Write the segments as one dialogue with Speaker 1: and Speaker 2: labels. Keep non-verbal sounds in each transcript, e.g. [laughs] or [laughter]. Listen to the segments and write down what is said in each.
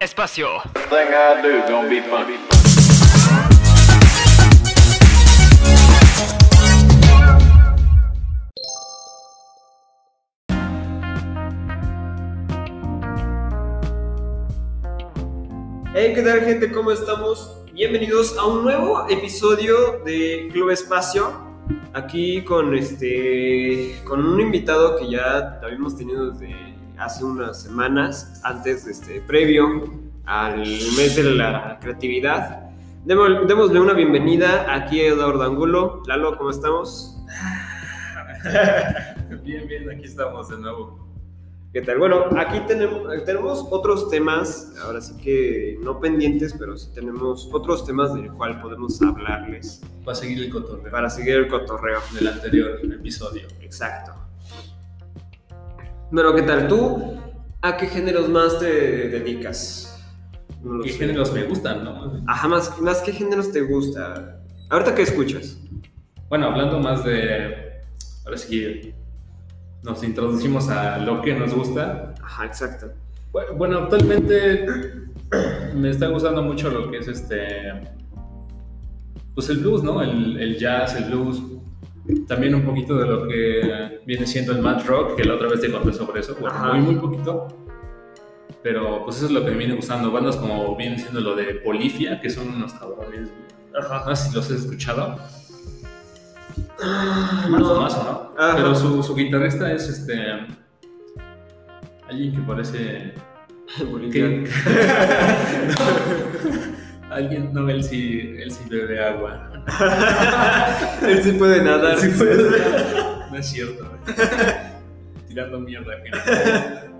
Speaker 1: Espacio.
Speaker 2: Everything I do gonna be funny.
Speaker 3: Hey, ¿qué tal gente? ¿Cómo estamos? Bienvenidos a un nuevo episodio de Club Espacio. Aquí con este con un invitado que ya habíamos tenido desde hace unas semanas, antes de este previo al mes de la creatividad. Demo- Démosle una bienvenida aquí a Eduardo Angulo. Lalo, ¿cómo estamos?
Speaker 4: Bien, bien, aquí estamos de nuevo.
Speaker 3: ¿Qué tal? Bueno, aquí tenemos, tenemos otros temas, ahora sí que no pendientes, pero sí tenemos otros temas del cual podemos hablarles
Speaker 4: Va a seguir el cotorreo
Speaker 3: para seguir el cotorreo.
Speaker 4: del anterior episodio.
Speaker 3: Exacto. Bueno, ¿qué tal tú? ¿A qué géneros más te dedicas? No lo
Speaker 4: ¿Qué
Speaker 3: sé.
Speaker 4: géneros me gustan, no?
Speaker 3: Ajá, más, más qué géneros te gusta. Ahorita qué escuchas.
Speaker 4: Bueno, hablando más de. Ahora sí que nos introducimos a lo que nos gusta.
Speaker 3: Ajá, exacto.
Speaker 4: Bu- Bueno, actualmente [clears throat] me está gustando mucho lo que es este. Pues el blues, ¿no? El, el jazz, el blues. También un poquito de lo que viene siendo el mad rock, que la otra vez te conté sobre eso. Bueno,
Speaker 3: Ajá.
Speaker 4: muy, muy poquito. Pero pues eso es lo que me viene gustando. Bandas como viene siendo lo de Polifia, que son unos cabrones. Ajá. No sé si los has escuchado. Más o más, ¿o ¿no?
Speaker 3: Ajá.
Speaker 4: Pero su, su guitarrista es este. Alguien que parece
Speaker 3: [laughs] Bolivia.
Speaker 4: [laughs] que- Alguien, no, él sí, él sí bebe agua.
Speaker 3: [laughs] Él sí puede nadar.
Speaker 4: Sí puede. No es cierto. [laughs] Tirando mierda, gente.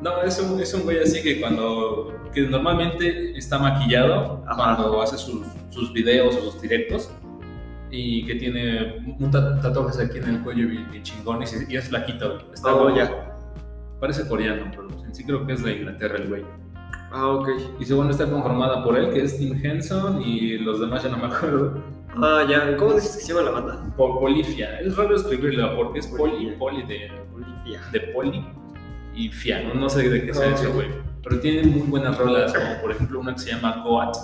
Speaker 4: No, es un, es un güey así que cuando. que normalmente está maquillado
Speaker 3: Ajá.
Speaker 4: cuando hace sus, sus videos o sus directos. Y que tiene un tat- tatuajes aquí en el cuello bien, bien chingones y, y es flaquito. Está
Speaker 3: Oh,
Speaker 4: guapo.
Speaker 3: ya.
Speaker 4: Parece coreano, pero en sí creo que es de Inglaterra el güey.
Speaker 3: Ah, ok.
Speaker 4: Y según está conformada por él, que es Tim Henson y los demás ya no me acuerdo.
Speaker 3: Ah, ya. ¿Cómo dices que se llama la banda?
Speaker 4: Por Polifia. Es raro escribirlo porque es poli, poli de,
Speaker 3: Bolivia.
Speaker 4: de poli y fia, ¿no? No sé de qué sea
Speaker 3: Ah,
Speaker 4: eso,
Speaker 3: ok.
Speaker 4: güey. Pero tiene muy buenas rolas, como por ejemplo una que se llama Goat,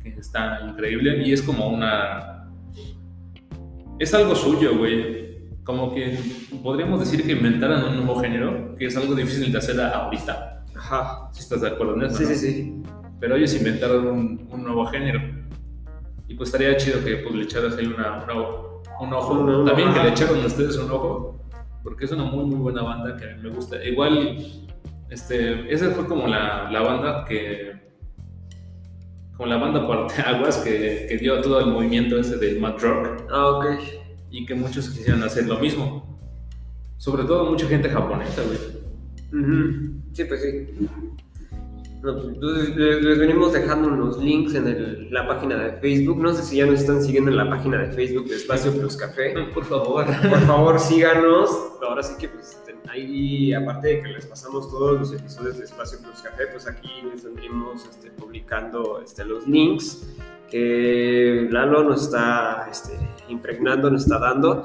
Speaker 4: que está increíble y es como una. Es algo suyo, güey. Como que podríamos decir que inventaron un nuevo género, que es algo difícil de hacer ahorita.
Speaker 3: Ajá.
Speaker 4: Si estás de acuerdo en eso.
Speaker 3: Sí,
Speaker 4: ¿no?
Speaker 3: sí, sí.
Speaker 4: pero ellos inventaron un, un nuevo género. Y pues estaría chido que pues, le echaras ahí una, una- un ojo.
Speaker 3: Un ojo,
Speaker 4: También que
Speaker 3: ajá.
Speaker 4: le echaron a ustedes un ojo, porque es una muy, muy buena banda que a mí me gusta. Igual, este, esa fue como la, la banda que. Como la banda parteaguas que, que dio todo el movimiento ese del Mad Rock
Speaker 3: Ah, ok.
Speaker 4: y que muchos quisieron hacer lo mismo. Sobre todo mucha gente japonesa, güey.
Speaker 3: Ujú. Sí, pues sí. No, pues, entonces, les, les venimos dejando unos links en el- la página de Facebook. No sé si ya nos están siguiendo en la página de Facebook de Espacio Plus Café.
Speaker 4: Por favor.
Speaker 3: Por favor, síganos. Ahora sí que pues, ten- ahí, aparte de que les pasamos todos los episodios de Espacio Plus Café, pues aquí les venimos este, publicando este, los links que Lalo nos está este, impregnando, nos está dando.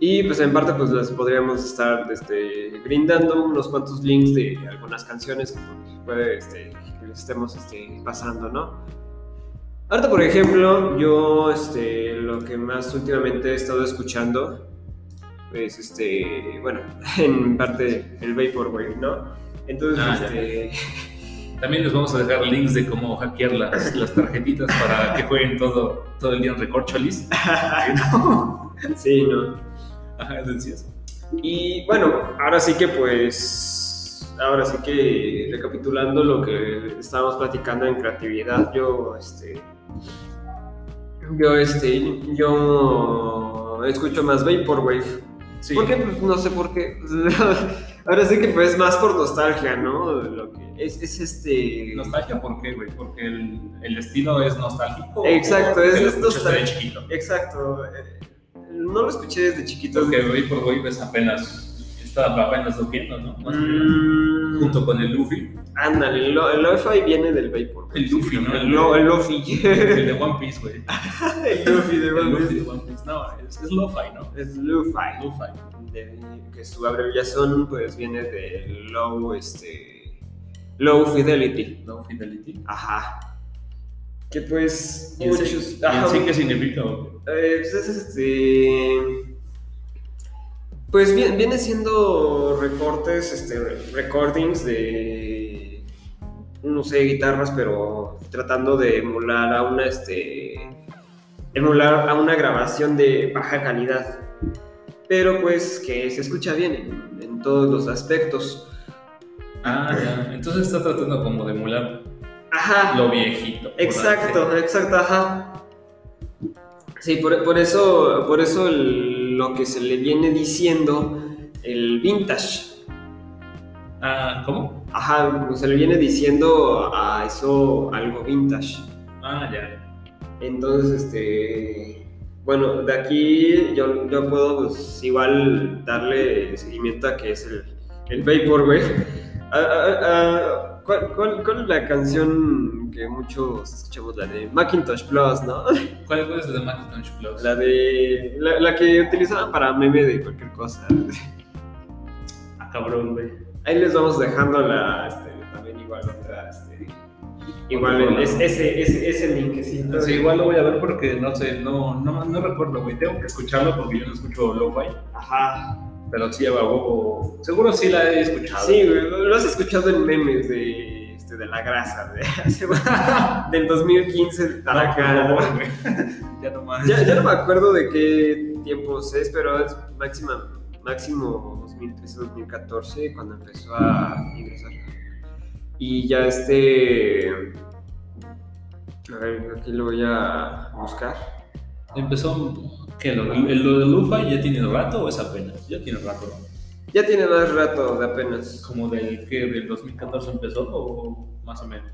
Speaker 3: Y pues en parte pues les podríamos estar este, brindando unos cuantos links de algunas canciones que puede este, que les estemos este, pasando, ¿no? Ahorita, por ejemplo, yo este, lo que más últimamente he estado escuchando es este, bueno, [laughs] en parte el Vaporwave, ¿no? Entonces,
Speaker 4: Ah, ya.
Speaker 3: este, [laughs]
Speaker 4: También les vamos a dejar links de cómo hackear las, las tarjetitas para que jueguen todo, todo el día en Recorcholis.
Speaker 3: sí, ¿no?
Speaker 4: [laughs] Ajá, decías.
Speaker 3: Y bueno, ahora sí que pues, ahora sí que recapitulando lo que estábamos platicando en creatividad, yo este, yo este, yo escucho más Vaporwave.
Speaker 4: Sí.
Speaker 3: ¿Por qué? Pues no sé por qué. [laughs] ahora sí que pues más por nostalgia, ¿no? Lo que es, es este...
Speaker 4: ¿Nostalgia por qué, güey? Porque el, el estilo es nostálgico.
Speaker 3: Exacto,
Speaker 4: ¿O
Speaker 3: es-
Speaker 4: te lo
Speaker 3: es
Speaker 4: escuchaste de
Speaker 3: nostálgico.
Speaker 4: chiquito.
Speaker 3: Exacto. eh, No lo escuché desde chiquito.
Speaker 4: Porque hoy por hoy ves apenas, está apenas surgiendo, ¿no? Más o menos.
Speaker 3: Mm,
Speaker 4: Junto con el Luffy.
Speaker 3: Ándale, el, lo- el lo-fi viene del Vapor.
Speaker 4: El Luffy, ¿no?
Speaker 3: El, lo, el Lofi.
Speaker 4: El de One Piece, güey.
Speaker 3: [laughs] el Lofi de
Speaker 4: El Luffy
Speaker 3: Bambis.
Speaker 4: de One Piece. No, es, es Lo-Fi, ¿no?
Speaker 3: Es Luffy.
Speaker 4: Lo-Fi.
Speaker 3: De- Que su abreviación pues viene del Low, este. Low Fidelity.
Speaker 4: Low Fidelity.
Speaker 3: Ajá. Que pues.
Speaker 4: ¿Y en sí-
Speaker 3: muchos-
Speaker 4: y en
Speaker 3: ajá,
Speaker 4: sí qué significa? güey?
Speaker 3: eh, pues es este. Pues bien, viene siendo recortes, este, re- recordings de. No sé, guitarras, pero tratando de emular a una, este. Emular a una grabación de baja calidad. Pero pues que se escucha bien en, en todos los aspectos.
Speaker 4: Ah, ya. Entonces está tratando como de emular
Speaker 3: Ajá.
Speaker 4: lo viejito. por así
Speaker 3: Exacto, exacto, ajá. Sí, por, por eso, por eso el- lo que se le viene diciendo el vintage.
Speaker 4: decirlo. Ah, ¿cómo?
Speaker 3: Ajá, como se le viene diciendo a eso algo vintage.
Speaker 4: Ah, ya.
Speaker 3: Entonces, este. Bueno, de aquí yo, yo puedo, pues, igual darle seguimiento a que es el, el Vaporwave. [laughs] Ah, ah, ah, ¿cuál, cuál, cuál es la canción que muchos escuchamos? La de Macintosh Plus, ¿no?
Speaker 4: ¿Cuál cuál es la de Macintosh Plus?
Speaker 3: La de. La, la que utilizaban para meme de cualquier cosa.
Speaker 4: Ah, cabrón, güey.
Speaker 3: Ahí les vamos dejando la. Este, también igual otra. Este, igual el- es, ese, ese, ese link que sí.
Speaker 4: Sí, igual lo voy a ver porque no sé, no, no, no recuerdo, güey. Tengo que escucharlo porque yo no escucho lo-fi.
Speaker 3: Ajá.
Speaker 4: Pero sí, a huevo. Seguro sí la he escuchado.
Speaker 3: Sí, güey, lo lo has escuchado en memes de. Este, de la grasa. De, hace- [laughs] del 2015 de
Speaker 4: Ah,
Speaker 3: Taraka.
Speaker 4: por favor, güey. [laughs] ya no más.
Speaker 3: ya, ya no me acuerdo de qué tiempos es, pero es máxima, máximo 2013-2014 cuando empezó a ingresar. Y ya este. A ver, aquí lo voy a buscar.
Speaker 4: Empezó. ¿Qué? ¿Lo, el- lo de lo-fi ya tiene rato o es apenas? Ya tiene rato. ¿no?
Speaker 3: Ya tiene más rato de apenas.
Speaker 4: Como del que del 2014 empezó o más o menos.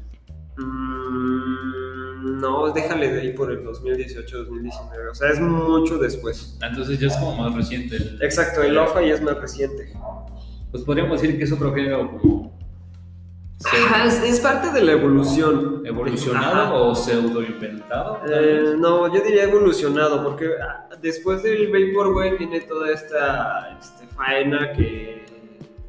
Speaker 3: Mm, no, déjale de ahí por el 2018-2019. O sea, es mucho después.
Speaker 4: Ah, Entonces ya es como más reciente. el-
Speaker 3: Exacto, el OFA ya es más reciente.
Speaker 4: Pues podríamos decir que es otro género como.
Speaker 3: Ajá, Ah, es, es parte de la evolución.
Speaker 4: evolucionado
Speaker 3: Ajá.
Speaker 4: o pseudo inventado.
Speaker 3: Eh, no, yo diría evolucionado, porque ah, después del Vaporwave viene toda esta este, faena que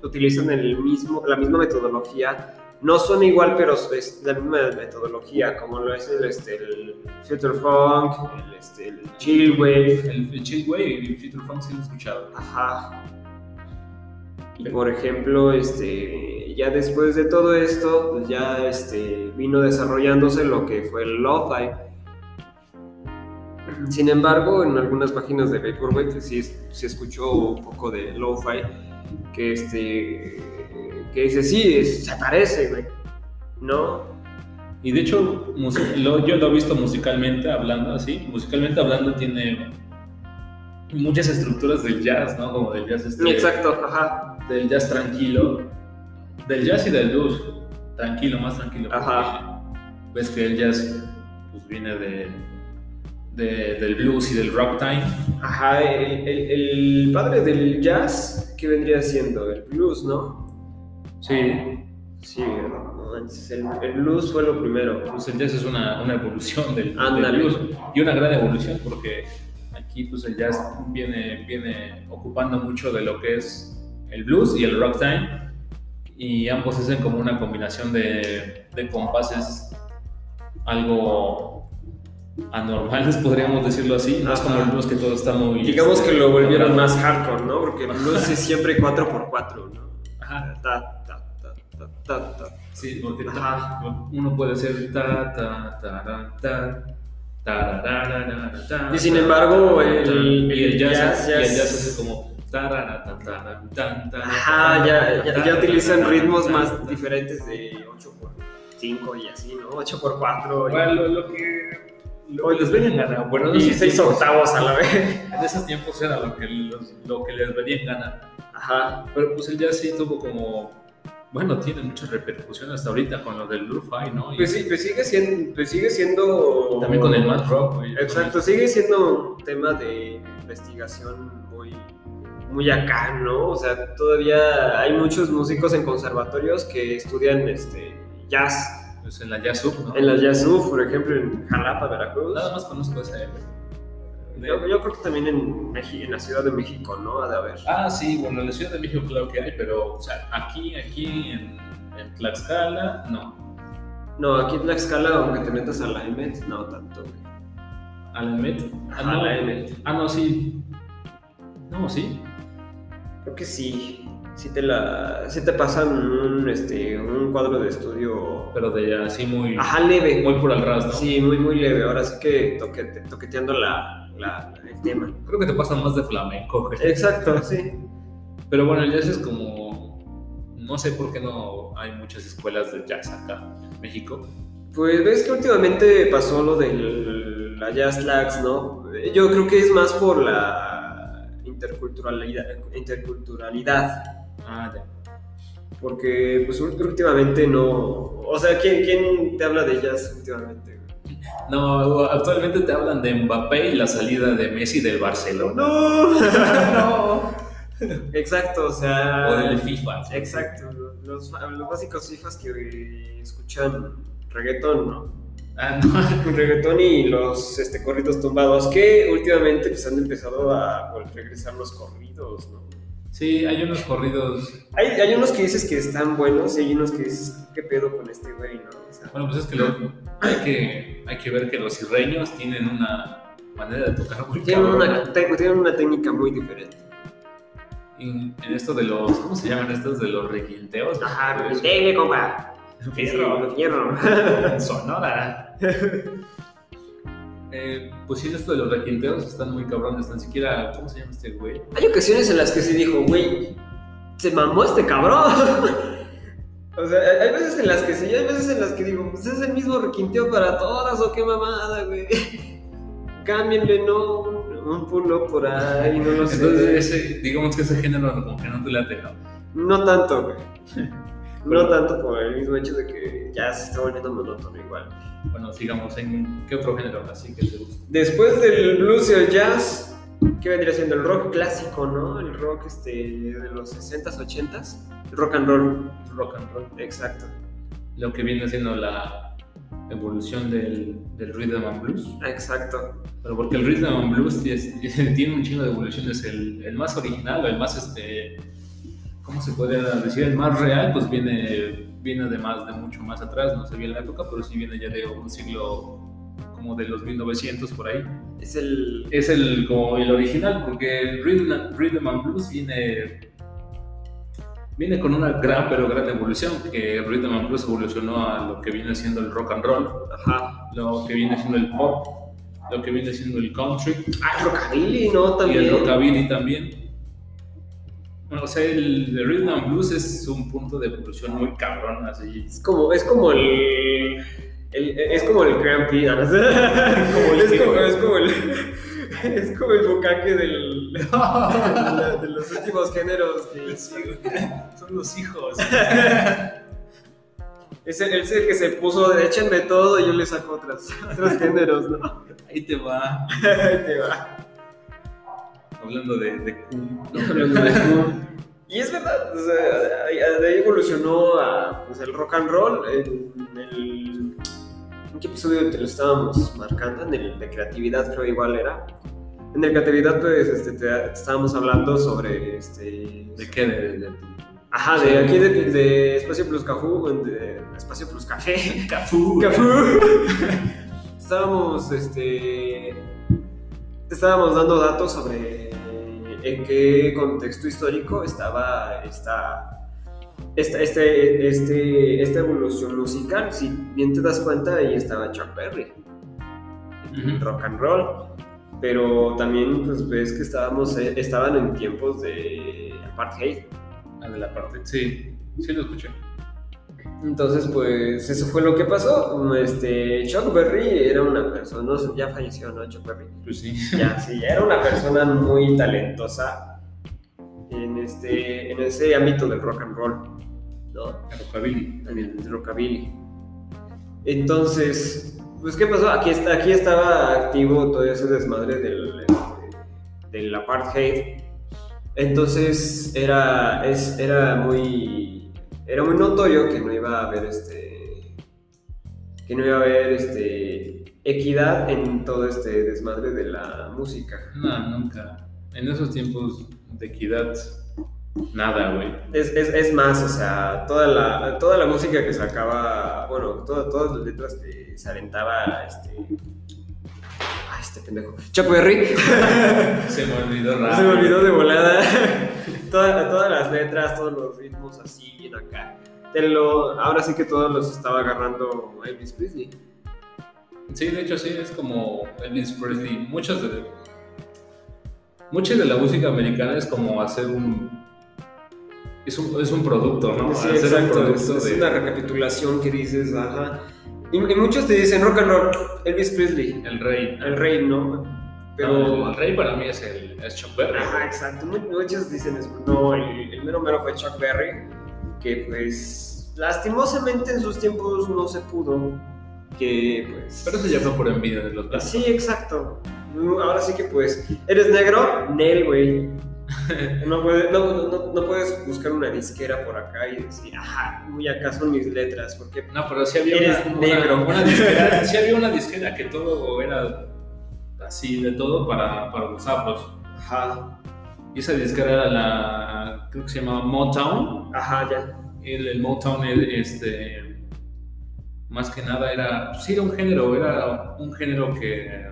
Speaker 3: utilizan el mismo, la misma metodología. No son igual, pero es la misma metodología, como lo es el, este, el Future Funk, el, este, el Chill Wave.
Speaker 4: El, el Chill Wave y el Future Funk sí lo he escuchado.
Speaker 3: Ajá. Y por ejemplo, este, ya después de todo esto, pues ya este, vino desarrollándose lo que fue el lo-fi. Sin embargo, en algunas páginas de Vaporwave sí es- se escuchó un poco de lo-fi, que, este, que dice, sí, es- se parece, güey. ¿No?
Speaker 4: Y de hecho, mus- lo- yo lo he visto musicalmente hablando así. Musicalmente hablando, tiene muchas estructuras del jazz, ¿no? Como del jazz este,
Speaker 3: Exacto, ajá.
Speaker 4: Del jazz tranquilo. Del jazz y del blues. Tranquilo, más tranquilo. porque
Speaker 3: Ajá.
Speaker 4: Ves que el jazz pues, viene de, de- del blues y del rock time.
Speaker 3: Ajá, el, el- el padre del jazz, ¿qué vendría siendo? El blues, ¿no?
Speaker 4: Sí,
Speaker 3: Sí, no, manches, el, el blues fue lo primero.
Speaker 4: Pues el jazz es una, una evolución del, del
Speaker 3: Ándale.
Speaker 4: blues y una gran evolución porque aquí pues el jazz viene, viene ocupando mucho de lo que es el blues y el rock time y ambos hacen como una combinación de, de compases algo anormales [laughs] podríamos decirlo así, no es como el blues que todo está muy...
Speaker 3: Digamos
Speaker 4: este,
Speaker 3: que lo volvieron
Speaker 4: logrado.
Speaker 3: más hardcore, ¿no? Porque el blues es siempre 4x4, ¿no?
Speaker 4: Ajá,
Speaker 3: Ta, ta, ta, ta, ta, ta.
Speaker 4: sí, porque
Speaker 3: Ajá.
Speaker 4: uno puede ser ta ta ta ta ta tararararara, ta,
Speaker 3: Y sin embargo, el-
Speaker 4: y el jazz,
Speaker 3: jazz-
Speaker 4: y el
Speaker 3: jazz-
Speaker 4: jazz hace como tarara, ta, taran, tan, tan,
Speaker 3: Ajá, ya, ya, ya
Speaker 4: tarara,
Speaker 3: utilizan
Speaker 4: tarara,
Speaker 3: ritmos
Speaker 4: tarara,
Speaker 3: más
Speaker 4: tarara.
Speaker 3: diferentes de 8x5 y así, ¿no? 8x4
Speaker 4: Bueno, lo, lo que lo
Speaker 3: Oye,
Speaker 4: que les venía en gana. Bueno, en
Speaker 3: y
Speaker 4: esos
Speaker 3: 16
Speaker 4: tiempos-
Speaker 3: octavos a la vez. [laughs]
Speaker 4: En esos tiempos era lo que, los- lo que les venía en gana.
Speaker 3: Ajá,
Speaker 4: Pero pues el jazz sí tuvo como. Bueno, tiene mucha repercusión hasta ahorita con lo del lo-fi, ¿no? Y
Speaker 3: pues, sí, pues sigue siendo... Pues sigue siendo
Speaker 4: también con el mad rock. güey.
Speaker 3: Exacto, sigue siendo un tema de investigación muy, muy acá, ¿no? O sea, todavía hay muchos músicos en conservatorios que estudian este, jazz.
Speaker 4: Pues en la jazz sub, ¿no?
Speaker 3: En la Jazz UF, por ejemplo, en Jalapa, Veracruz.
Speaker 4: Nada más conozco esa, güey.
Speaker 3: Yo, yo creo que también en, Meji- en la Ciudad de México, ¿no? Ha de haber.
Speaker 4: Ah, sí, bueno, en la Ciudad de México claro que hay, pero o sea, aquí, aquí en, en Tlaxcala, no.
Speaker 3: No, aquí en Tlaxcala, aunque te metas a la EMET, no tanto, güey.
Speaker 4: ¿A la EMET? Ah,
Speaker 3: Ajá,
Speaker 4: no.
Speaker 3: la EMET.
Speaker 4: Ah, no, sí. No, sí.
Speaker 3: Creo que sí. Sí te, la, sí te pasan un, este, un cuadro de estudio.
Speaker 4: Pero de así muy,
Speaker 3: Ajá, leve.
Speaker 4: muy por al ras, ¿no?
Speaker 3: Sí, muy, muy leve. Ahora sí que toquete- toqueteando la, la- el tema.
Speaker 4: Creo que te pasa más de flamenco, güey.
Speaker 3: Exacto, sí.
Speaker 4: Pero bueno, el jazz es como. No sé por qué no hay muchas escuelas de jazz acá en México.
Speaker 3: Pues ves que últimamente pasó lo de la Jazz Lax, ¿no? Eh, Yo creo que es más por la interculturalidad, interculturalidad
Speaker 4: Ah, ya.
Speaker 3: porque pues ul- últimamente no... O sea, ¿quién, quién te habla de jazz últimamente?
Speaker 4: No, actualmente te hablan de Mbappé y la salida de Messi del Barcelona.
Speaker 3: ¡No! ¡No! [laughs] Exacto, o sea...
Speaker 4: [laughs] O del FIFA.
Speaker 3: Exacto, los, los básicos FIFAs que escuchan reggaetón, ¿no?
Speaker 4: Ah, no.
Speaker 3: El reggaetón y los este, corridos tumbados, que últimamente pues, han empezado a vol- regresar los corridos, ¿no?
Speaker 4: Sí, hay unos corridos.
Speaker 3: Hay, hay unos que dices que están buenos y hay unos que dices, ¿qué pedo con este güey, no? O sea,
Speaker 4: Bueno, pues es que, lo- hay que hay que ver que los irreños tienen una manera de tocar muy
Speaker 3: tienen,
Speaker 4: cabrona.
Speaker 3: una, te- tienen una técnica muy diferente.
Speaker 4: Y En, esto de los. ¿Cómo se llaman estos? De los requinteos.
Speaker 3: dele, compa.
Speaker 4: Fierro.
Speaker 3: fierro.
Speaker 4: Sonora. Eh, pues sí, en esto de los requinteos están muy cabrones, tan siquiera, ¿cómo se llama este güey?
Speaker 3: Hay ocasiones en las que se dijo, güey, se mamó este cabrón. [laughs] o sea, hay- hay veces en las que sí, hay veces en las que digo, pues es el mismo requinteo para todas o qué mamada, güey. [laughs] Cámbienle, no, un, un pulo por ahí, no lo sé.
Speaker 4: Entonces, ese, digamos que ese género como que no te late, ¿no?
Speaker 3: No tanto, güey. No tanto por el mismo hecho de que ya se está volviendo monótono igual.
Speaker 4: Bueno, sigamos, ¿en qué otro género así que te gusta?
Speaker 3: Después del blues y el jazz, ¿qué vendría siendo? El rock clásico, ¿no? El rock este, de los 60s, 80s. El rock and roll.
Speaker 4: Rock and roll.
Speaker 3: Exacto.
Speaker 4: Lo que viene siendo la evolución del, del rhythm and blues.
Speaker 3: Exacto.
Speaker 4: Pero porque el rhythm and blues es- [laughs] tiene un chingo de evoluciones. El, el más original o el más, este, ¿cómo se podría decir? El más real, pues viene, viene además de mucho más atrás. No sé bien la época, pero sí viene ya de un siglo como de los 1900 por ahí.
Speaker 3: Es el.
Speaker 4: Es el, como el original, porque el rhythm, and- rhythm and blues viene... Viene con una gran, pero gran evolución, que el Rhythm and Blues evolucionó a lo que viene siendo el rock and roll,
Speaker 3: Ajá.
Speaker 4: lo que viene siendo el pop, lo que viene siendo el country,
Speaker 3: Ah, el rockabilly, ¿no? También.
Speaker 4: y el rockabilly también. Bueno, o sea, el, el rhythm and blues es un punto de evolución muy cabrón, así.
Speaker 3: Es como, es como el. el- es como el Grand Prix, ¿no? [laughs] es, como, es como el. [laughs] Es como el bucaque del. [laughs] de, los últimos géneros. que-
Speaker 4: Son los hijos.
Speaker 3: es, el, es el que se puso de échenme todo y yo le saco otras, otros géneros, ¿no?
Speaker 4: Ahí te va.
Speaker 3: Ahí te va.
Speaker 4: Hablando de, de cum, ¿no?
Speaker 3: Y es verdad, o sea, ahí- de ahí evolucionó a, pues, el rock and roll. En el, ¿en qué episodio te lo estábamos marcando? En el de creatividad, creo igual era. En el creatividad, pues este, te, te estábamos hablando sobre. Este,
Speaker 4: ¿De qué? De, de tu
Speaker 3: ajá, de aquí de, de Espacio Plus Cajú, de Espacio Plus Café.
Speaker 4: cafú.
Speaker 3: estábamos, este, estábamos dando datos sobre en qué contexto histórico estaba esta, esta, este, este, esta evolución musical. Si bien te das cuenta, ahí estaba Chuck Berry, el
Speaker 4: Ujú.
Speaker 3: rock and roll. Pero también, pues, ves que estábamos, eh, estaban en tiempos de apartheid.
Speaker 4: Ah, de la parte. Sí, sí lo escuché.
Speaker 3: Entonces, pues eso fue lo que pasó. Este, Chuck Berry era una persona, no sé, ya falleció, ¿no? Chuck Berry.
Speaker 4: Pues sí.
Speaker 3: Ya, sí, ya era una persona muy talentosa en, este, en ese ámbito del rock and roll, ¿no?
Speaker 4: El Rockabilly.
Speaker 3: En el rockabilly. Entonces, pues, ¿qué pasó? Aquí, está, aquí estaba activo todo ese desmadre del, este, del apartheid. Entonces, era, es, era muy. Era muy notorio que no iba a haber este. Que no iba a haber este. Equidad en todo este desmadre de la música.
Speaker 4: No, nunca. En esos tiempos de equidad Nada, güey.
Speaker 3: Es, es- es más, o sea, toda la, toda la música que sacaba, bueno, todo- todas las letras que se aventaba, este... Ay, este pendejo. Chuck Berry. [laughs]
Speaker 4: Se me olvidó rápido.
Speaker 3: Se me olvidó de volada. [laughs] Toda- todas las letras, todos los ritmos así, bien acá. Te lo, ahora sí que todos los estaba agarrando Elvis Presley.
Speaker 4: Sí, de hecho sí, es como Elvis Presley. Muchas de, muchas de la música americana es como hacer un... Es un, es un producto, ¿no?
Speaker 3: Sí,
Speaker 4: hacer un
Speaker 3: exacto. Es,
Speaker 4: producto
Speaker 3: es
Speaker 4: de...
Speaker 3: una recapitulación que dices, ajá. Y, y muchos te dicen rock and roll, Elvis Presley,
Speaker 4: El rey. ¿no?
Speaker 3: el rey, ¿no? Pero.
Speaker 4: No, Ah, el rey para mí es, el, es Chuck Berry.
Speaker 3: Ajá, exacto. Mu- Muchos dicen eso. No, el, el mero mero fue Chuck Berry, que pues lastimosamente en sus tiempos no se pudo. Que pues.
Speaker 4: Pero eso ya fue por envidia de los blancos.
Speaker 3: Sí, exacto. Mm, Ahora sí que pues, ¿eres negro? Nel,
Speaker 4: [laughs]
Speaker 3: güey. No, puede- no, no- no- no puedes buscar una disquera por acá y decir, ajá, muy acá son mis letras, porque
Speaker 4: No, pero sí había
Speaker 3: Eres
Speaker 4: una,
Speaker 3: negro.
Speaker 4: una- una disquera, sí había una disquera que todo era así de todo para, para los afros.
Speaker 3: ajá,
Speaker 4: Y esa disquera era la, creo que se llamaba Motown.
Speaker 3: ajá, ya.
Speaker 4: El, el Motown, el- este, más que nada era, sí era un género, era un género que,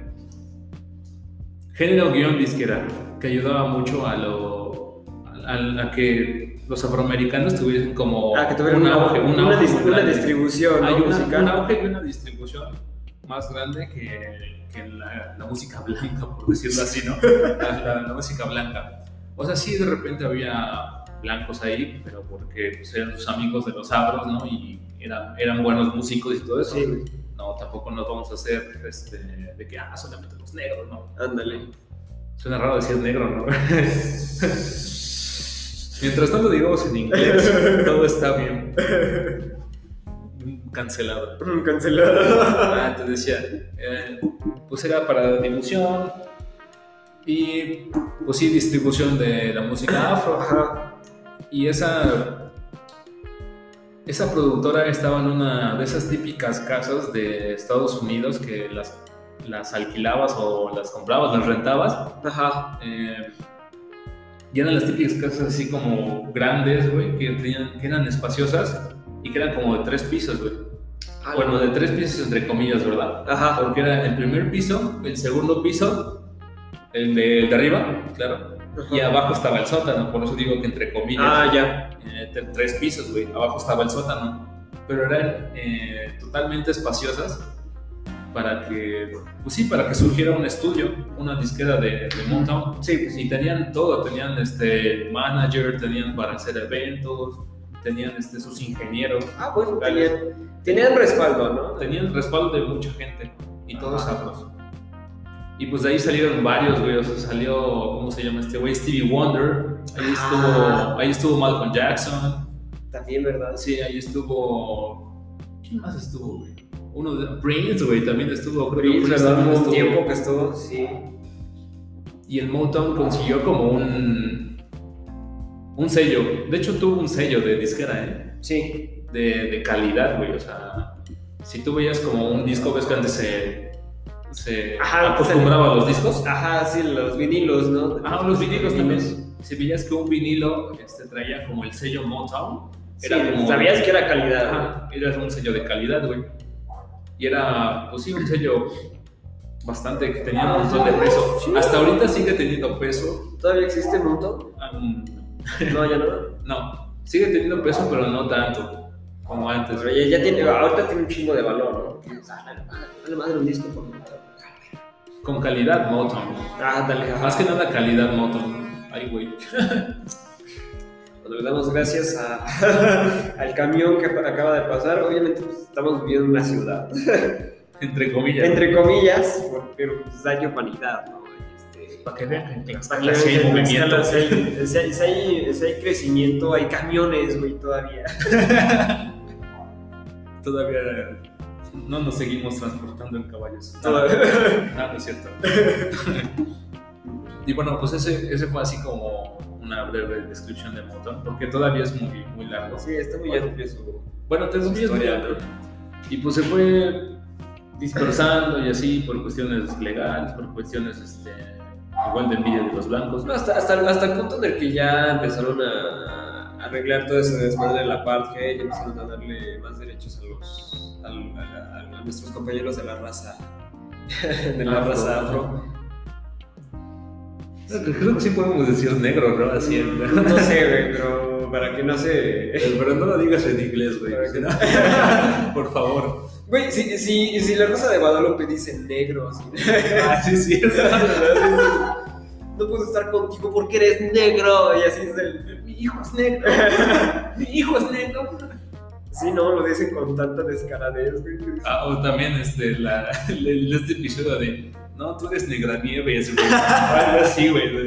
Speaker 4: género guión disquera, que ayudaba mucho a lo, a, a que los afroamericanos tuviesen como
Speaker 3: Ah, que tuvieron
Speaker 4: un
Speaker 3: una,
Speaker 4: auge, un
Speaker 3: una
Speaker 4: auge
Speaker 3: dis-
Speaker 4: muy
Speaker 3: una
Speaker 4: grande.
Speaker 3: distribución ¿no?
Speaker 4: Hay una,
Speaker 3: musical.
Speaker 4: un auge y una distribución más grande que, que la, la música blanca, por decirlo así, ¿no? La, la- la música blanca. O sea, sí, de repente había blancos ahí, pero porque pues, eran sus amigos de los afros, ¿no? Y eran, eran buenos músicos y todo eso.
Speaker 3: Sí, güey.
Speaker 4: No, tampoco nos vamos a hacer este, de que, ah, solamente los negros, ¿no?
Speaker 3: ándale. [laughs]
Speaker 4: Suena raro decir negro, ¿no? [laughs] Mientras tanto digamos en inglés, todo está bien. Cancelado.
Speaker 3: Cancelado.
Speaker 4: Ah, te decía, eh, pues era para difusión y pues sí distribución de la música afro
Speaker 3: Ajá.
Speaker 4: y esa esa productora estaba en una de esas típicas casas de Estados Unidos que las las alquilabas o las comprabas, las rentabas
Speaker 3: Ajá.
Speaker 4: eh, y eran las típicas casas así como grandes, güey, que, tenían- que eran espaciosas y que eran como de tres pisos, güey.
Speaker 3: Ah,
Speaker 4: Bueno, de tres pisos entre comillas, ¿verdad?
Speaker 3: Ajá.
Speaker 4: porque era el primer piso, el segundo piso, el de, el de arriba, claro, y abajo estaba el sótano, por eso digo que entre comillas,
Speaker 3: Ah, ya.
Speaker 4: eh, tre- tres pisos, güey, abajo estaba el sótano, pero eran eh, totalmente espaciosas para que, pues sí, para que surgiera un estudio, una disquera de, de Motown,
Speaker 3: Sí, pues sí.
Speaker 4: y tenían todo, tenían este manager, tenían para hacer eventos, tenían este, sus ingenieros,
Speaker 3: Ah, bueno, tenían, tenían respaldo, ¿no?
Speaker 4: tenían respaldo de mucha gente y todos
Speaker 3: Ajá.
Speaker 4: afros. Y pues de ahí salieron varios, güey. O sea, salió, ¿cómo se llama este güey? Stevie Wonder. Ahí
Speaker 3: Ah.
Speaker 4: estuvo, ahí estuvo Malcolm Jackson.
Speaker 3: También, ¿verdad?
Speaker 4: Sí, ahí estuvo. ¿Quién más estuvo, güey? Uno de Prince, güey, también estuvo. Creo que
Speaker 3: Prince,
Speaker 4: Prince
Speaker 3: ¿verdad?
Speaker 4: también
Speaker 3: Hubo un
Speaker 4: pues, estuvo.
Speaker 3: tiempo que estuvo, sí.
Speaker 4: Y el Motown consiguió como un. Un sello. De hecho, tuvo un sello de disquera, ¿eh?
Speaker 3: Sí.
Speaker 4: de, de calidad, güey. O sea, si tú veías como un disco, ves que antes se, se
Speaker 3: Ajá, pues,
Speaker 4: acostumbraba a los discos.
Speaker 3: Ajá, sí, los vinilos, ¿no?
Speaker 4: Ah, los vinilos también. Si veías que un vinilo este, traía como el sello Motown,
Speaker 3: Sí,
Speaker 4: era como.
Speaker 3: sabías que era calidad.
Speaker 4: Ajá, era un sello de calidad, güey. Y era, pues sí, un sello bastante que tenía un montón de peso. Hasta ahorita sigue teniendo peso.
Speaker 3: ¿Todavía existe el montón?
Speaker 4: Ah, mm,
Speaker 3: No, ya no.
Speaker 4: [laughs] No, sigue teniendo peso, pero no tanto como antes.
Speaker 3: Pero ya, ya tiene, ahorita tiene un chingo de valor, ¿no? Dale madre un disco por
Speaker 4: Con calidad Motown.
Speaker 3: Ah, dale, ajá.
Speaker 4: Más que nada calidad moto. Ay, güey.
Speaker 3: Bueno, Pues le damos gracias a- [laughs] al camión que acaba de pasar. Obviamente pues, estamos viviendo en una ciudad,
Speaker 4: Entre comillas.
Speaker 3: entre comillas, porque, pero pues, hay humanidad, ¿no? Este,
Speaker 4: Para que vean que
Speaker 3: para que
Speaker 4: clase
Speaker 3: vean
Speaker 4: hay
Speaker 3: que en
Speaker 4: movimiento.
Speaker 3: Tlaxcala sí hay- sí hay- sí hay- sí hay crecimiento, hay camiones, güey, todavía.
Speaker 4: Todavía no nos seguimos transportando en caballos. Ah,
Speaker 3: Todavía.
Speaker 4: No, no es cierto. y bueno, pues ese, ese fue así como una breve descripción de moto, porque todavía es muy, muy largo.
Speaker 3: Sí, está muy
Speaker 4: Bueno.
Speaker 3: amplio su-
Speaker 4: Bueno, te
Speaker 3: su
Speaker 4: desvías
Speaker 3: historia,
Speaker 4: muy-
Speaker 3: pero-
Speaker 4: Y pues se fue dispersando y así por cuestiones legales, por cuestiones este, Igual de envidia de los blancos.
Speaker 3: No, hasta, hasta, hasta el punto en el que ya empezaron a a arreglar todo ese desmadre de la parte y empezaron a darle más derechos a los al- a, la- a nuestros compañeros de la raza [laughs] de la
Speaker 4: Afro.
Speaker 3: raza afro.
Speaker 4: Creo que- Creo que sí podemos decir negro, [laughs] ¿no? Así en-
Speaker 3: No sé, güey, pero para que no se
Speaker 4: Pero no lo digas en inglés, güey. si no- [laughs] Por favor.
Speaker 3: Güey, si, si, si la raza de Guadalupe dice negro, así,
Speaker 4: Ah, sí, sí.
Speaker 3: [laughs] no puedo estar contigo porque eres negro. Y así es el. Mi hijo es negro. Mi hijo es negro. Sí, no, lo dicen con tanta descaradez, güey.
Speaker 4: Ah, o también este, la, [laughs] el- el- este episodio de No, tú eres negra nieves, güey. [laughs] Algo así, güey. De,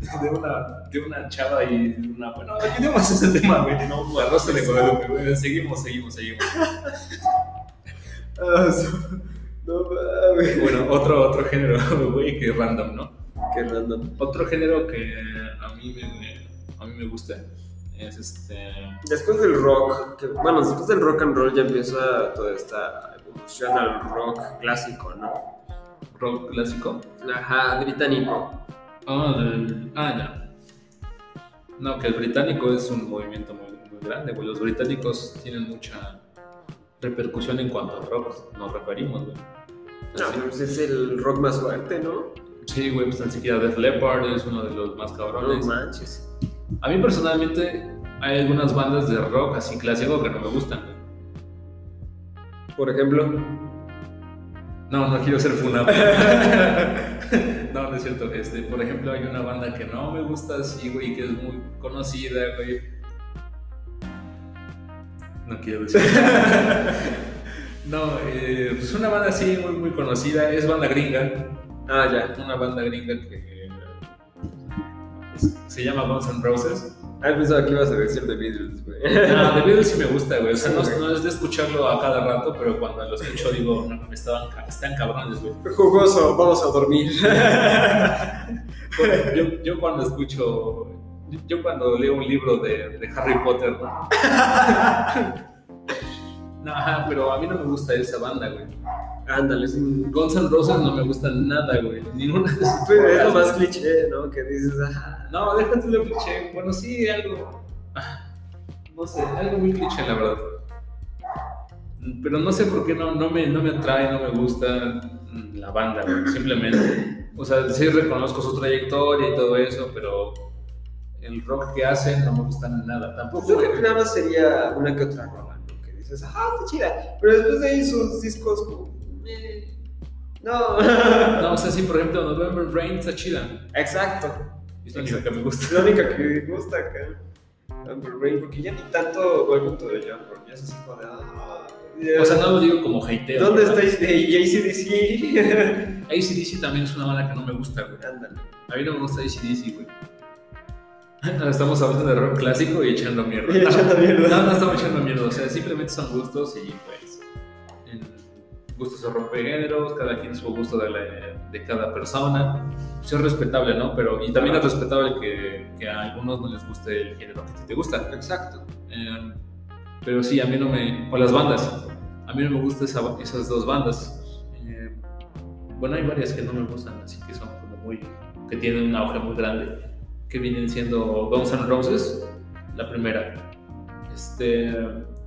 Speaker 4: de una, de una chava y una. Bueno, aquí tenemos ese tema, güey. No, la rosa de Guadalupe, güey. Seguimos, seguimos, seguimos.
Speaker 3: Ah, sí. No mames.
Speaker 4: Bueno, otro, otro género, [laughs] güey, que random, ¿no?
Speaker 3: Qué random.
Speaker 4: Otro género que a mí me, a mí me gusta es este.
Speaker 3: Después del rock, que- bueno, después del rock and roll ya empieza toda esta evolución al rock clásico, ¿no?
Speaker 4: rock clásico.
Speaker 3: Ajá, británico.
Speaker 4: Ah, del- ah, ya. No, que el británico es un movimiento muy, muy grande, güey. Los británicos tienen mucha repercusión en cuanto a rock nos referimos, güey.
Speaker 3: No, pues es el rock más fuerte, ¿no?
Speaker 4: Sí, güey, pues tan siquiera Def Leppard es uno de los más
Speaker 3: No
Speaker 4: cabrones.
Speaker 3: manches.
Speaker 4: A mí personalmente hay algunas bandas de rock así clásico que no me gustan, güey.
Speaker 3: Por ejemplo,
Speaker 4: No, no quiero
Speaker 3: [laughs]
Speaker 4: ser funable. no, no es cierto. Este, por ejemplo, hay una banda que no me gusta así, güey, que es muy conocida, güey. No quiero
Speaker 3: [laughs]
Speaker 4: decir. no, eh, pues una banda así, muy, muy conocida. Es banda gringa.
Speaker 3: ah, ya.
Speaker 4: Una banda gringa que eh, es- se llama Guns N' Roses.
Speaker 3: Ah, pensaba que ibas a decir The Beatles, güey.
Speaker 4: No, The Beatles sí me gusta, güey. O sea, no, no es de escucharlo a cada rato, pero cuando lo escucho digo, no, me estaban, ca- están cabrones, güey.
Speaker 3: Jugoso, vamos a dormir.
Speaker 4: Bueno, yo, yo cuando escucho, yo, yo cuando leo un libro de, de Harry Potter, ¿no? [laughs] No, ajá, pero a mí no me gusta esa banda, güey.
Speaker 3: [laughs] Ándale, es un-
Speaker 4: Guns N' Roses no me gusta nada, güey. Ninguna de sus
Speaker 3: Pues, es lo
Speaker 4: rolas,
Speaker 3: más
Speaker 4: güey.
Speaker 3: cliché, ¿no? Que dices, "Ah". ajá.
Speaker 4: No, déjate lo cliché. Bueno, sí, algo... ah, No sé, algo muy cliché, la verdad. Pero no sé por qué no, no, me, no me atrae, no me gusta mm, la banda, güey, simplemente. O sea, sí reconozco su trayectoria y todo eso, pero el rock que hacen no me gusta nada tampoco.
Speaker 3: Yo
Speaker 4: güey.
Speaker 3: creo que nada más sería una que otra rola, ¿no? Que dices, ajá, está chida. Pero después de ahí sus discos, como, eh, [laughs] No.
Speaker 4: No, o sea, sí, por ejemplo, November Rain está chida.
Speaker 3: Exacto.
Speaker 4: Es la única que me gusta.
Speaker 3: Es la única que me gusta acá. Amber Rain, porque ya ni tanto vuelvo todo el Jumper. Ya es así como de. ah, ya.
Speaker 4: O sea, no lo digo como hateo.
Speaker 3: ¿Dónde
Speaker 4: ¿verdad?
Speaker 3: estáis de ACDC?
Speaker 4: ACDC también es una banda que no me gusta, güey.
Speaker 3: [laughs] Ándale.
Speaker 4: A mí no me gusta ACDC, güey. [laughs] Estamos hablando de rock clásico y echando mierda.
Speaker 3: [laughs] Y echando mierda.
Speaker 4: No, no estamos echando mierda. O sea, simplemente son gustos y pues. en gustos se rompe géneros, cada quien su gusto de, la- de cada persona. Pues es respetable, ¿no? Pero, y también es respetable que, que a algunos no les guste el género que a ti te gusta.
Speaker 3: Exacto.
Speaker 4: Eh, pero sí, a mí no me. O las bandas. A mí no me gustan esa- esas dos bandas. Eh, bueno, hay varias que no me gustan, así que son como muy. que tienen un auge muy grande. Que vienen siendo Guns N' Roses, la primera. Este.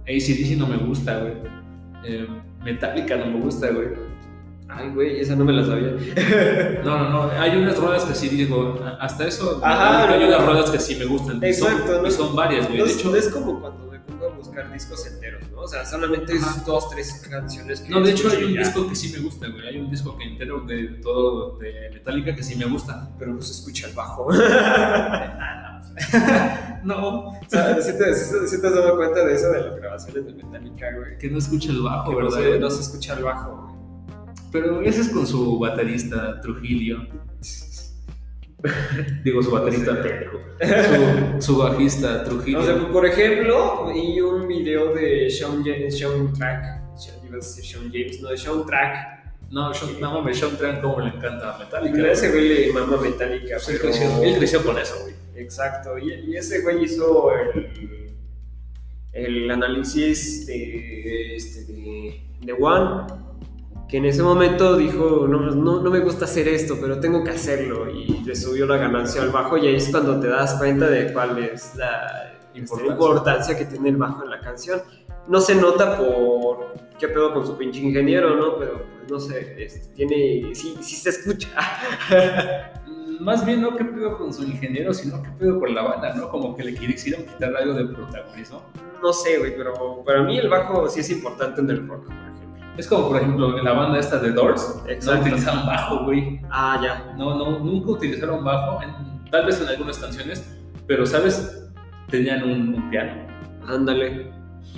Speaker 4: ACDC no me gusta, güey. Eh, Metallica no me gusta, güey.
Speaker 3: Ay, güey, esa no me la sabía. [laughs]
Speaker 4: No, no, no. Hay unas rolas que sí digo. Hasta eso.
Speaker 3: Ajá,
Speaker 4: Metallica, hay
Speaker 3: no,
Speaker 4: unas
Speaker 3: no.
Speaker 4: rolas que sí me gustan. y
Speaker 3: Exacto,
Speaker 4: son,
Speaker 3: ¿no?
Speaker 4: y son varias, güey.
Speaker 3: No
Speaker 4: de
Speaker 3: es,
Speaker 4: hecho,
Speaker 3: no es como cuando me pongo a buscar discos enteros, ¿no? O sea, solamente
Speaker 4: Ajá.
Speaker 3: es dos, tres canciones que
Speaker 4: No, de hecho
Speaker 3: escucho
Speaker 4: hay
Speaker 3: y
Speaker 4: un
Speaker 3: ya.
Speaker 4: disco que sí me gusta, güey. Hay un disco que entero de todo de Metallica que sí me gusta.
Speaker 3: Pero no se escucha el bajo. [laughs] o
Speaker 4: No,
Speaker 3: sea, ¿sí te, sí te- sí te has dado cuenta de eso de las grabaciones de Metallica, güey?
Speaker 4: que no escucha el bajo,
Speaker 3: Que no
Speaker 4: ¿verdad?
Speaker 3: se, Ah, no se escucha el bajo, güey.
Speaker 4: Pero ese es con su
Speaker 3: [laughs]
Speaker 4: baterista Trujillo. Digo, su baterista
Speaker 3: No sé.
Speaker 4: pendejo. Su, su bajista Trujillo.
Speaker 3: O sea, por ejemplo, y un video de Sean James, Sean Track. Sean- iba a decir Sean James, no, de Sean Track.
Speaker 4: no, Sean, no mames, Sean Tran como le encanta a Metallica.
Speaker 3: Y a ese güey le mama Metallica.
Speaker 4: Pues él,
Speaker 3: pero-
Speaker 4: creció, él creció con eso, güey.
Speaker 3: Exacto, y, y ese güey hizo el, el análisis de, este, de, de One, que en ese momento dijo, no, pues, no, no me gusta hacer esto, pero tengo que hacerlo, y le subió la ganancia al bajo, y ahí es cuando te das cuenta de cuál es la este,
Speaker 4: Importancia.
Speaker 3: importancia, que tiene el bajo en la canción. No se nota por qué pedo con su pinche ingeniero, ¿no? Pero pues, no sé, este, tiene, sí, sí se escucha.
Speaker 4: Más bien no qué pedo con su ingeniero, sino qué pedo con la banda, ¿no? Como que le quisieron quitar algo de protagonismo.
Speaker 3: No sé, güey, pero para mí el bajo sí es importante en el rock, por ejemplo.
Speaker 4: Es como, por ejemplo, en la banda esta de Doors, no
Speaker 3: Exacto.
Speaker 4: utilizaban bajo, güey.
Speaker 3: Ah, ya.
Speaker 4: No, no, nunca utilizaron bajo, en- tal vez en algunas canciones, pero, ¿sabes? Tenían un, un piano
Speaker 3: Ándale.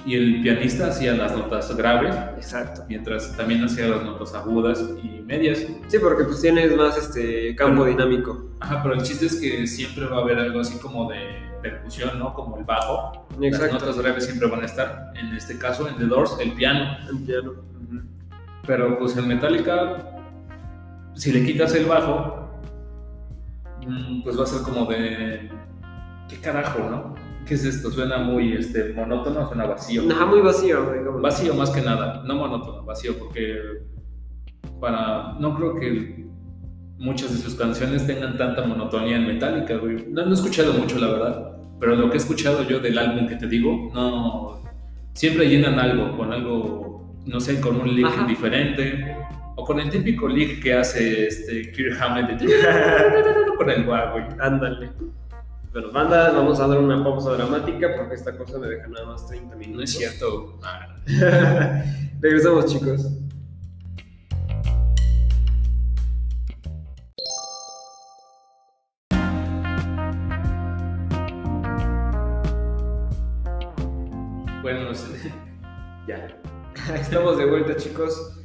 Speaker 4: y el pianista hacía las notas graves,
Speaker 3: Exacto.
Speaker 4: mientras también hacía las notas agudas y medias.
Speaker 3: Sí, porque pues tienes más este campo
Speaker 4: Pero-
Speaker 3: dinámico.
Speaker 4: Ajá, pero el chiste es que siempre va a haber algo así como de percusión, ¿no? Como el bajo. Las
Speaker 3: Exacto.
Speaker 4: notas graves siempre van a estar. En este caso, en The Doors, el piano.
Speaker 3: En piano.
Speaker 4: Pero pues en Metallica, si le quitas el bajo, mm, pues va a ser como de... ¿Qué carajo, no? ¿Qué es esto? Suena muy este, monótono, suena vacío.
Speaker 3: Ajá, muy vacío, digamos.
Speaker 4: Vacío más que nada, no monótono, vacío, porque para... No creo que muchas de sus canciones tengan tanta monotonía en Metallica, güey. No, no he escuchado mucho, la verdad, pero lo que he escuchado yo del álbum que te digo, no... Siempre llenan algo, con algo, no sé, con un lick
Speaker 3: Ajá.
Speaker 4: diferente, o con el típico lick que hace este Kirk Hammett de... [laughs] con el guau, güey.
Speaker 3: [laughs] Ándale. Pero banda, vamos a dar una pausa dramática porque esta cosa me deja nada más 30 minutos.
Speaker 4: No es cierto. Ah.
Speaker 3: [laughs] Regresamos, chicos.
Speaker 4: Bueno, ya.
Speaker 3: [laughs] Estamos de vuelta, chicos.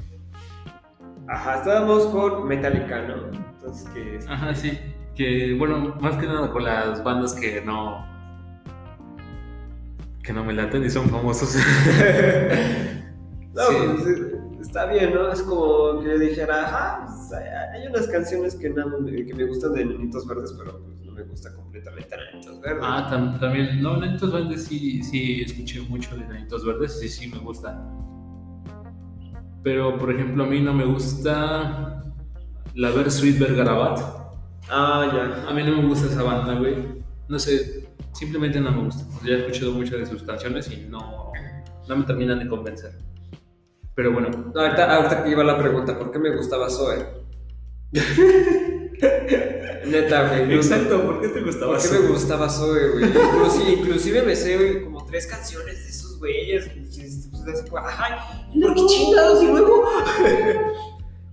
Speaker 3: Ajá, estábamos con Metallica, ¿no? Entonces, que es-
Speaker 4: Ajá, sí. Que bueno, más que nada con las bandas que no. que no me laten y son famosos. [laughs]
Speaker 3: [laughs] No,
Speaker 4: Sí.
Speaker 3: pues, eh, está bien, ¿no? Es como que yo dijera, ajá, pues, hay- hay unas canciones que, nada más me- que me gustan de Nenitos Verdes, pero pues, no me gusta completamente Nenitos Verdes.
Speaker 4: ah, tam- también. No, Nanitos Verdes sí, sí escuché mucho de Nanitos Verdes. Sí, sí, me gusta. Pero, por ejemplo, a mí no me gusta. La Ver Sweet Vergarabat.
Speaker 3: Ah, ya.
Speaker 4: A mí no me gusta esa banda, güey. No sé, simplemente no me gusta. O sea, ya he escuchado muchas de sus canciones y no, no me terminan de convencer. Pero bueno,
Speaker 3: No, ahorita, ahorita que iba la pregunta, ¿por qué me gustaba
Speaker 4: [laughs]
Speaker 3: Zoe? Neta, güey. no-
Speaker 4: ¿por qué te gustaba
Speaker 3: ¿Por qué me gustaba Zoe, güey? Inclusive, inclusive me sé güey, como tres canciones de esos güeyes. y dices, pues, así como, Ajá, ¿y ¿por qué chingados? Y luego. [laughs]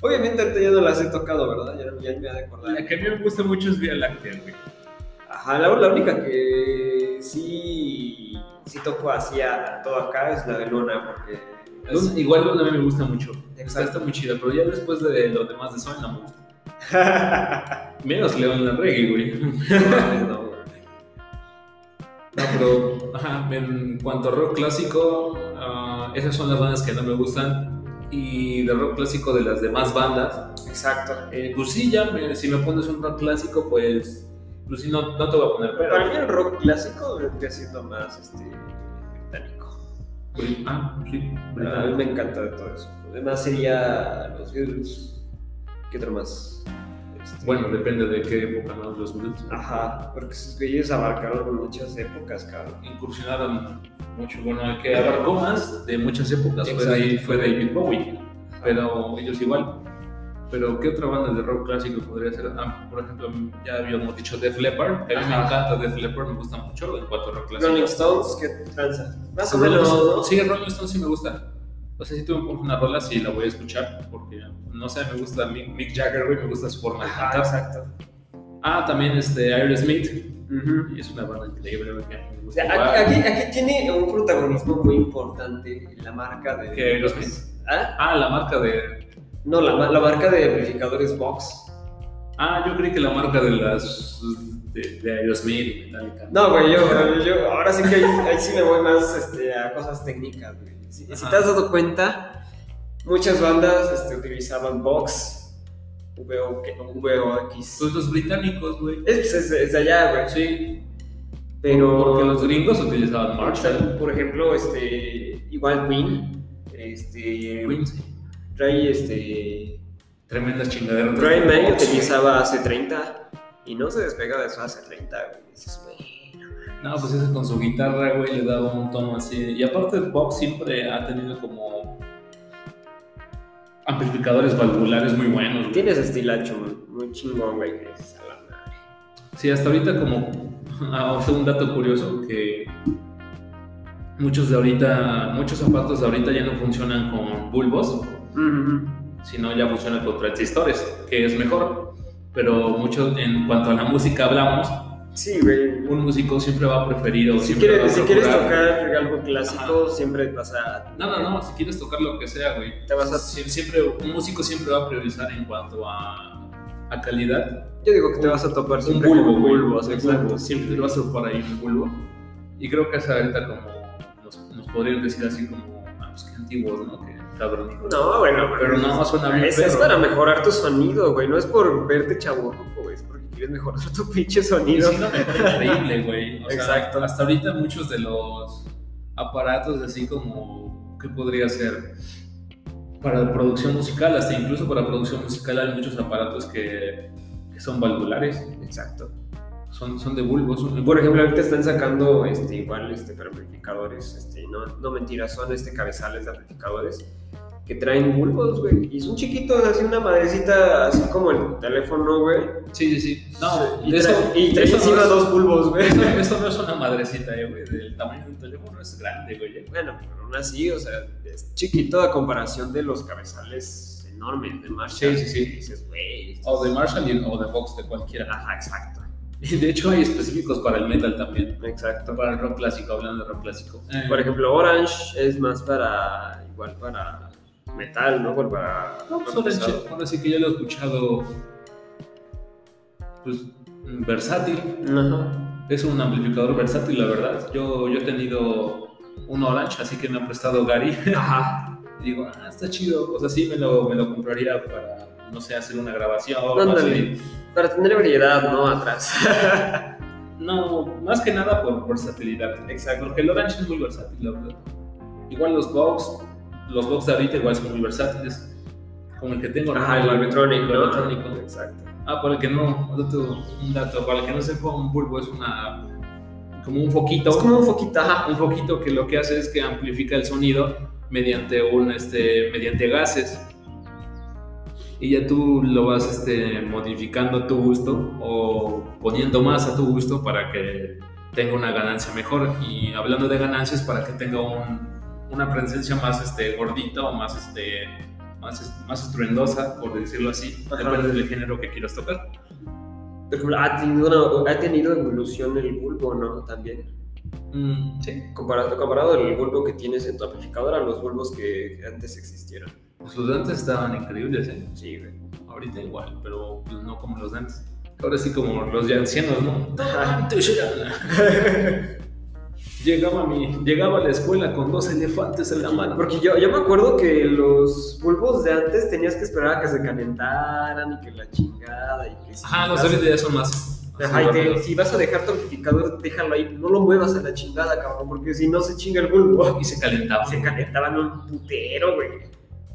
Speaker 3: Obviamente ahorita ya no las he tocado, ¿verdad? Ya, ya me ha de acordar.
Speaker 4: La que a mí me gusta mucho es Vía Láctea, güey.
Speaker 3: Ajá, la, la única que sí, sí toco así a todo acá es la de Luna, porque.
Speaker 4: Luna- igual Luna a mí me gusta mucho. Está,
Speaker 3: Exacto.
Speaker 4: está muy chida, pero ya después de los demás de Soy no me gusta. [laughs] Menos León la reggae, güey.
Speaker 3: [laughs] no, güey.
Speaker 4: No, pero ajá, en cuanto a rock clásico, ah, esas son las bandas que no me gustan. Y de rock clásico de las demás bandas,
Speaker 3: Exacto.
Speaker 4: Eh, pues sí, ya me- si me pones un rock clásico, pues. Pues sí, no, no te voy a poner pero.
Speaker 3: Para mí el rock clásico vendría siendo más este, británico.
Speaker 4: Ah, sí.
Speaker 3: A mí me encanta de todo eso. Además sería los Beatles. ¿Qué otro más? Este,
Speaker 4: Bueno, depende de qué época ¿no? los Beatles.
Speaker 3: Ajá, porque sus ellos abarcaron muchas épocas, cabrón.
Speaker 4: Incursionaron mucho. Bueno, el que abarcó más de muchas épocas fue,
Speaker 3: Exacto.
Speaker 4: Dave- fue David Bowie. Pero ellos igual. Pero, ¿qué otra banda de rock clásico podría ser? Ah, por ejemplo, ya habíamos dicho Def Leppard. que A mí me
Speaker 3: Ajá.
Speaker 4: encanta Def Leppard, me gusta mucho en cuanto a rock clásico.
Speaker 3: Rolling Stones, ¿qué tranza? Más o
Speaker 4: Rolling
Speaker 3: menos,
Speaker 4: Stone-
Speaker 3: ¿no?
Speaker 4: Sí, Rolling Stone sí me gusta. O sea, si tú me pones una rola, sí la voy a escuchar. Porque, no sé, me gusta Mick, Mick Jagger, güey, me gusta su forma de
Speaker 3: Ajá,
Speaker 4: cantar.
Speaker 3: exacto.
Speaker 4: Ah, también este, Aerosmith.
Speaker 3: Ujú.
Speaker 4: Y es una banda increíble, güey, que me
Speaker 3: O
Speaker 4: gusta.
Speaker 3: sea,
Speaker 4: jugar.
Speaker 3: aquí, aquí- aquí tiene un protagonismo muy importante la marca de...
Speaker 4: ¿Qué, Aerosmith?
Speaker 3: ¿Ah?
Speaker 4: Ah, la marca de.
Speaker 3: No, la, ma- la marca de amplificadores Vox.
Speaker 4: Ah, yo creí que la marca de las. de, de Aerosmith y Metallica.
Speaker 3: No, güey, yo, yo ahora sí que ahí, ahí sí me voy más este, a cosas técnicas, güey. Si, si te
Speaker 4: Ajá.
Speaker 3: has dado cuenta, muchas bandas este, utilizaban Vox, VOX.
Speaker 4: Pues los británicos, güey.
Speaker 3: Es, pues, es, es de allá, güey.
Speaker 4: Sí,
Speaker 3: Pero,
Speaker 4: porque los gringos utilizaban
Speaker 3: o sea,
Speaker 4: Marshall.
Speaker 3: por ejemplo, este, igual Queen, este,
Speaker 4: Queen, sí.
Speaker 3: Trae este.
Speaker 4: Tremendas chingaderas.
Speaker 3: Trae
Speaker 4: Tremendas
Speaker 3: Man
Speaker 4: bots,
Speaker 3: utilizaba hace 30 y no se despega de eso hace 30, güey. Dices, güey.
Speaker 4: güey. No, pues ese con su guitarra, güey, le daba un tono así. Y aparte, Bob siempre ha tenido como amplificadores valvulares muy buenos, güey.
Speaker 3: Tienes estilacho muy, muy chingón, güey, que dices, a la madre.
Speaker 4: Sí, hasta ahorita como [laughs] ah, o sea, un dato curioso que muchos de ahorita, muchos zapatos de ahorita ya no funcionan con bulbos, sino ya funcionan con transistores, que es mejor. Pero muchos, en cuanto a la música hablamos,
Speaker 3: Sí, güey.
Speaker 4: un músico siempre va a preferir o
Speaker 3: Si
Speaker 4: siempre va a
Speaker 3: quieres, si quieres
Speaker 4: procurar-
Speaker 3: tocar algo clásico, siempre vas a.
Speaker 4: No, no, no, si quieres tocar lo que sea, güey.
Speaker 3: Te vas a-
Speaker 4: Sie- siempre, un músico siempre va a priorizar en cuanto a, a calidad
Speaker 3: Yo digo que te vas a topar
Speaker 4: un
Speaker 3: siempre
Speaker 4: bulbo,
Speaker 3: con
Speaker 4: güey,
Speaker 3: bulbos,
Speaker 4: un
Speaker 3: exacto.
Speaker 4: bulbo. Siempre lo hace por ahí un bulbo. Y creo que hasta ahorita como nos, nos podrían decir así como, ah, pues qué antiguos, ¿no? Que cabrón.
Speaker 3: No, bueno, pues,
Speaker 4: Pero no, suena bien
Speaker 3: Es, es
Speaker 4: perro.
Speaker 3: para mejorar tu sonido, güey. No es por verte chaburruco, güey. Es porque quieres mejorar [laughs] tu pinche
Speaker 4: Y
Speaker 3: sonido.
Speaker 4: sí, no, mejor increíble, güey. O sea,
Speaker 3: Exacto.
Speaker 4: Hasta ahorita muchos de los aparatos así como, ¿qué podría ser? Para producción musical, hasta incluso para producción musical hay muchos aparatos que, que son valvulares,
Speaker 3: Exacto.
Speaker 4: son, son de bulbos. son de
Speaker 3: Por
Speaker 4: bulbo.
Speaker 3: ejemplo, ahorita están sacando este, igual este, para amplificadores. Este, no, no mentiras, son este, cabezales de amplificadores que traen bulbos, güey. Y son chiquitos, así una madrecita, así como el teléfono, güey.
Speaker 4: Sí, sí, sí. No,
Speaker 3: y
Speaker 4: de
Speaker 3: traen,
Speaker 4: eso-
Speaker 3: y
Speaker 4: de
Speaker 3: traen
Speaker 4: eso no
Speaker 3: encima
Speaker 4: es-
Speaker 3: dos bulbos, güey.
Speaker 4: Eso, eso no es una madrecita, eh, güey. Del tamaño de un teléfono es grande, güey. eh.
Speaker 3: Bueno, pero aún así, o sea, es chiquito a comparación de los cabezales enormes de Marshall.
Speaker 4: Sí, sí, sí.
Speaker 3: Y dices, güey. esto
Speaker 4: O de
Speaker 3: es-
Speaker 4: Marshall y- o de Vox, de cualquiera.
Speaker 3: Ajá, exacto.
Speaker 4: Y de hecho hay específicos para el metal también.
Speaker 3: Exacto.
Speaker 4: Para el rock clásico, hablando de rock clásico. Eh,
Speaker 3: Por ejemplo, Orange es más para, igual para metal, ¿no? Bueno, para...
Speaker 4: no, pues
Speaker 3: para
Speaker 4: ahora, sí-
Speaker 3: pesado.
Speaker 4: ahora sí que yo lo he escuchado. Pues mm, versátil.
Speaker 3: Ajá.
Speaker 4: Es un amplificador versátil, la verdad. Yo, yo he tenido un Orange, así que me ha prestado Gary.
Speaker 3: Ajá.
Speaker 4: Y [laughs] digo, ah, está chido. O sea, sí me lo, me lo compraría para, no sé, hacer una grabación o algo
Speaker 3: Ándale.
Speaker 4: así.
Speaker 3: Para tener variedad, ¿no? Atrás.
Speaker 4: No, más que nada por versatilidad. Exacto. Porque el Orange es muy versátil, la verdad. Igual los box, los box de ahorita igual son muy versátiles. Como el que tengo. ¿no?
Speaker 3: Ajá, el Valvetronic,
Speaker 4: El
Speaker 3: ¿no?
Speaker 4: Valvetronic.
Speaker 3: Exacto.
Speaker 4: Ah, para el que no, otro- un dato. Para el que no sepa, un bulbo es una. como un foquito.
Speaker 3: Es como un foquito, ajá.
Speaker 4: un foquito que lo que hace es que amplifica el sonido mediante un este mediante gases y ya tú lo vas este, modificando a tu gusto o poniendo más a tu gusto para que tenga una ganancia mejor y hablando de ganancias para que tenga un- una presencia más este gordita o más este más, es- más estruendosa por decirlo así
Speaker 3: Ajá.
Speaker 4: depende del género que quieras tocar
Speaker 3: Por ejemplo, ha tenido, una- ha tenido evolución el bulbo, ¿no? También.
Speaker 4: Mm, sí
Speaker 3: Comparado, comparado el bulbo que tienes en tu amplificador a los bulbos que antes existieron.
Speaker 4: pues los de antes estaban increíbles ¿eh?
Speaker 3: Sí, güey.
Speaker 4: Ahorita igual, pero pues, no como los de antes. Ahora sí como los de ancianos, ¿no?
Speaker 3: Ajá.
Speaker 4: Antes era- [laughs] llegaba, a mi, llegaba a la escuela con dos elefantes en la mano.
Speaker 3: Porque yo, yo me acuerdo que los bulbos de antes tenías que esperar a que se calentaran y que la chingada y que si
Speaker 4: Ajá, los
Speaker 3: vas-
Speaker 4: de ahorita ya son más... más
Speaker 3: Ajá, y te-
Speaker 4: rápidos.
Speaker 3: si vas a dejar tu amplificador, déjalo ahí, no lo muevas a la chingada, cabrón, porque si no se chinga el bulbo.
Speaker 4: [laughs] Y se calentaban.
Speaker 3: Se calentaban un putero, güey.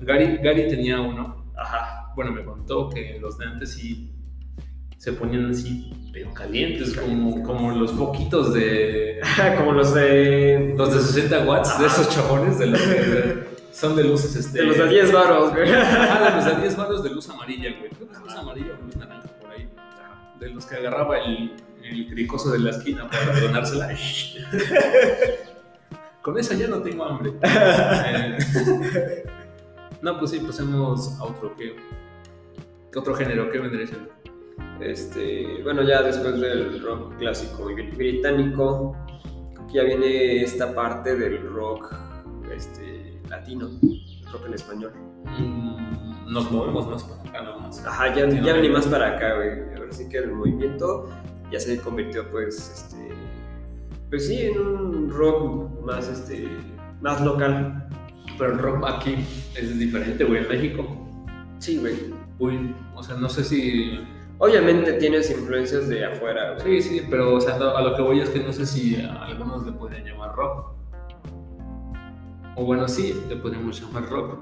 Speaker 4: Gary, Gary tenía uno.
Speaker 3: Ajá. [laughs]
Speaker 4: Bueno, me contó que los de antes sí se ponían así, pero calientes, como, como los foquitos de...
Speaker 3: Como los de.
Speaker 4: Los de 60 watts, de esos chabones, de los que son de luces este...
Speaker 3: de los de 10 baros, güey. [laughs]
Speaker 4: [laughs] Ah, de los de 10 varos de luz amarilla, güey. Creo que es luz amarilla o luz naranja por ahí. De los que agarraba el, el cricoso de la esquina para donársela. [laughs] Con esa ya no
Speaker 3: [laughs]
Speaker 4: tengo hambre. Eh, no, pues sí, pasemos a otro. ¿Qué, qué otro género? ¿Qué vendría siendo?
Speaker 3: Este, bueno, ya después del rock clásico y br- británico, aquí ya viene esta parte del rock este, latino, el rock en español.
Speaker 4: Mm, Nos movemos más para acá nomás.
Speaker 3: Ajá, ya, ya vení más para acá, güey. Ahora sí que el movimiento ya se convirtió, pues, este. Pues sí, en un rock más, este. más local.
Speaker 4: Pero el rock aquí es diferente, güey. En México,
Speaker 3: Sí, güey.
Speaker 4: uy, o sea, no sé si
Speaker 3: Obviamente tienes influencias de afuera, güey.
Speaker 4: Sí, sí, pero o sea, no, a lo que voy es que no sé si a algunos le podrían llamar rock. O bueno, sí, le podríamos llamar rock.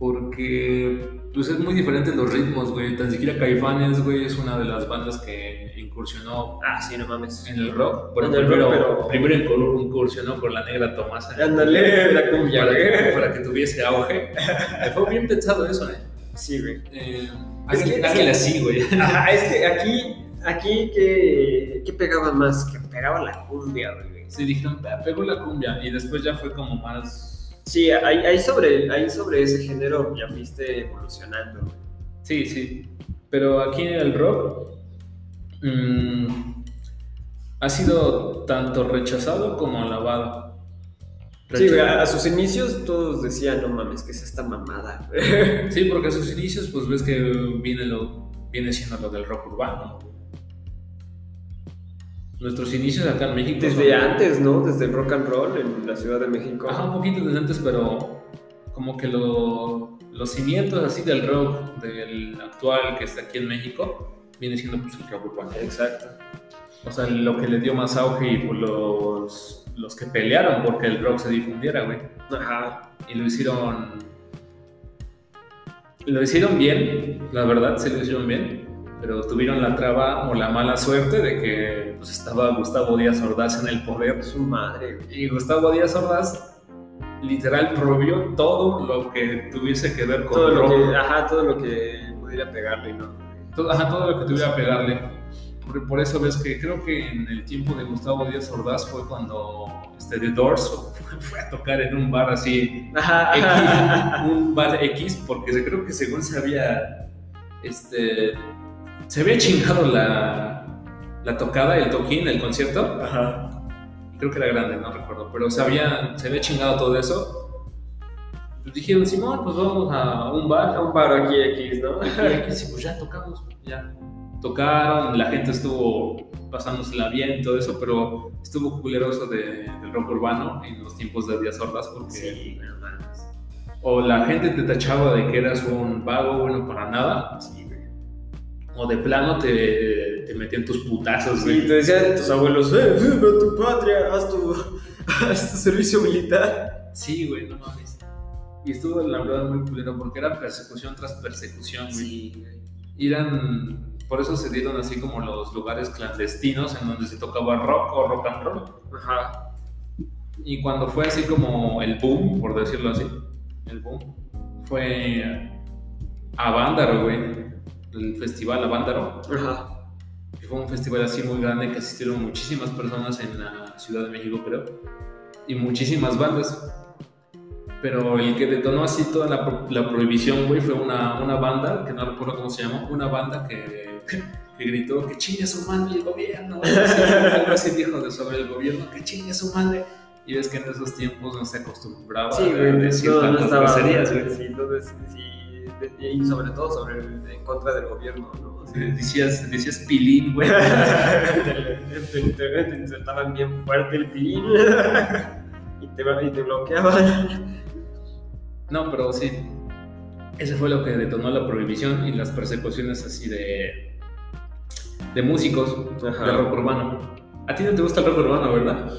Speaker 4: Porque pues es muy diferente los ritmos, güey. Tan siquiera Caifanes, güey, es una de las bandas que incursionó
Speaker 3: Ah, sí, no mames.
Speaker 4: en el rock. Bueno,
Speaker 3: En el
Speaker 4: primero,
Speaker 3: rock, pero-
Speaker 4: primero incur- incursionó con la negra Tomasa.
Speaker 3: Ándale, la cumbia,
Speaker 4: para, que,
Speaker 3: güey.
Speaker 4: para que tuviese auge. Fue bien pensado eso, ¿eh?
Speaker 3: Sí, güey.
Speaker 4: Eh,
Speaker 3: Es que-
Speaker 4: águila- águila así, güey.
Speaker 3: Ajá, es que aquí, aquí, ¿qué, qué pegaba más? Que pegaba la cumbia, güey.
Speaker 4: Sí, dijeron, "Ah, pegó la cumbia. Y después ya fue como más.
Speaker 3: Sí, ahí, ahí sobre, ahí sobre ese género ya fuiste evolucionando. güey.
Speaker 4: Sí, sí. Pero aquí en el rock. mm, ha sido tanto rechazado como alabado.
Speaker 3: Sí, güey,
Speaker 4: Rechazado.
Speaker 3: a, a sus inicios todos decían, no mames, ¿qué es esta mamada? [laughs] güey?"
Speaker 4: Sí, porque a sus inicios, pues ves que viene, lo, viene siendo lo del rock urbano. Nuestros inicios acá en México. son-
Speaker 3: Desde antes, ¿no? Desde el rock and roll en la Ciudad de México.
Speaker 4: Ajá, un poquito desde antes, pero como que lo- los cimientos así del rock, del actual que está aquí en México, viene siendo pues, el rock urbano.
Speaker 3: Exacto.
Speaker 4: O sea, lo que le dio más auge y pues, los, los que pelearon porque el rock se difundiera, güey.
Speaker 3: Ajá.
Speaker 4: y lo hicieron lo hicieron bien la verdad sí lo hicieron bien pero tuvieron la traba o la mala suerte de que pues, estaba Gustavo Díaz Ordaz en el poder
Speaker 3: Su madre, güey.
Speaker 4: y Gustavo Díaz Ordaz literal prohibió todo lo que tuviese que ver con
Speaker 3: Todo lo
Speaker 4: rock.
Speaker 3: que, ajá, todo lo que pudiera pegarle, ¿no?
Speaker 4: Todo, ajá, todo lo que tuviera que pegarle. Por, por eso ves que creo que en el tiempo de Gustavo Díaz Ordaz fue cuando este, The Doors fue, fue a tocar en un bar así
Speaker 3: Ajá, [laughs] ajá.
Speaker 4: X, un bar X, porque se- creo que según se había, este, se había chingado la, la tocada, el toquín, el concierto,
Speaker 3: Ajá.
Speaker 4: creo que era grande, no recuerdo, pero se había, se había chingado todo eso. Pues dijeron, Simón, pues vamos a un bar,
Speaker 3: A un bar aquí, X, ¿no?
Speaker 4: y aquí sí, pues ya tocamos, ya tocaron, la gente estuvo pasándosela bien y todo eso, pero estuvo culeroso de- del rock urbano en los tiempos de Díaz Ordaz, porque
Speaker 3: no mames.
Speaker 4: o la gente te tachaba de que eras un vago bueno para nada,
Speaker 3: Sí, güey.
Speaker 4: o de plano te, te metían tus putazos, güey.
Speaker 3: Sí, te decían tus abuelos, eh, vive a tu patria, haz tu, [laughs] haz tu servicio militar.
Speaker 4: Sí, güey, no mames. Y estuvo la verdad muy culero porque era persecución tras persecución, güey. Y Eran, por eso se dieron así como los lugares clandestinos en donde se tocaba rock o rock and roll.
Speaker 3: Ajá.
Speaker 4: Y cuando fue así como el boom, por decirlo así, el boom, fue a Vándaro, güey, el festival Avándaro.
Speaker 3: Ajá.
Speaker 4: que fue un festival así muy grande que asistieron muchísimas personas en la Ciudad de México, creo, y muchísimas bandas. Pero el que detonó así toda la, pro- la prohibición, güey, fue una, una banda, que no recuerdo cómo se llamó, una banda que, [laughs] que gritó que chingue a su madre el gobierno, algo así, algo así dijo de sobre el gobierno, que chingue a su madre. Y ves que en esos tiempos no se acostumbraba
Speaker 3: Sí,
Speaker 4: a
Speaker 3: güey,
Speaker 4: decir
Speaker 3: no, no
Speaker 4: tantas
Speaker 3: estaba.
Speaker 4: groserías, güey.
Speaker 3: Sí, entonces, sí, de- y sobre todo sobre el- en contra del gobierno, ¿no? Sí.
Speaker 4: Decías, decías pilín, güey.
Speaker 3: [laughs] te, te- te- te insertaban bien fuerte el pilín [laughs] y te, y te bloqueaban.
Speaker 4: No, pero sí. Ese fue lo que detonó la prohibición y las persecuciones así de. de músicos,
Speaker 3: Ajá.
Speaker 4: de rock urbano. A ti no te gusta el rock urbano, ¿verdad?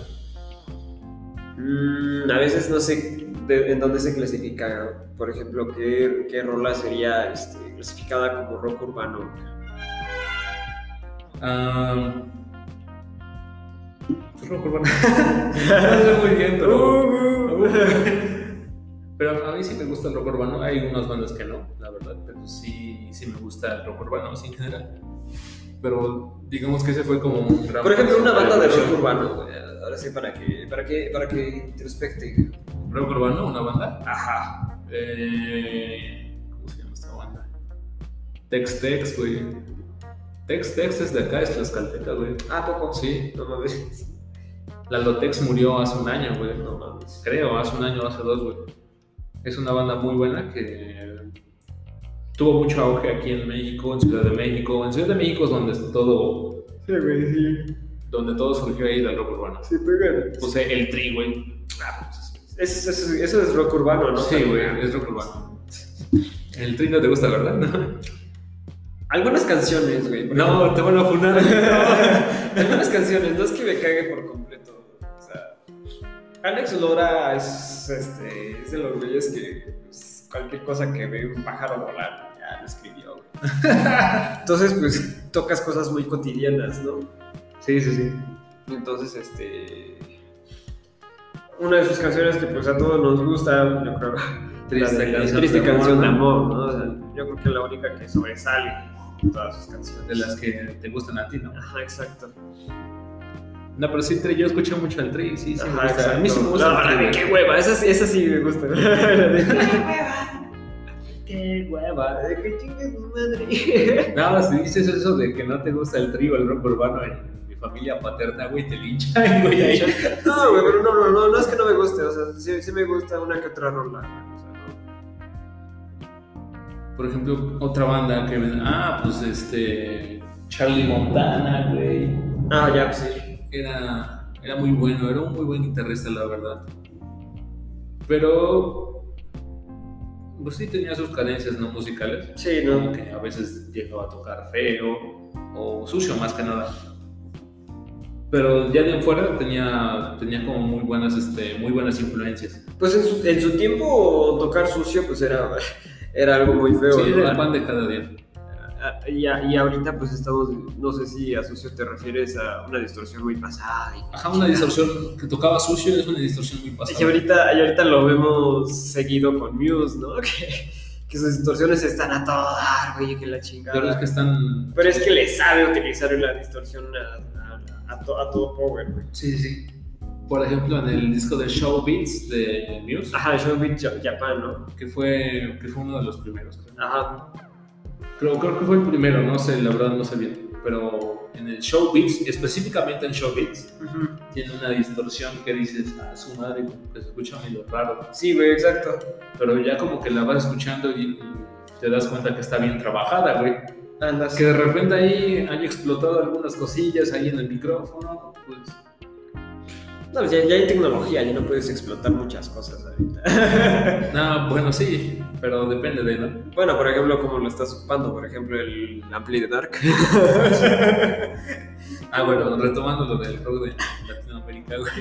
Speaker 3: Mm, a veces no sé de- en dónde se clasifica, por ejemplo, qué, qué rola sería este, clasificada como rock urbano.
Speaker 4: Ah, pues rock urbano. [laughs] no sé muy bien, pero.
Speaker 3: Uh,
Speaker 4: Pero a mí sí me gusta el rock urbano. Hay unas bandas que no, la verdad, pero sí, sí me gusta el rock urbano, así en general. Pero digamos que ese fue como un gran
Speaker 3: Por ejemplo, una banda de rock
Speaker 4: revolución.
Speaker 3: urbano, güey, ahora sí, para que, para que, para que introspecte.
Speaker 4: ¿Rock urbano? ¿Una banda?
Speaker 3: Ajá.
Speaker 4: Eh, ¿Cómo se llama esta banda? Tex Tex, güey. Tex Tex es de acá, es Tlaxcalteca, güey.
Speaker 3: ¿A Ah, poco?
Speaker 4: Sí.
Speaker 3: No mames.
Speaker 4: Lalotex murió hace un año, güey.
Speaker 3: No mames.
Speaker 4: Creo, hace un año, hace dos, güey. Es una banda muy buena que tuvo mucho auge aquí en México, en Ciudad de México. En Ciudad de México es donde todo,
Speaker 3: Sí, güey, sí.
Speaker 4: donde todo surgió ahí del rock urbano.
Speaker 3: Sí, pues, pegan.
Speaker 4: Puse el tri, güey. Ah, pues,
Speaker 3: Eso, eso- eso es rock urbano, ¿no?
Speaker 4: sí, güey, es rock urbano. El tri no te gusta, ¿verdad?
Speaker 3: Algunas canciones, güey. por ejemplo.
Speaker 4: No, te van a funar.
Speaker 3: Algunas canciones, no es que me cague por completo. O sea, Alex Lora es, este, es de los güeyes que pues, cualquier cosa que ve un pájaro volar, ya lo escribió. güey. Entonces, pues tocas cosas muy cotidianas, ¿no?
Speaker 1: Sí, sí, sí.
Speaker 3: Entonces, este. Una de sus canciones que pues a todos nos gusta, yo creo.
Speaker 4: Triste
Speaker 3: la de-
Speaker 4: canción
Speaker 3: triste
Speaker 4: de
Speaker 3: canción de
Speaker 4: amor,
Speaker 3: amor, ¿no? O sea, yo creo que es la única que sobresale en todas sus canciones.
Speaker 4: de las que te gustan a ti, ¿no?
Speaker 3: Ajá, exacto.
Speaker 4: No, pero sí, Tri, yo escucho mucho al Tri, sí, sí. me
Speaker 3: Ajá,
Speaker 4: gusta.
Speaker 3: exacto.
Speaker 4: A mí sí me gusta.
Speaker 3: No,
Speaker 4: el
Speaker 3: la
Speaker 4: Tri,
Speaker 3: de
Speaker 4: güey.
Speaker 3: qué hueva, esa, sí- esa sí me gusta. [laughs] La
Speaker 4: [laughs]
Speaker 3: de qué hueva. Qué hueva, eh? de qué chingue tu madre.
Speaker 1: Nada, si dices eso de que no te gusta el trío, el rock urbano, en mi familia paterna, güey, te linchan,
Speaker 4: [laughs]
Speaker 1: güey, ahí.
Speaker 3: [laughs] No, güey, pero no, no, no, no es que no me guste, o sea, sí, sí me gusta una que otra rola. güey, o sea, no.
Speaker 4: Por ejemplo, otra banda que ven. Ah, pues este. Charlie Montana, güey.
Speaker 3: Ah, ya, pues sí.
Speaker 4: Era, era muy bueno, era un muy buen guitarrista, la verdad. Pero. Pues sí tenía sus carencias no musicales.
Speaker 3: Sí,
Speaker 4: como
Speaker 3: no.
Speaker 4: que a veces llegaba a tocar feo o sucio más que nada. Pero ya de afuera tenía, tenía como muy buenas, este, muy buenas influencias.
Speaker 3: Pues en su, en su tiempo tocar sucio pues era, [laughs] era algo muy feo.
Speaker 4: sí,
Speaker 3: ¿no?
Speaker 4: era el pan de cada día.
Speaker 3: Ah, Y, a- y ahorita pues estamos, no sé si a sucio te refieres a una distorsión muy pasada. y-
Speaker 4: Ajá, una distorsión que tocaba sucio es una distorsión
Speaker 3: Y,
Speaker 4: muy pasada.
Speaker 3: ahorita, y ahorita lo vemos seguido con Muse, ¿no? [laughs] Que, que sus distorsiones están a todo dar, güey, que la
Speaker 4: La verdad es
Speaker 3: chingada.
Speaker 4: que están...
Speaker 3: Pero es que le sabe utilizar la distorsión a, a- a to- a todo power, güey.
Speaker 4: Sí, sí. Por ejemplo, en el disco de Show Beats de Muse,
Speaker 3: Ajá, Showbiz Ja- Japan, ¿no?
Speaker 4: que fue, que fue uno de los primeros. creo.
Speaker 3: Ajá.
Speaker 4: Creo, creo que fue el primero, no sé, la verdad no sé bien. Pero en el Show Beats, específicamente en Show Beats,
Speaker 3: Ujú.
Speaker 4: tiene una distorsión que dices, ah, su madre, como que se escucha medio raro.
Speaker 3: Sí, güey, exacto.
Speaker 4: Pero ya como que la vas escuchando y, y te das cuenta que está bien trabajada, güey.
Speaker 3: Andas.
Speaker 4: Que de repente ahí han explotado algunas cosillas ahí en el micrófono, pues.
Speaker 3: No, pues ya, ya hay tecnología, ya no puedes explotar muchas cosas ahorita. [laughs]
Speaker 4: Nada, bueno, sí, pero depende de, ¿no?
Speaker 3: bueno, por ejemplo, como lo estás ocupando, por ejemplo, el Ampli de Dark. [laughs]
Speaker 4: Ah, bueno, retomando lo del rock de Latinoamérica, güey.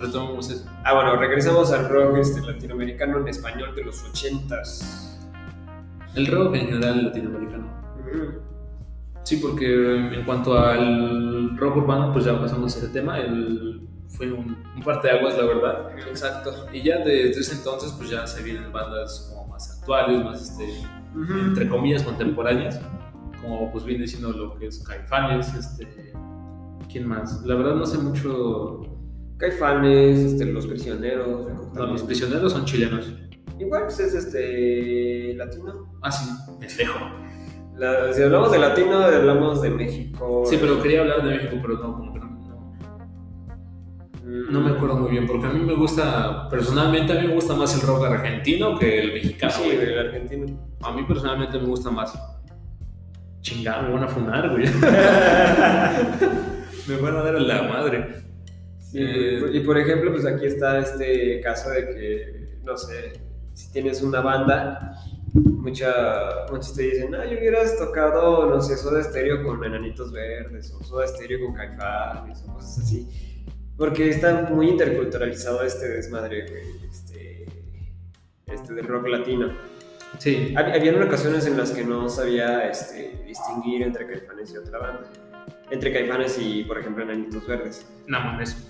Speaker 4: Retomamos eso.
Speaker 3: ah, bueno, regresamos al rock este, latinoamericano en español de los ochentas.
Speaker 4: El rock en general latinoamericano. Sí, porque eh, en cuanto al rock urbano, pues ya pasamos ese tema. El, fue un, un parteaguas, la verdad.
Speaker 3: Exacto.
Speaker 4: Y ya de- desde ese entonces, pues ya se vienen bandas como más actuales, más, este, entre comillas, contemporáneas, como pues viene siendo lo que es Caifanes, este, ¿quién más? La verdad no sé mucho,
Speaker 3: Caifanes, este, los prisioneros.
Speaker 4: no, los prisioneros son chilenos.
Speaker 3: Igual pues es este latino.
Speaker 4: Ah, sí, pendejo.
Speaker 3: La- si hablamos de latino, hablamos de México.
Speaker 4: Sí, pero quería hablar de México, pero no, como que no, no,
Speaker 3: Mm.
Speaker 4: no me acuerdo muy bien, porque a mí me gusta, personalmente a mí me gusta más el rock argentino que el mexicano.
Speaker 3: Sí,
Speaker 4: güey.
Speaker 3: del
Speaker 4: [laughs]
Speaker 3: argentino.
Speaker 4: A mí personalmente me gusta más. Chingada, me van a funar, güey. [laughs] me van a dar a la madre.
Speaker 3: Sí,
Speaker 4: Eh,
Speaker 3: y por ejemplo, pues aquí está este caso de que, no sé, si tienes una banda, mucha, muchos te dicen, ah, yo hubieras tocado, no sé, Soda Stereo con Enanitos Verdes, o Soda Stereo con Caifanes, o cosas así. Porque está muy interculturalizado este desmadre, güey, este, este del rock latino.
Speaker 4: Sí.
Speaker 3: Hab- Habían ocasiones en las que no sabía este, distinguir entre Caifanes y otra banda. Entre Caifanes y, por ejemplo, Enanitos Verdes.
Speaker 4: No mames.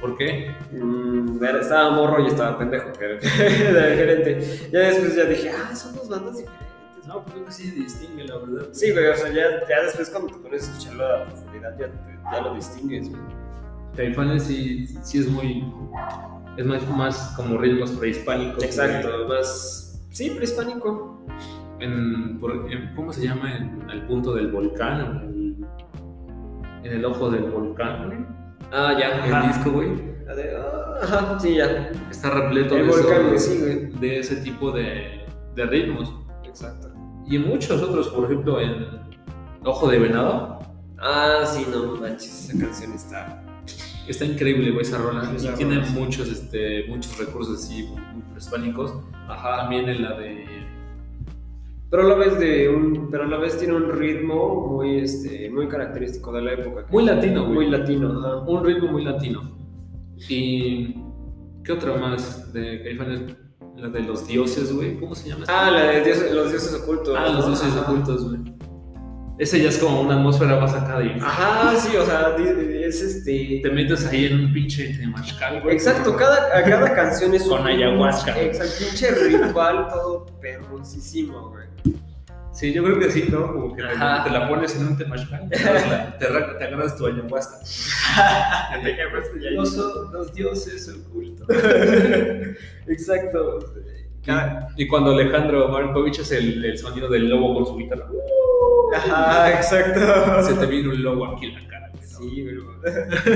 Speaker 4: ¿Por qué?
Speaker 3: Mm, era- estaba morro y estaba pendejo, que era era el gerente. Ya después ya dije, ah, son dos bandas diferentes.
Speaker 4: No, pues creo que sí se distingue, la verdad.
Speaker 3: Sí, güey, o sea, ya, ya después cuando te pones a escucharlo a profundidad ya, te- ya lo distingues, güey.
Speaker 4: Caifanes sí, sí es muy. Es más, más como ritmos prehispánicos.
Speaker 3: Exacto, más. Sí, prehispánico.
Speaker 4: En, por- en- ¿Cómo se llama? En, al punto del volcán. En el, en el ojo del volcán, güey.
Speaker 3: Ah, ya.
Speaker 4: El disco, güey.
Speaker 3: La de, ah, ajá, sí, ya.
Speaker 4: está repleto
Speaker 3: El
Speaker 4: de, eso,
Speaker 3: volcán,
Speaker 4: de-
Speaker 3: sí, güey.
Speaker 4: de ese tipo de, de ritmos.
Speaker 3: Exacto.
Speaker 4: Y en muchos otros, por ejemplo, en Ojo de Venado,
Speaker 3: Ah, sí, no manches, esa canción está.
Speaker 4: está increíble güey, esa rola.
Speaker 3: Esa
Speaker 4: Y tiene
Speaker 3: rola, sí.
Speaker 4: muchos, este, muchos recursos así muy- muy prehispánicos. También en la de.
Speaker 3: Pero a la vez de un. Pero a la vez tiene un ritmo muy este. muy característico de la época. que-
Speaker 4: Muy latino, güey.
Speaker 3: Muy latino, ajá.
Speaker 4: Un ritmo muy latino. ¿Y qué otra más de Caifanes? La de los dioses, güey. ¿Cómo se llama? esta?
Speaker 3: Ah, la de dios- los dioses ocultos.
Speaker 4: Ah, los
Speaker 3: ¿no?
Speaker 4: dioses
Speaker 3: Ajá.
Speaker 4: ocultos, güey. Ese ya es como una atmósfera más acá de... ah,
Speaker 3: Ajá, sí, o sea, di- di- es este.
Speaker 4: Te metes ahí en un pinche temazcal, güey.
Speaker 3: Exacto, cada, a cada canción es
Speaker 4: Con ayahuasca.
Speaker 3: Exacto, pinche ritual todo perrosísimo, güey.
Speaker 4: Sí, yo creo que sí, ¿no? Como que te,
Speaker 3: Ajá.
Speaker 4: te la pones en un temazcal. te das la- te, ra- te agarras tu
Speaker 3: [laughs]
Speaker 4: ayahuasca. Los, los dioses ocultos.
Speaker 3: Exacto. Cada-
Speaker 4: Y cuando Alejandro Markovich es el, el sonido del lobo con su guitarra.
Speaker 3: Uh. Ajá,
Speaker 4: Se
Speaker 3: exacto.
Speaker 4: te viene un lobo aquí en la cara. güey, ¿no?
Speaker 3: Sí, bro.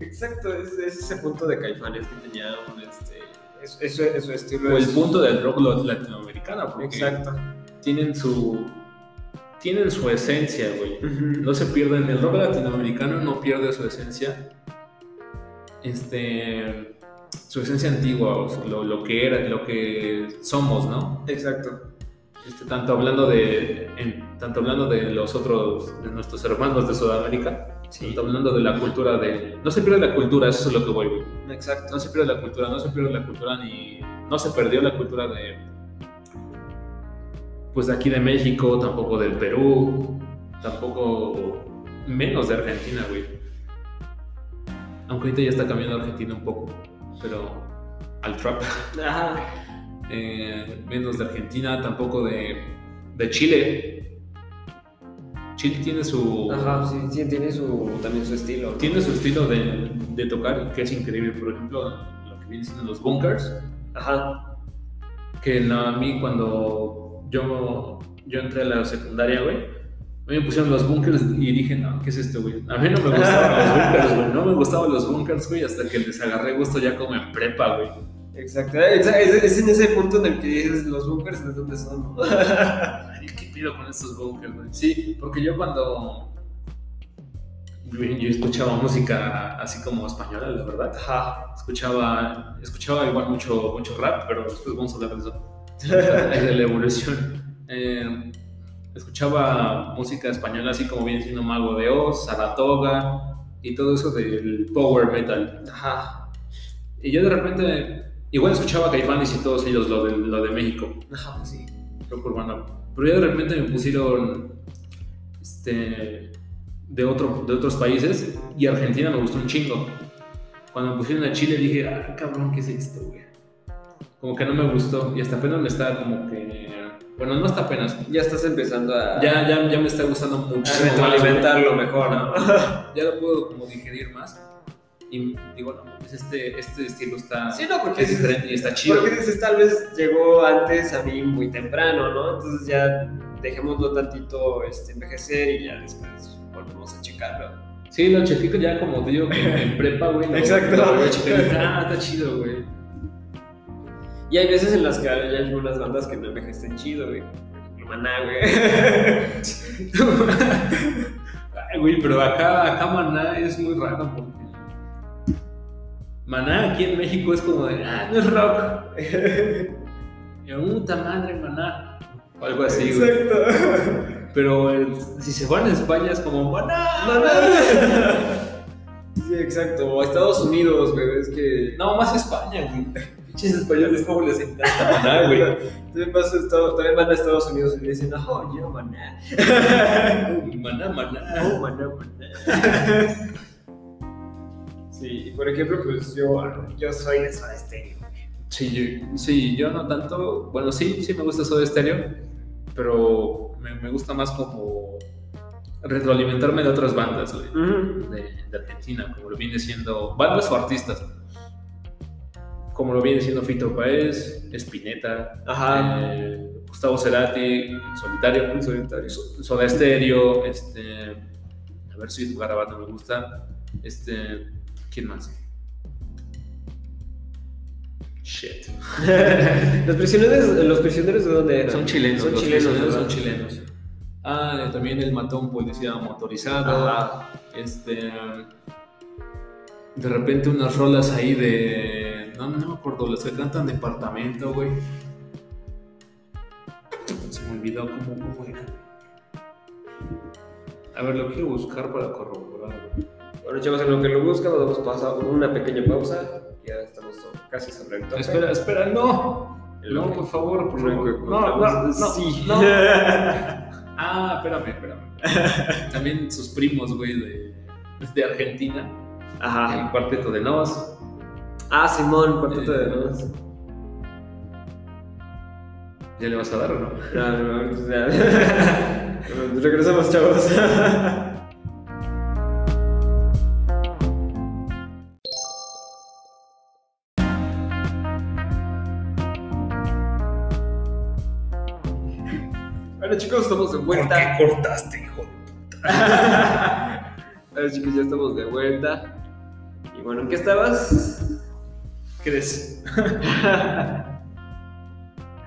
Speaker 3: Exacto, es, es ese punto de Caifanes que tenía un este. Eso, eso, eso estilo
Speaker 4: O el
Speaker 3: es-
Speaker 4: punto del rock lo- latinoamericano, porque
Speaker 3: Exacto.
Speaker 4: tienen su tienen su esencia, güey.
Speaker 3: Ujú.
Speaker 4: No se pierden, el rock latinoamericano no pierde su esencia. Este su esencia antigua, o sea, lo, lo que era, lo que somos, ¿no?
Speaker 3: Exacto.
Speaker 4: Este, tanto hablando de en- tanto hablando de los otros de nuestros hermanos de Sudamérica, tanto hablando de la cultura de no se pierde la cultura, eso es lo que voy, güey.
Speaker 3: Exacto.
Speaker 4: no se pierde la cultura, no se pierde la cultura ni no se perdió la cultura de pues de aquí de México, tampoco del Perú, tampoco menos de Argentina, güey. Aunque ahorita ya está cambiando Argentina un poco, pero al trap
Speaker 3: Ajá.
Speaker 4: eh, menos de Argentina, tampoco de, de Chile. Chile tiene su
Speaker 3: Ajá, sí, sí, tiene su, también su estilo. ¿no?
Speaker 4: tiene su estilo de, de tocar que es increíble, por ejemplo, lo que vienen siendo los bunkers.
Speaker 3: Ajá.
Speaker 4: que no, a mí cuando yo, yo entré a la secundaria, güey, a mí me pusieron los bunkers y dije, no, ¿qué es esto, güey? A mí no me gustaban los bunkers, güey, no me gustaban los bunkers, güey, hasta que les agarré gusto ya como en prepa, güey.
Speaker 3: Exacto. Es, es- es en ese punto en el que dices los bunkers de dónde son. [laughs] ¿no?
Speaker 4: Ay, ¿Qué pido con estos bunkers, güey? Sí, porque yo cuando... güey, Yo escuchaba música así como española, la verdad.
Speaker 3: Ajá.
Speaker 4: Escuchaba, escuchaba igual mucho, mucho rap, pero después vamos a hablar de eso. de la evolución. Eh, escuchaba música española, así como viene siendo Mago de Oz, Saratoga y todo eso del power metal.
Speaker 3: Ajá.
Speaker 4: Y yo de repente, igual escuchaba Caifanes y todos ellos, lo de, lo de México,
Speaker 3: Ajá, pues sí.
Speaker 4: rock urbano. Pero yo de repente me pusieron este, de, otro, de otros países y Argentina me gustó un chingo. Cuando me pusieron a Chile dije, ah, cabrón, ¿qué es esto, güey? Como que no me gustó y hasta apenas me está como que... Bueno, no hasta apenas.
Speaker 3: Ya estás empezando a,
Speaker 4: Ya, ya, ya me está gustando
Speaker 3: a
Speaker 4: muchísimo más, güey.
Speaker 3: retroalimentarlo mejor, ¿no?
Speaker 4: Ya lo puedo como digerir más. Y digo, no, pues este, este estilo está...
Speaker 3: Sí, no, porque
Speaker 4: es
Speaker 3: dices-
Speaker 4: diferente y está chido.
Speaker 3: Porque dices, tal vez llegó antes a mí muy temprano, ¿no? Entonces ya dejémoslo tantito este, envejecer y ya después volvemos a checarlo.
Speaker 4: Sí, lo chequé ya como te digo, en en prepa, güey. lo-
Speaker 3: Exacto.
Speaker 4: Lo, chequé y dije, ah, está chido, güey. [laughs]
Speaker 3: Y hay veces en las que hay algunas bandas que no envejecen chido, güey. Lo maná, güey.
Speaker 4: Ay, güey, pero acá, acá Maná es muy raro porque. Maná aquí en México es como de, ah, no es rock. [laughs] Y yo, puta madre, Maná. O algo así,
Speaker 3: [laughs]
Speaker 4: güey.
Speaker 3: Exacto.
Speaker 4: Pero eh, si se van a España es como, Maná,
Speaker 3: Sí, exacto. O a Estados Unidos, güey. Es que.
Speaker 4: No, más España, güey.
Speaker 3: [laughs]
Speaker 4: Pinches españoles, ¿cómo les encanta Maná, güey? [laughs]
Speaker 3: También, vas a Estados- también van a Estados Unidos y le dicen, oh, yo, maná.
Speaker 4: [laughs] Maná, Maná.
Speaker 3: Oh, maná, maná. Sí, y por ejemplo, pues yo, yo soy de Soda Stereo.
Speaker 4: Sí, yo, sí, yo no tanto. Bueno, sí, sí me gusta Soda Stereo, pero me, me gusta más como retroalimentarme de otras bandas, güey, de, de Argentina, como lo viene siendo bandas o artistas. Como lo viene siendo Fito Paez, Spinetta,
Speaker 3: Ajá.
Speaker 4: eh, Gustavo Cerati, Solitario,
Speaker 3: En solitario.
Speaker 4: So- Soda Stereo, este, a ver si tu garabato me gusta, este, ¿quién más? Shit.
Speaker 3: [laughs] los prisioneros, los prisioneros de dónde eran?
Speaker 4: Son chilenos.
Speaker 3: Son
Speaker 4: los
Speaker 3: chilenos,
Speaker 4: prisioneros
Speaker 3: ¿verdad?
Speaker 4: son chilenos. Ah, eh, también él mató a un policía motorizado.
Speaker 3: Ajá.
Speaker 4: Este. De repente unas rolas ahí de. No, no me acuerdo, las que cantan departamento, güey. Se me olvidó cómo, cómo era. A ver, lo quiero buscar para corroborar, güey.
Speaker 3: Bueno, chavos, en lo que lo buscan, vamos a pasar una pequeña pausa. Ya estamos so- casi sobre el tope.
Speaker 4: Espera, espera, no.
Speaker 3: En lo
Speaker 4: No,
Speaker 3: que-
Speaker 4: por favor, por
Speaker 3: en lo que
Speaker 4: favor. No,
Speaker 3: encontramos-
Speaker 4: no, no,
Speaker 3: Sí.
Speaker 4: no. [laughs] Ah, espérame, espérame. [laughs] También sus primos, güey, de, de Argentina.
Speaker 3: [laughs] Ajá.
Speaker 4: Ah, El cuarteto de Nos.
Speaker 3: Ah, Simón, cuarteto de
Speaker 4: Eh.
Speaker 3: nos.
Speaker 4: ¿Ya le vas a dar o no?
Speaker 3: No, no, no, o sea, pues [laughs] Regresamos, chavos. [laughs] Bueno, chicos, estamos de vuelta.
Speaker 4: cortaste, hijo?
Speaker 3: [laughs] A ver, chicos, ya estamos de vuelta. Y bueno, ¿en qué estabas?
Speaker 4: ¿Crees? [laughs]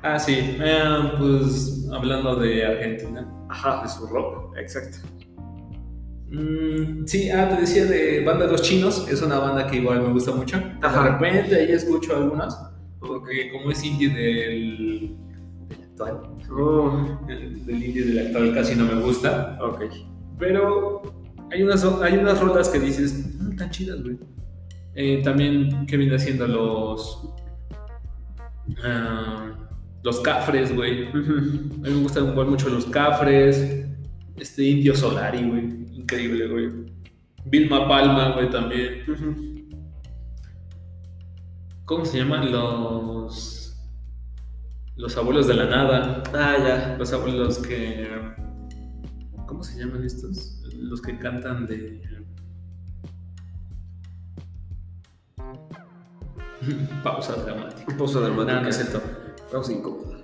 Speaker 4: ah, sí. eh, pues hablando de Argentina,
Speaker 3: Ajá,
Speaker 4: de su rock.
Speaker 3: exacto.
Speaker 4: Mm, sí, ah, te decía de Banda Los Chinos. Es una banda que igual me gusta mucho.
Speaker 3: Ajá.
Speaker 4: De repente ahí escucho algunas. Porque como es indie del, del actual,
Speaker 3: Oh,
Speaker 4: del indie del actual casi no me gusta.
Speaker 3: ok.
Speaker 4: Pero hay unas, hay unas rolas que dices, "Mm, tan chidas, güey. Eh, también que viene haciendo los. ah, los cafres, güey.
Speaker 3: Ujú.
Speaker 4: A mí me gustan igual mucho los cafres. Este indio Solari, güey. Increíble, güey. Vilma Palma, güey, también.
Speaker 3: Ujú.
Speaker 4: ¿Cómo se llaman? Los. Los abuelos de la nada.
Speaker 3: Ah, ya.
Speaker 4: Los abuelos que. ¿Cómo se llaman estos? Los que cantan de. [laughs] Pausa dramática.
Speaker 3: Un pozo
Speaker 4: No, no
Speaker 3: dramática.
Speaker 4: es cierto.
Speaker 3: Vamos incómoda.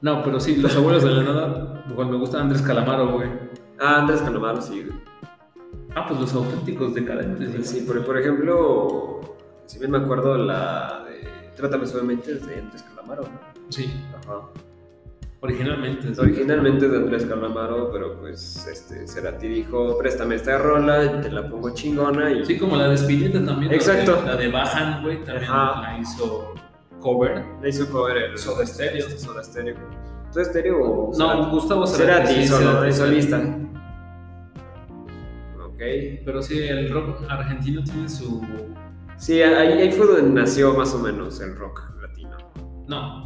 Speaker 4: No, pero sí, los abuelos de la nada. Igual me gusta Andrés Calamaro, güey.
Speaker 3: Ah, Andrés Calamaro, sí. güey.
Speaker 4: Ah, pues los auténticos decadentes. güey.
Speaker 3: Sí, por, por ejemplo, si bien me acuerdo la de Trátame Suavemente es de Andrés Calamaro, ¿no?
Speaker 4: Sí,
Speaker 3: Ajá.
Speaker 4: originalmente.
Speaker 3: Pues, Originalmente es de Andrés Calamaro, pero pues este, Cerati dijo, préstame esta rola, te la pongo chingona y...
Speaker 4: Sí, como la de Spinetta también. la
Speaker 3: Exacto.
Speaker 4: de- La de Bajan, güey, también
Speaker 3: Ajá.
Speaker 4: la hizo cover.
Speaker 3: Le hizo cover el este,
Speaker 4: Soda Stereo.
Speaker 3: Soda Stereo. ¿Soda Stereo o
Speaker 4: No,
Speaker 3: Cerati?
Speaker 4: Gustavo Cerati.
Speaker 3: Cerati
Speaker 4: sí,
Speaker 3: hizo, ¿no?
Speaker 4: Cerati,
Speaker 3: De
Speaker 4: Cerati.
Speaker 3: solista. Ok.
Speaker 4: Pero sí, el rock argentino tiene su.
Speaker 3: Sí, ahí, ahí fue donde nació más o menos el rock latino.
Speaker 4: No.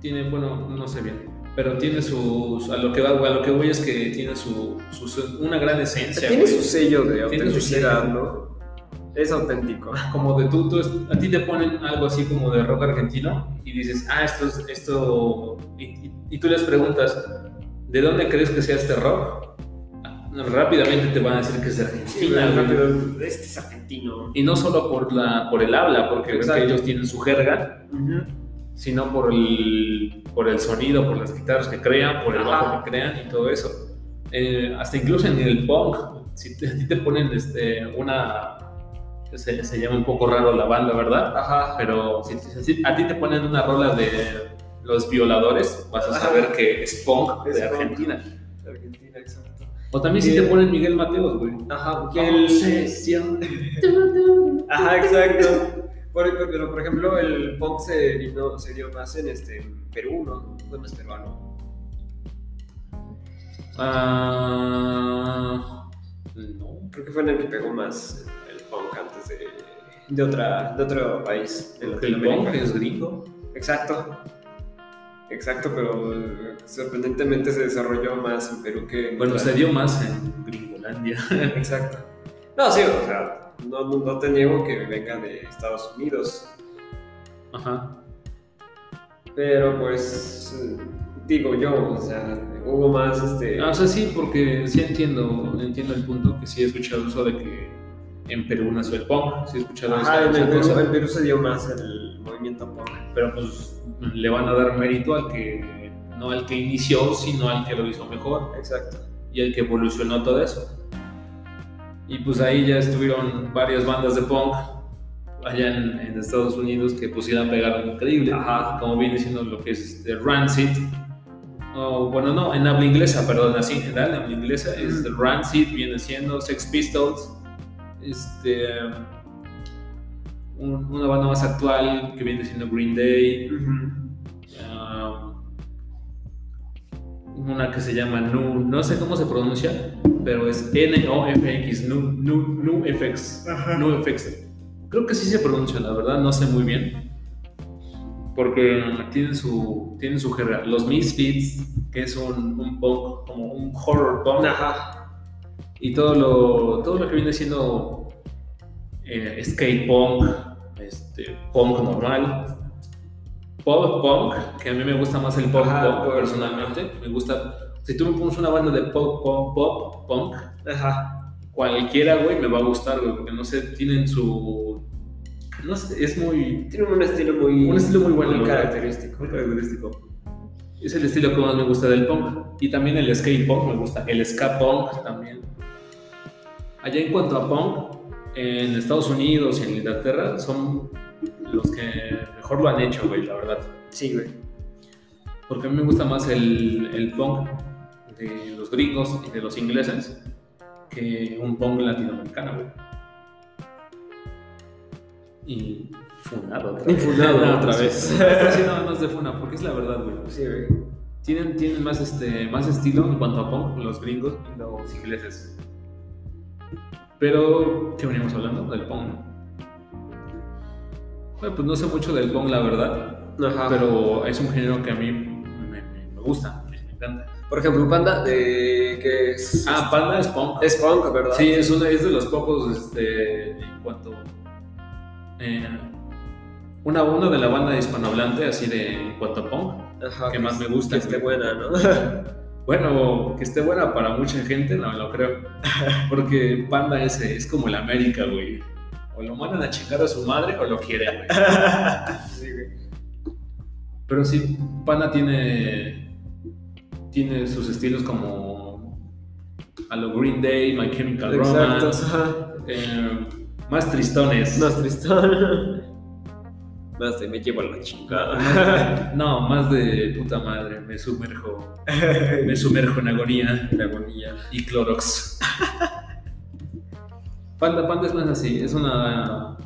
Speaker 4: Tiene, bueno, no sé bien. Pero tiene sus. A lo que, va, a lo que voy es que tiene su, su- su- una gran esencia.
Speaker 3: Tiene
Speaker 4: güey.
Speaker 3: su sello de
Speaker 4: Tiene su
Speaker 3: autenticidad,
Speaker 4: sello.
Speaker 3: ¿no? Es auténtico.
Speaker 4: Como de tú, tú es- a ti te ponen algo así como de rock argentino y dices, ah, esto es. Esto... Y, y- y tú les preguntas, ¿de dónde crees que sea este rock? Ah, Rápidamente te van a decir que es de Argentina. güey.
Speaker 3: rápido. Este es argentino.
Speaker 4: Y no solo por, la, por el habla, porque ves que
Speaker 3: Exacto.
Speaker 4: ellos tienen su jerga. sino por el, por el sonido, por las guitarras que crean, por el
Speaker 3: Ajá.
Speaker 4: bajo que crean y todo eso. Eh, hasta incluso en el punk, si te, a ti te ponen este, una... Se, se llama un poco raro la banda, ¿verdad?
Speaker 3: Ajá.
Speaker 4: Pero si, te- si a ti te ponen una rola de los violadores, vas a
Speaker 3: Ajá.
Speaker 4: saber que es punk
Speaker 3: Es
Speaker 4: de
Speaker 3: punk. Eh,
Speaker 4: Argentina.
Speaker 3: Argentina, exacto.
Speaker 4: O también si te
Speaker 3: Bien.
Speaker 4: ponen Miguel Mateos, güey.
Speaker 3: Ajá, que el-
Speaker 4: Obsesión.
Speaker 3: Ah, Ajá, exacto. Por- por- pero, por ejemplo, el punk se, vino- se dio más en este, en Perú, ¿no? Fue más peruano.
Speaker 4: Ah, no.
Speaker 3: Creo que fue en el que pegó más el punk antes de, de, otra, de otro país, de
Speaker 4: El punk
Speaker 3: Latinoamérica.
Speaker 4: es gringo.
Speaker 3: Exacto. Exacto, pero eh, sorprendentemente se desarrolló más en Perú que en
Speaker 4: Bueno,
Speaker 3: otra-
Speaker 4: se dio más en Gringolandia. [laughs]
Speaker 3: Exacto. No, sí, o sea, no, no, no te niego que venga de Estados Unidos,
Speaker 4: Ajá.
Speaker 3: pero pues eh, digo yo, o sea, hubo más este...
Speaker 4: Ah, O sea, sí, porque sí entiendo, entiendo el punto que sí he escuchado eso de que en Perú nació el punk, sí he escuchado
Speaker 3: Ajá,
Speaker 4: esa-
Speaker 3: en, el
Speaker 4: esa
Speaker 3: Perú,
Speaker 4: cosa,
Speaker 3: en Perú se dio más el movimiento punk.
Speaker 4: pero pues le van a dar mérito al que no al que inició, sino al que lo hizo mejor
Speaker 3: Exacto.
Speaker 4: y al que evolucionó todo eso. Y pues ahí ya estuvieron varias bandas de punk allá en, en Estados Unidos que pusieron pegar increíble,
Speaker 3: Ajá.
Speaker 4: como viene siendo lo que es este Rancid. O, bueno, no, en habla inglesa, perdón, así en general, en habla inglesa es
Speaker 3: Ujú.
Speaker 4: Rancid, viene siendo Sex Pistols, este, un- una banda más actual que viene siendo Green Day, Um, Ah, una que se llama Nu, no sé cómo se pronuncia, pero es N-O-F-X, Nu- Nu- NuFX.
Speaker 3: Ajá.
Speaker 4: NuFX. Creo que sí se pronuncia, la verdad, no sé muy bien. Porque tienen su, tienen su jerga. Los Misfits, que es un, un punk, como un horror punk.
Speaker 3: Ajá.
Speaker 4: Y todo lo, todo lo que viene siendo eh, skate punk, este, punk normal, pop punk, que a mí me gusta más el pop
Speaker 3: Ajá,
Speaker 4: punk
Speaker 3: pop.
Speaker 4: personalmente. Me gusta. Si tú me pones una banda de pop pop, pop punk,
Speaker 3: Ajá.
Speaker 4: cualquiera, güey, me va a gustar, güey, porque no sé, tienen su. No sé, es muy.
Speaker 3: Tiene un estilo muy.
Speaker 4: Un estilo muy bueno,
Speaker 3: Muy
Speaker 4: la verdad.
Speaker 3: característico. Muy característico.
Speaker 4: Es el estilo que más me gusta del punk. Y también el skate punk me gusta. El ska punk también. Allá en cuanto a punk, en Estados Unidos y en Inglaterra son los que mejor lo han hecho, güey, la verdad.
Speaker 3: Sí, güey.
Speaker 4: Porque a mí me gusta más el, el punk de los gringos y de los ingleses que un punk latinoamericano, güey. Y funado otra vez.
Speaker 3: Funado
Speaker 4: [laughs] otra
Speaker 3: otra
Speaker 4: vez.
Speaker 3: vez.
Speaker 4: No estoy haciendo nada más de funa, porque es la verdad, güey.
Speaker 3: Sí, güey.
Speaker 4: Tienen, tienen más, este, más estilo en cuanto a punk los gringos y los ingleses. Pero, ¿qué venimos hablando? Del punk. Bueno, pues no sé mucho del punk, la verdad.
Speaker 3: Ajá.
Speaker 4: Pero es un género que a mí me, me- me gusta, me encanta.
Speaker 3: Por ejemplo, Panda, de que es.
Speaker 4: Ah, Panda es punk.
Speaker 3: es punk, ¿verdad?
Speaker 4: Sí, es, uno, es de los pocos este, en cuanto. eh, una, uno de la banda hispanohablante, así de en cuanto a punk.
Speaker 3: Ajá.
Speaker 4: que más me gusta,
Speaker 3: Que esté
Speaker 4: güey.
Speaker 3: buena, ¿no? [laughs]
Speaker 4: Bueno, que esté buena para mucha gente, no me lo creo. [laughs] Porque Panda ese es como el América, güey. O lo mandan a chingar a su madre o lo quieren, güey.
Speaker 3: sí, güey.
Speaker 4: Pero sí, Panda tiene, tiene sus estilos como a lo Green Day, My Chemical
Speaker 3: Exacto.
Speaker 4: Romance,
Speaker 3: Ajá.
Speaker 4: eh, más tristones.
Speaker 3: Más tristón. [laughs] Más de me llevo a la
Speaker 4: [laughs]
Speaker 3: chingada.
Speaker 4: No, más de puta madre, me sumerjo, me sumerjo en agonía,
Speaker 3: La agonía.
Speaker 4: y Clorox. [laughs] Panda, Panda es más así, es una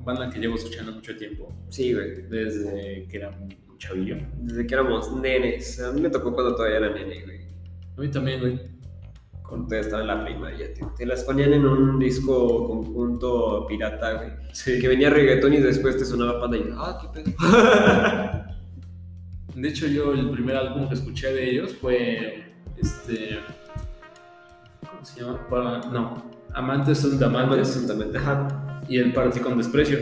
Speaker 4: banda que llevo escuchando mucho tiempo,
Speaker 3: Sí, güey.
Speaker 4: desde que era un chavillo.
Speaker 3: Desde que éramos nenes. A mí me tocó cuando todavía era nene, güey.
Speaker 4: A mí también, güey.
Speaker 3: Cuando todavía estaba en la primaria, tío. Te las ponían en un disco conjunto pirata, güey.
Speaker 4: Sí.
Speaker 3: Que venía reggaetón y después te sonaba panda y yo, ah, qué pedo. [laughs]
Speaker 4: De hecho, yo el primer álbum que escuché de ellos fue este. ¿Cómo se llama? Para- no, Amantes son Amantes
Speaker 3: Absolutamente. Ajá.
Speaker 4: y El Party con Desprecio.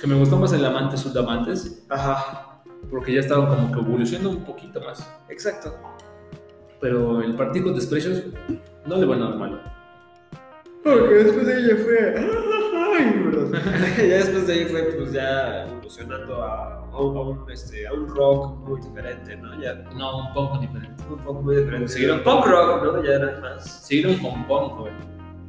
Speaker 4: Que me gustó más el Amantes son Amantes
Speaker 3: Ajá.
Speaker 4: porque ya estaba como que evolucionando un poquito más.
Speaker 3: Exacto. [laughs]
Speaker 4: Pero el Party con Desprecio no le va nada malo.
Speaker 3: Porque después de ella fue. Ay, bro. ya después de ahí fue, pues ya evolucionando a, a un, a un, este, a un rock muy diferente, ¿no? Ya
Speaker 4: No, un poco diferente.
Speaker 3: un poco muy diferente.
Speaker 4: Siguieron
Speaker 3: punk rock, ¿no? Ya era más.
Speaker 4: Siguieron con punk, güey.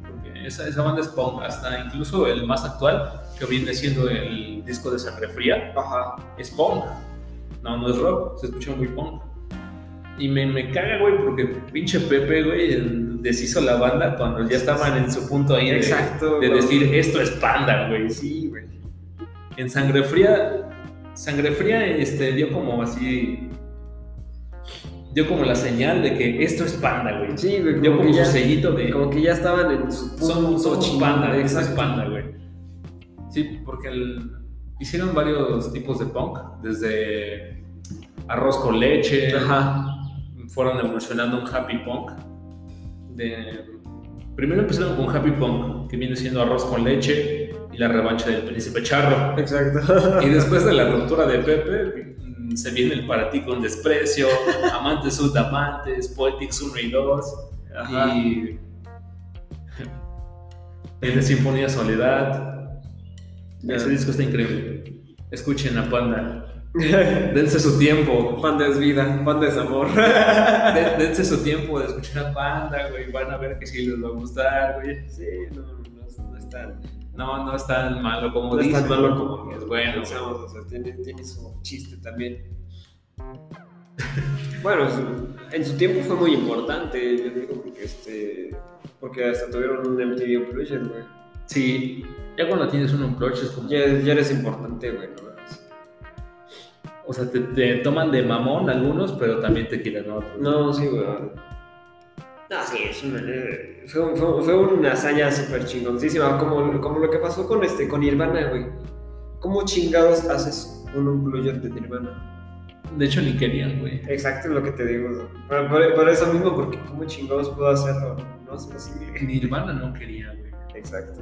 Speaker 4: Porque esa, esa banda es punk, hasta incluso el más actual, que viene siendo el disco de Sangre Fría.
Speaker 3: Ajá.
Speaker 4: es punk. No, no es rock, se escucha muy punk. Y me, me caga, güey, porque pinche Pepe, güey, el- deshizo la banda cuando ya estaban en su punto ahí de,
Speaker 3: Exacto.
Speaker 4: de
Speaker 3: güey.
Speaker 4: decir esto es panda, güey.
Speaker 3: Sí, güey.
Speaker 4: En Sangre Fría, Sangre Fría este, dio como así. dio como la señal de que esto es panda, güey.
Speaker 3: Sí, güey.
Speaker 4: Dio como
Speaker 3: que
Speaker 4: su
Speaker 3: ya-
Speaker 4: sellito de.
Speaker 3: Como que ya estaban en su punto
Speaker 4: Son, somos
Speaker 3: chingón,
Speaker 4: panda, güey, eso es
Speaker 3: Exacto.
Speaker 4: panda, güey. Sí, porque el- hicieron varios tipos de punk, desde arroz con leche,
Speaker 3: Ajá.
Speaker 4: fueron evolucionando un happy punk. De, primero empezaron con happy punk, que viene siendo arroz con leche y la revancha del príncipe
Speaker 3: [laughs]
Speaker 4: charro.
Speaker 3: Exacto.
Speaker 4: Y después de la ruptura de Pepe, mm, se viene el para ti con desprecio, [laughs] amantes sub amantes, poetics 1 y 2
Speaker 3: Ajá.
Speaker 4: y el de Sinfonía Soledad. Ese disco está increíble. Escuchen a Panda. Dense su tiempo.
Speaker 3: Panda es vida, panda es amor.
Speaker 4: Den- dense su tiempo de escuchar a Panda, güey. Van a ver que sí les va a gustar,
Speaker 3: [laughs]
Speaker 4: güey.
Speaker 3: sí, no, no, no es tan.
Speaker 4: No, no es tan malo como
Speaker 3: No es tan
Speaker 4: dicen.
Speaker 3: malo como
Speaker 4: es bueno.
Speaker 3: pensamos, o sea, tiene, tiene su chiste también. [laughs] bueno, su- en su tiempo fue muy importante, yo digo, porque, este, porque hasta tuvieron un MTV Unplugged, güey.
Speaker 4: Sí. Ya cuando tienes un unplugged es como...
Speaker 3: Ya, ya eres importante, güey, ¿no?
Speaker 4: O sea, te, te toman de mamón algunos, pero también te quieren otros.
Speaker 3: No, sí, güey. No, sí, es una- eh, fue, un- fue- fue una hazaña súper chingoncísima, como, como lo que pasó con, este, con Nirvana, güey. ¿Cómo chingados haces un unplugged de Nirvana?
Speaker 4: De hecho, ni querían, güey.
Speaker 3: Exacto lo que te digo. güey. Por, por- por eso mismo, porque ¿cómo chingados puedo hacerlo? No es posible.
Speaker 4: Nirvana no quería, güey.
Speaker 3: Exacto.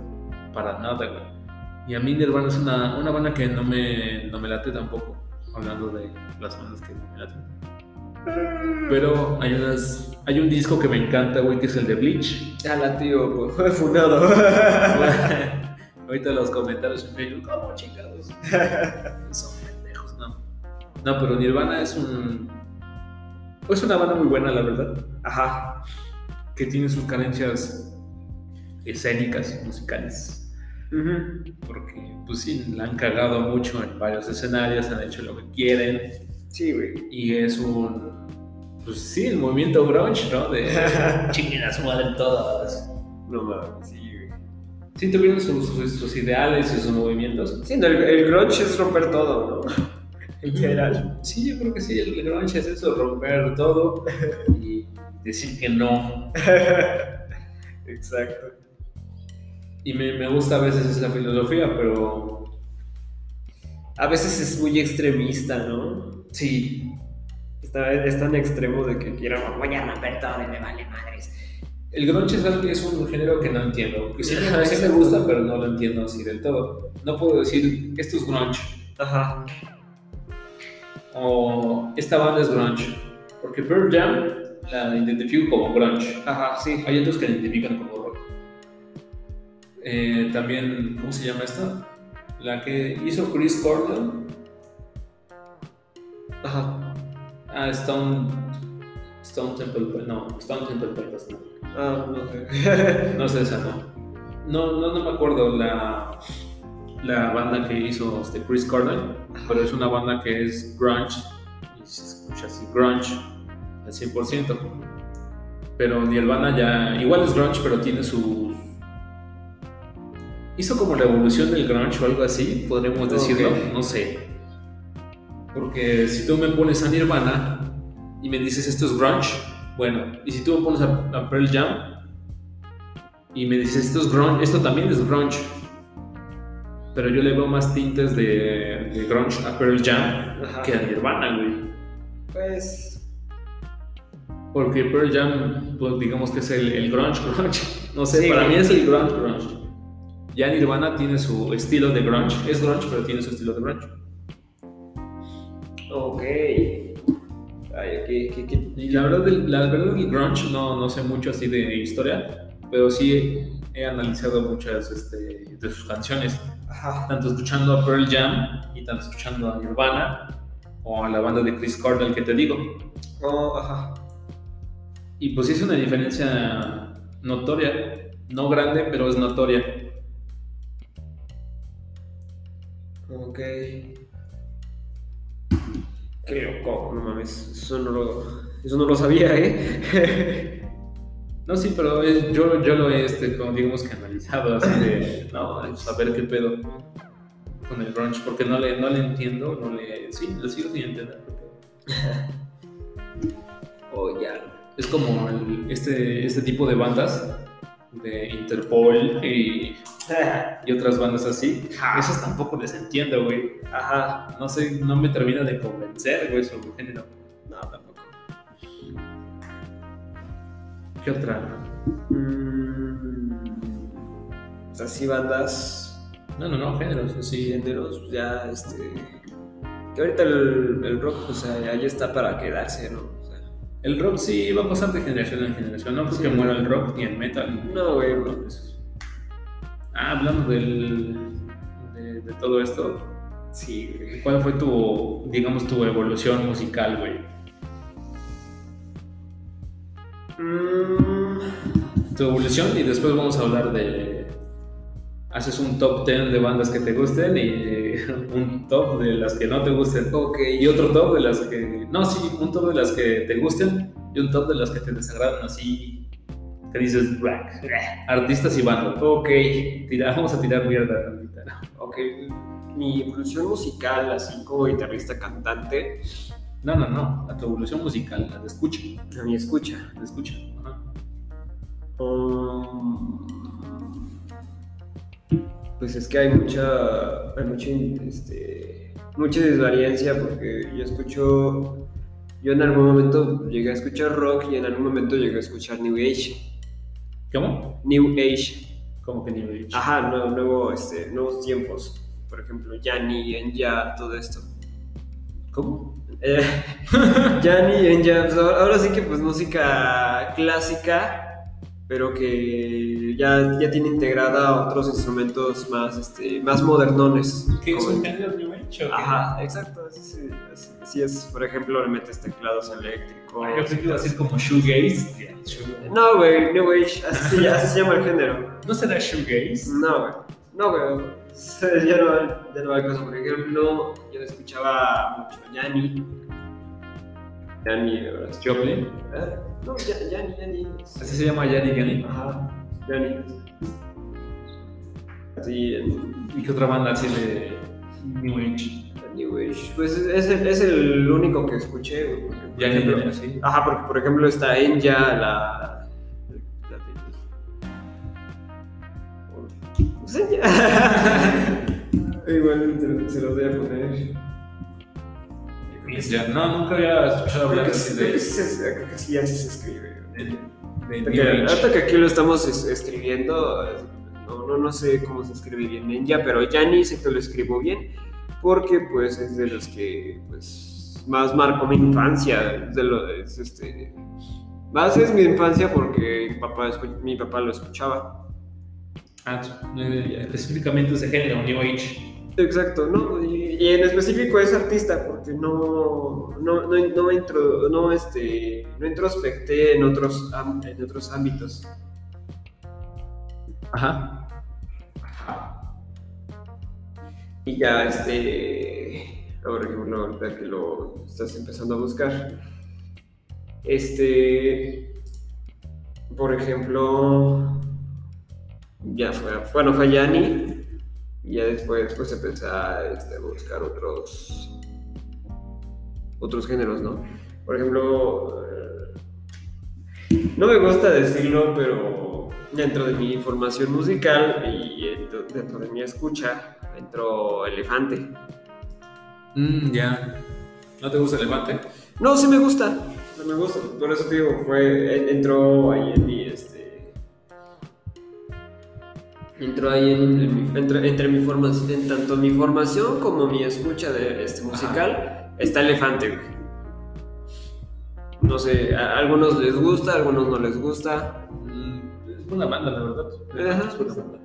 Speaker 4: Para nada, güey. Y a mí Nirvana es una, una banda que no me, no me late tampoco. Hablando de las bandas que no me laten. Pero hay, unas, hay un disco que me encanta, güey, que es el
Speaker 3: [laughs]
Speaker 4: de Bleach.
Speaker 3: Ya la tío, pues, [laughs] fue funado.
Speaker 4: Ahorita los comentarios en Facebook, ¿cómo chingados? Son pendejos, no. No, pero Nirvana es un. Es una banda muy buena, la verdad.
Speaker 3: Ajá.
Speaker 4: Que tiene sus carencias escénicas, musicales.
Speaker 3: Ujú.
Speaker 4: porque pues sí, la han cagado mucho en varios escenarios, han hecho lo que quieren
Speaker 3: Sí, güey.
Speaker 4: y es un, pues sí, el movimiento grunge,
Speaker 3: [laughs]
Speaker 4: ¿no? De chinguen a su madre en todas.
Speaker 3: No mames, sí, güey.
Speaker 4: Sí tuvieron sus, sus, sus ideales y sus movimientos.
Speaker 3: Sí, no, el, el grunge es romper todo, ¿no? Literal.
Speaker 4: Sí, yo creo que sí, el grunge es eso, romper
Speaker 3: [laughs]
Speaker 4: todo y decir que no.
Speaker 3: Exacto.
Speaker 4: Y me, me gusta a veces esa filosofía, pero
Speaker 3: A veces es muy extremista, ¿no?
Speaker 4: sí,
Speaker 3: Está, es tan extremo de que quiero voy a romper todo y me vale madres.
Speaker 4: El grunge es, algo- es un género que no entiendo. Que sí, me- sí me gusta, pero no lo entiendo así del todo. No puedo decir, esto es grunge
Speaker 3: Ajá.
Speaker 4: o esta banda es grunge. Porque Pearl Jam la identifico como grunge.
Speaker 3: Ajá, sí.
Speaker 4: Hay otros que la identifican como rock. Eh, también, ¿cómo se llama esta? La que hizo Chris Cornell
Speaker 3: Ajá.
Speaker 4: a Ah, Stone, Stone Temple Pilots. No, Stone Temple Pilots no.
Speaker 3: Ah, no sé. [laughs]
Speaker 4: No sé esa, no. No, no, no me acuerdo la, la banda que hizo este Chris Cornell, pero es una banda que es grunge, y se escucha así grunge al 100%. Pero Nirvana ya, igual es grunge, pero tiene su... Hizo como la evolución del grunge o algo así, podríamos decirlo,
Speaker 3: Ok.
Speaker 4: no sé. Porque si tú me pones a Nirvana y me dices esto es grunge, bueno, y si tú me pones a, a Pearl Jam y me dices esto es grunge, esto también es grunge, pero yo le veo más tintes de, de grunge a Pearl Jam
Speaker 3: Ajá.
Speaker 4: que a Nirvana, güey.
Speaker 3: Pues.
Speaker 4: Porque Pearl Jam, pues digamos que es el, el grunge [laughs] grunge. No sé,
Speaker 3: Sí,
Speaker 4: para
Speaker 3: güey.
Speaker 4: mí es el grunge grunge. Ya Nirvana tiene su estilo de grunge. Es grunge, pero tiene su estilo de grunge.
Speaker 3: Ok. Ay, ok, qué, qué.
Speaker 4: Y la verdad, del- la verdad del grunge no, no sé mucho así de historia, pero sí he analizado muchas este, de sus canciones.
Speaker 3: Ajá.
Speaker 4: Tanto escuchando a Pearl Jam y tanto escuchando a Nirvana o a la banda de Chris Cornell que te digo.
Speaker 3: Oh, ajá.
Speaker 4: Y pues sí es una diferencia notoria. No grande, pero es notoria.
Speaker 3: Ok. Qué loco, oh, no mames. Eso no lo, eso no lo sabía, ¿eh? [laughs]
Speaker 4: No, sí, pero es- yo, yo lo he, este, como digamos que analizado, así de, [laughs] no, pues, a ver qué pedo con el grunge, porque no le, no le entiendo, no le, sí, lo sigo sin entender.
Speaker 3: [laughs]
Speaker 4: porque
Speaker 3: oh, ya.
Speaker 4: Es como el- este, este tipo de bandas, de Interpol y, y otras bandas así, esas tampoco les entiendo, güey.
Speaker 3: Ajá.
Speaker 4: No sé, no me termina de convencer, güey, su género.
Speaker 3: No, tampoco.
Speaker 4: ¿Qué otra?
Speaker 3: Mm, o sea, sí, bandas,
Speaker 4: No, no, no, géneros, así.
Speaker 3: géneros, pues ya, este... Que ahorita el, el rock, pues ahí ahí está para quedarse, ¿no? O sea,
Speaker 4: El rock sí va pasando de generación en generación, no pues que muera el rock ni el metal. ni-
Speaker 3: No, güey, no. pues,
Speaker 4: Entonces, Ah, hablando del, de, de todo esto,
Speaker 3: sí, güey.
Speaker 4: ¿cuál fue tu, digamos, tu evolución musical, güey?
Speaker 3: Mm,
Speaker 4: Tu evolución y después vamos a hablar de... Haces un top 10 de bandas que te gusten y eh, [laughs] un top de las que no te gusten.
Speaker 3: ok,
Speaker 4: Y otro top de las que... No, sí, un top de las que te gusten y un top de las que te desagradan así. Que dices, "Blah". artistas y bandas.
Speaker 3: ok,
Speaker 4: Tira- vamos a tirar mierda tantita. ¿no?
Speaker 3: ok. Mi evolución musical, así como guitarrista cantante,
Speaker 4: No, no, no. A tu evolución musical, la de escucha.
Speaker 3: a mi escucha.
Speaker 4: La de escucha. Ajá.
Speaker 3: Um, pues es que hay mucha, hay mucha, este, mucha desvariancia porque yo escucho, yo en algún momento llegué a escuchar rock y en algún momento llegué a escuchar New Age.
Speaker 4: ¿Cómo? Ah,
Speaker 3: New Age.
Speaker 4: ¿Cómo que New Age?
Speaker 3: Ajá, nuevo, nuevo, este, nuevos tiempos. Por ejemplo, Yanni, Enya, todo esto.
Speaker 4: ¿Cómo?
Speaker 3: Eh, [laughs] Yanni, Enya, pues ahora, ahora sí que pues música clásica, pero que ya, ya tiene integrada otros instrumentos más, este, más modernones.
Speaker 4: ¿Qué es
Speaker 3: como
Speaker 4: un
Speaker 3: el-
Speaker 4: género New Age? o qué?
Speaker 3: Ajá, exacto, así, sí, así- así es. Por ejemplo, le metes teclados eléctricos.
Speaker 4: Ah, Yo creo que iba a ser como shoegaze. Ya, shoe-
Speaker 3: No, güey, New Age, así, se- así se llama el género.
Speaker 4: ¿No será shoegaze?
Speaker 3: No, güey, no, güey. se- Ya no, ya no hay cosa. Por ejemplo, yo escuchaba mucho Yanni. Yanni, ahora sí.
Speaker 4: Joplin.
Speaker 3: ¿Eh? No, Ya- Yanni, Yanni.
Speaker 4: Así se llama Yanni Yanni.
Speaker 3: Ajá, Yanni. Así, en-
Speaker 4: ¿Y qué otra banda así de New Age?
Speaker 3: New Age. Pues es el, es el único que escuché, güey. porque, por
Speaker 4: Yanni
Speaker 3: ejemplo,
Speaker 4: Yanni, así.
Speaker 3: Ajá, porque por ejemplo está Enya, la. la de- Pues Enya. [laughs] Igual se lo- se los voy a poner.
Speaker 4: Ya, No, nunca había
Speaker 3: Creo
Speaker 4: escuchado hablar
Speaker 3: que
Speaker 4: así
Speaker 3: sí, creo que
Speaker 4: de,
Speaker 3: sí se- creo que sí, ya sí se escribe.
Speaker 4: de, de
Speaker 3: Hasta
Speaker 4: New
Speaker 3: que,
Speaker 4: Age.
Speaker 3: ahorita que aquí lo estamos es- escribiendo, es- no, no, no sé cómo se escribe bien Enya, pero Yanni sé que lo escribo bien porque pues es de los que pues, más marcó mi infancia, es de lo- es, este, más es mi infancia porque mi papá, escu- mi papá lo escuchaba.
Speaker 4: Ah, eh, específicamente ese género, New Age.
Speaker 3: Exacto, ¿no? Y, y en específico es artista porque no, no, no, no, intro- no, este, no introspecté en otros, am- en otros ámbitos.
Speaker 4: Ajá.
Speaker 3: Y ya, este. Por ejemplo, ahorita que lo estás empezando a buscar. Este. Por ejemplo. Ya fue. Bueno, fue Yanni. Y ya después, pues empecé a este, buscar otros. Otros géneros, ¿no? Por ejemplo. eh, No me gusta decirlo, pero dentro de mi formación musical y dentro- dentro de mi escucha, entró Elefante.
Speaker 4: Mm, ya. ¿No te gusta el elefante?
Speaker 3: No, sí me gusta. No me gusta. Por eso te digo, fue, en- entró ahí en mi, este... Entró ahí en, en mi- entre, entre mi formación, en tanto mi formación como mi escucha de este musical, está Elefante, güey. No sé, a a algunos les gusta, a algunos no les gusta.
Speaker 4: Mm, es buena banda, la verdad.
Speaker 3: Ajá.
Speaker 4: Es buena banda.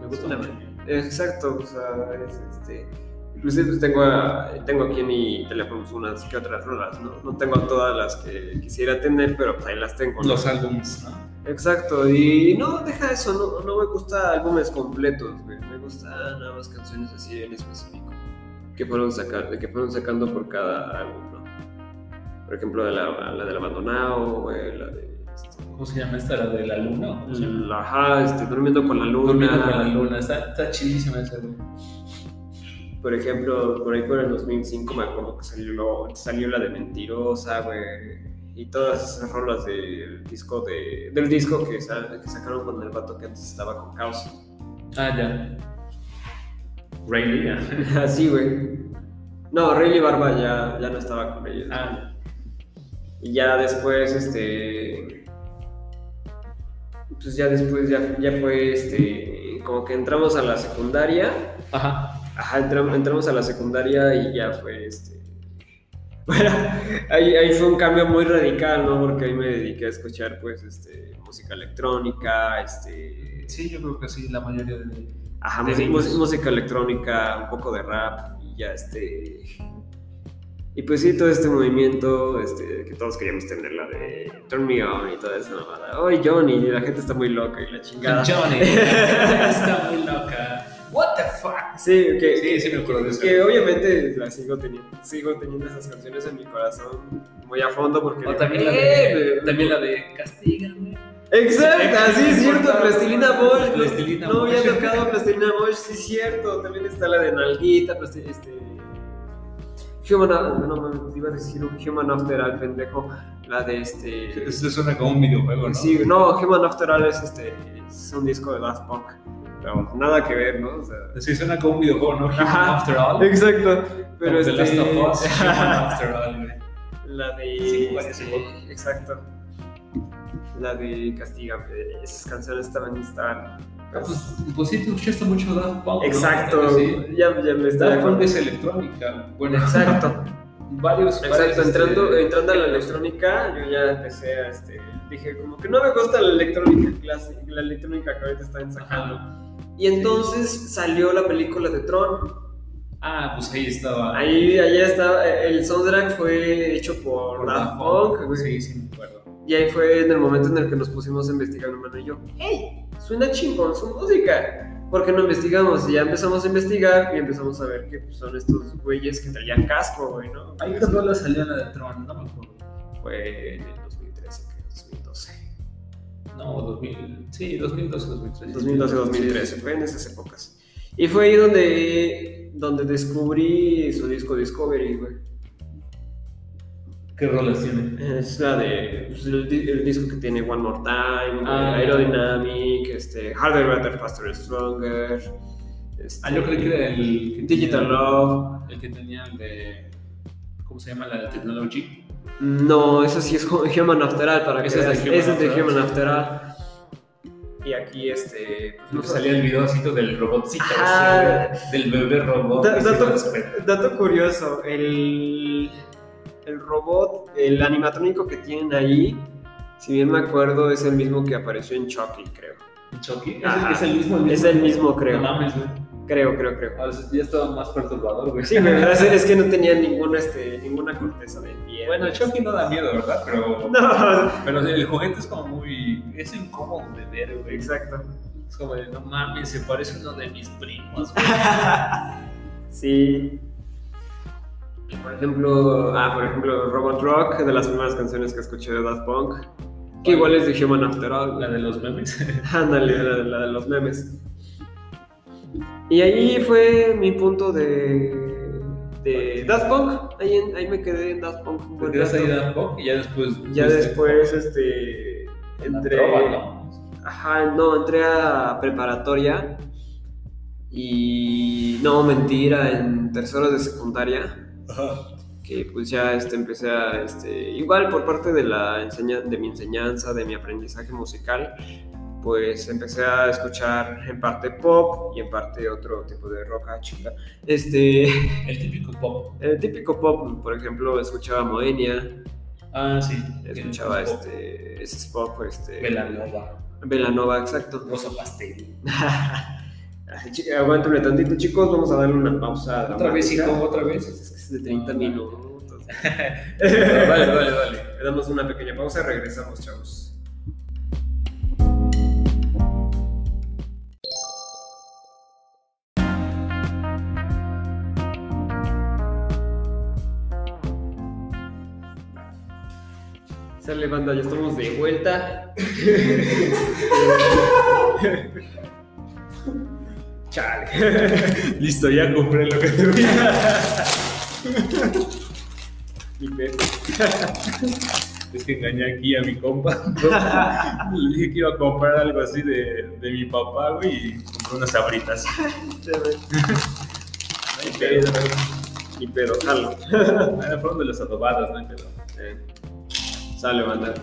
Speaker 4: Me gusta mucho.
Speaker 3: Exacto, o sea, es este... Inclusive pues, tengo, a- tengo aquí en mi teléfono pues, unas que otras rolas, ¿no? No tengo todas las que quisiera tener, pero pues, ahí las tengo. ¿no?
Speaker 4: Los álbumes, ¿no?
Speaker 3: Exacto, y no, deja eso, no, no me gusta álbumes completos, güey, me gustan nada más canciones así en específico, que fueron, sacar, que fueron sacando por cada álbum, ¿no? Por ejemplo, de la, la del abandonado, güey, la de... este,
Speaker 4: ¿Cómo se llama esta? ¿La de la luna? ¿O cómo se llama?
Speaker 3: la- ajá, este, durmiendo con la luna.
Speaker 4: Mm. Durmiendo con la luna. Está, está chidísima esa, güey.
Speaker 3: Por ejemplo, por ahí por el 2005 me acuerdo que salió, salió la de Mentirosa, güey. Y todas esas rolas del disco, de, del disco que, sa- que sacaron con el vato que antes estaba con Caos.
Speaker 4: Ah, ya. Ray
Speaker 3: [laughs]
Speaker 4: Lee.
Speaker 3: Así, güey. No, Riley Barba ya, ya no estaba con ellos.
Speaker 4: Ah,
Speaker 3: Y ya después, este. Pues ya después, ya, ya fue este. Como que entramos a la secundaria.
Speaker 4: ajá.
Speaker 3: Ajá, entram- entramos a la secundaria y ya fue este. [laughs] Bueno, ahí, ahí fue un cambio muy radical, ¿no? Porque ahí me dediqué a escuchar, pues, este, música electrónica, este.
Speaker 4: Sí, yo creo que sí, la mayoría de...
Speaker 3: Ajá,
Speaker 4: De
Speaker 3: mus-
Speaker 4: niños.
Speaker 3: mus- música electrónica, un poco de rap y ya este. Y pues sí, todo este movimiento este, que todos queríamos tener, la de Turn Me On y toda esa mamada. Oye, Johnny, la gente está muy loca y la chingada.
Speaker 4: Johnny. [laughs] está muy loca. What the fuck?
Speaker 3: Sí, que,
Speaker 4: Sí, sí me acuerdo de
Speaker 3: que,
Speaker 4: eso.
Speaker 3: que obviamente la sigo teniendo, sigo teniendo esas canciones en mi corazón muy a fondo porque... Eh,
Speaker 4: O también la de... También la de... Castígame.
Speaker 3: Exacto, sí es cierto,
Speaker 4: Exacto.
Speaker 3: Plastilina Bosch. no-
Speaker 4: Plastilina
Speaker 3: no había
Speaker 4: Bosch.
Speaker 3: tocado Plastilina Bosch, sí es cierto. También está la de Nalguita, plasti- este, pues, Human, no mames, iba a decir un Human After All, pendejo. La de este.
Speaker 1: Eso suena como un videojuego, ¿no?
Speaker 3: Sí, no, Human After All es, este, es un disco de Daft Punk. Pero nada que ver, ¿no? O sea,
Speaker 1: Sí, suena como un videojuego, ¿no? Human
Speaker 3: Ajá.
Speaker 1: After All.
Speaker 3: Exacto. Pero
Speaker 1: Pero
Speaker 3: este,
Speaker 1: The Last of Us. Human After All, güey.
Speaker 3: La de.
Speaker 1: Sí, igual
Speaker 3: este,
Speaker 1: ese juego.
Speaker 3: exacto. La de Castiga. Esas canciones también están.
Speaker 1: Ah, Pues, pues sí, te escuchaste mucho Daft Punk. ¿no?
Speaker 3: exacto.
Speaker 1: Sí.
Speaker 3: Ya, ya me está.
Speaker 1: Daft Punk es electrónica. Bueno, [laughs]
Speaker 3: Exacto.
Speaker 1: varios. varios,
Speaker 3: Exacto, entrando,
Speaker 1: este,
Speaker 3: entrando a la electrónica, yo ya empecé a, este, dije como que no me gusta la electrónica clásica, la electrónica que ahorita están sacando. Y entonces salió la película de Tron.
Speaker 1: Ah, pues ahí estaba.
Speaker 3: Ahí, allá estaba, el soundtrack fue hecho por,
Speaker 1: Por
Speaker 3: Daft
Speaker 1: Daft
Speaker 3: Punk, güey.
Speaker 1: Sí, sí, me acuerdo.
Speaker 3: Y ahí fue en el momento en el que nos pusimos a investigar, mi hermano y yo. ¡Hey! Suena chingón su música. ¿Por qué no investigamos? Y ya empezamos a investigar y empezamos a ver que pues, son estos güeyes que traían casco, güey, ¿no?
Speaker 1: Ahí cuando la salió la de Tron, no me acuerdo.
Speaker 3: Fue en el 2013, creo, 2012.
Speaker 1: No, 2000, sí, 2012, 2013.
Speaker 3: 2012, 2013, fue en esas épocas. Y fue ahí donde, donde descubrí su disco Discovery, güey.
Speaker 4: ¿Qué rolas tiene?
Speaker 3: Es la de. pues, el, di- el disco que tiene One More Time,
Speaker 4: Ah.
Speaker 3: Aerodynamic, este, Harder, Better, Faster, Stronger. este,
Speaker 4: Ah, yo creo que era el que
Speaker 3: Digital
Speaker 4: tenía-
Speaker 3: Love.
Speaker 4: El que tenía el de. ¿Cómo se llama? La de Technology.
Speaker 3: No, eso sí es Hu- Human After All, para que
Speaker 4: Ese es de
Speaker 3: veas. Ese
Speaker 4: Human
Speaker 3: es de
Speaker 4: After All,
Speaker 3: Human
Speaker 4: sí.
Speaker 3: After All. Y aquí, este. pues,
Speaker 4: No
Speaker 3: nosotros-
Speaker 4: salía el videocito del robotcito,
Speaker 3: Ajá.
Speaker 4: ese, del bebé robot.
Speaker 3: Da-
Speaker 4: que se
Speaker 3: dato,
Speaker 4: lo espera.
Speaker 3: dato curioso, el, el robot, el animatrónico que tienen ahí, si bien me acuerdo, es el mismo que apareció en Chucky, creo.
Speaker 4: Chucky. ¿Es,
Speaker 3: Ajá.
Speaker 4: es el mismo.
Speaker 3: Es el mismo, creo.
Speaker 4: No mames, güey.
Speaker 3: Creo, creo, creo.
Speaker 4: Ahora sí, ya estaba más perturbador, güey.
Speaker 3: Sí, [laughs] güey, es, es que no tenía ningún, este, ninguna corteza de piel. pues.
Speaker 4: Bueno, Chucky no da miedo, ¿verdad?
Speaker 3: [laughs]
Speaker 4: Pero,
Speaker 3: No,
Speaker 4: pero el juguete es como muy. Es incómodo de ver, güey.
Speaker 3: exacto.
Speaker 4: Es como de, no mames, se parece uno de mis primos, güey.
Speaker 3: [laughs] Sí. Y Por ejemplo, ah, por ejemplo, Robot Rock, de las primeras canciones que escuché de Daft Punk, que igual es de Human After All.
Speaker 4: [laughs] La de los memes.
Speaker 3: [laughs] Ándale, la, la de los memes. Y ahí fue mi punto de. de Daft Punk. Ahí, en- ahí me quedé en Daft Punk. un
Speaker 4: Te
Speaker 3: buen
Speaker 4: tiras ahí
Speaker 3: rato.
Speaker 4: a Pop y ya después.
Speaker 3: Ya
Speaker 4: fuiste
Speaker 3: después, este.
Speaker 4: con la
Speaker 3: Entré.
Speaker 4: trova, ¿no?
Speaker 3: Ajá, no, entré a preparatoria. Y. No, mentira, en tercero de secundaria que pues ya este, empecé a, este, igual por parte de, la enseña, de mi enseñanza, de mi aprendizaje musical, pues empecé a escuchar en parte pop y en parte otro tipo de rock, ah, chinga. Este,
Speaker 4: El típico pop.
Speaker 3: el típico pop, por ejemplo, escuchaba Moenia,
Speaker 4: Ah, sí.
Speaker 3: escuchaba
Speaker 4: El pop.
Speaker 3: este, ese es pop, este...
Speaker 4: Belanova.
Speaker 3: Belanova, exacto.
Speaker 4: Rosa Pastel.
Speaker 3: Ay, chi- Aguántenme tantito, chicos, vamos a darle una pausa.
Speaker 4: Otra vez,
Speaker 3: dramática.
Speaker 4: hijo, otra vez.
Speaker 3: Es que es de 30 minutos.
Speaker 4: [laughs] Vale, vale, vale.
Speaker 3: Le damos una pequeña pausa y regresamos, chavos. Sale banda, ya estamos de vuelta. Chale.
Speaker 4: [laughs] Listo, ya compré lo que [laughs] tenía.
Speaker 3: Mi pepe.
Speaker 4: [laughs] Es que engañé aquí a mi compa. Le dije que iba a comprar algo así de, de mi papá, güey, y compré unas sabritas. Este,
Speaker 3: Ni pedo. Ni pedo, jalo.
Speaker 4: Ah, fueron de las adobadas, ¿no? Pero,
Speaker 3: Sale, banda.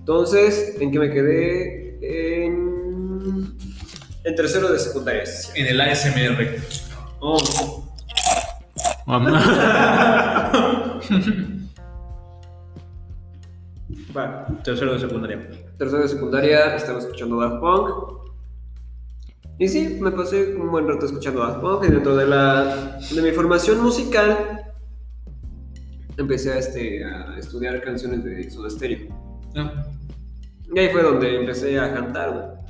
Speaker 3: Entonces, ¿en qué me quedé? En, en tercero de secundaria. sí.
Speaker 4: En el ASMR.
Speaker 3: Oh, va.
Speaker 4: [laughs] Tercero de secundaria.
Speaker 3: Tercero de secundaria, estaba escuchando Daft Punk. Y sí, me pasé un buen rato escuchando Daft Punk. Y dentro de, la, de mi formación musical, empecé a, este, a estudiar canciones de Soda Stereo. Y ahí fue donde empecé a cantar. güey.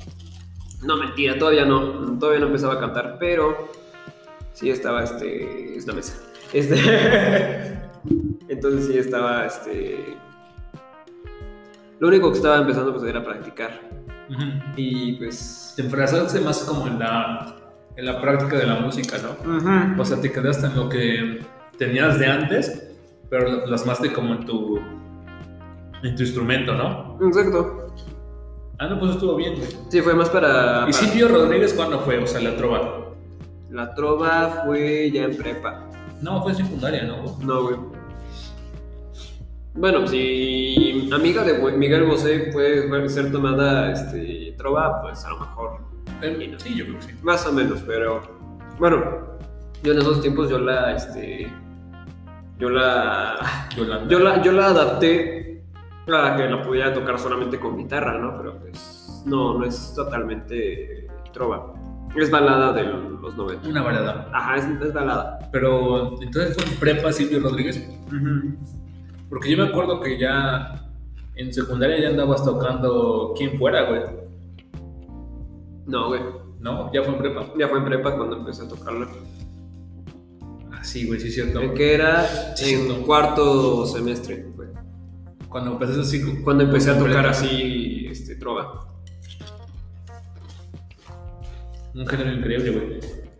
Speaker 3: No, mentira, todavía no. Todavía no empezaba a cantar, pero sí estaba este. Es una mesa. Este. [laughs] Entonces sí estaba este. Lo único que estaba empezando pues, era practicar.
Speaker 4: Ujú.
Speaker 3: Y pues.
Speaker 4: Te enfrasaste más como en la, en la práctica de la música, ¿no? O sea, te quedaste en lo que tenías de antes, pero lo plasmaste como en tu, en tu instrumento, ¿no?
Speaker 3: Exacto.
Speaker 4: Ah, no, pues estuvo bien, güey.
Speaker 3: Sí, fue más para.
Speaker 4: ¿Y
Speaker 3: para-
Speaker 4: Silvio Rodríguez cuándo fue? O sea, la trova.
Speaker 3: La trova fue ya en prepa.
Speaker 4: No, fue en secundaria, ¿no? güey?
Speaker 3: No, güey. Bueno, pues, si amiga de Bu- Miguel Bosé puede fue ser tomada este, trova, pues a lo mejor
Speaker 4: Eh, Sí, yo creo que sí.
Speaker 3: Más o menos, pero bueno, yo en esos tiempos yo la, este, yo la,
Speaker 4: Yolanda.
Speaker 3: yo la, yo la adapté a que la pudiera tocar solamente con guitarra, ¿no? Pero pues no, no es totalmente trova. Es balada de los 90.
Speaker 4: Una balada.
Speaker 3: Ajá, es, es balada.
Speaker 4: Pero entonces fue en prepa Silvio Rodríguez. Porque yo me acuerdo que ya en secundaria ya andabas tocando quien fuera, güey.
Speaker 3: No, güey.
Speaker 4: ¿No? Ya fue en prepa.
Speaker 3: Ya fue en prepa cuando empecé a tocarla.
Speaker 4: Ah, sí, güey, sí es cierto.
Speaker 3: Eh, Que era
Speaker 4: Sí,
Speaker 3: en
Speaker 4: no.
Speaker 3: cuarto semestre, güey.
Speaker 4: Cuando empezaste así. con-
Speaker 3: Cuando empecé a
Speaker 4: con
Speaker 3: tocar
Speaker 4: prepa,
Speaker 3: así, este, trova.
Speaker 4: Un género increíble, güey.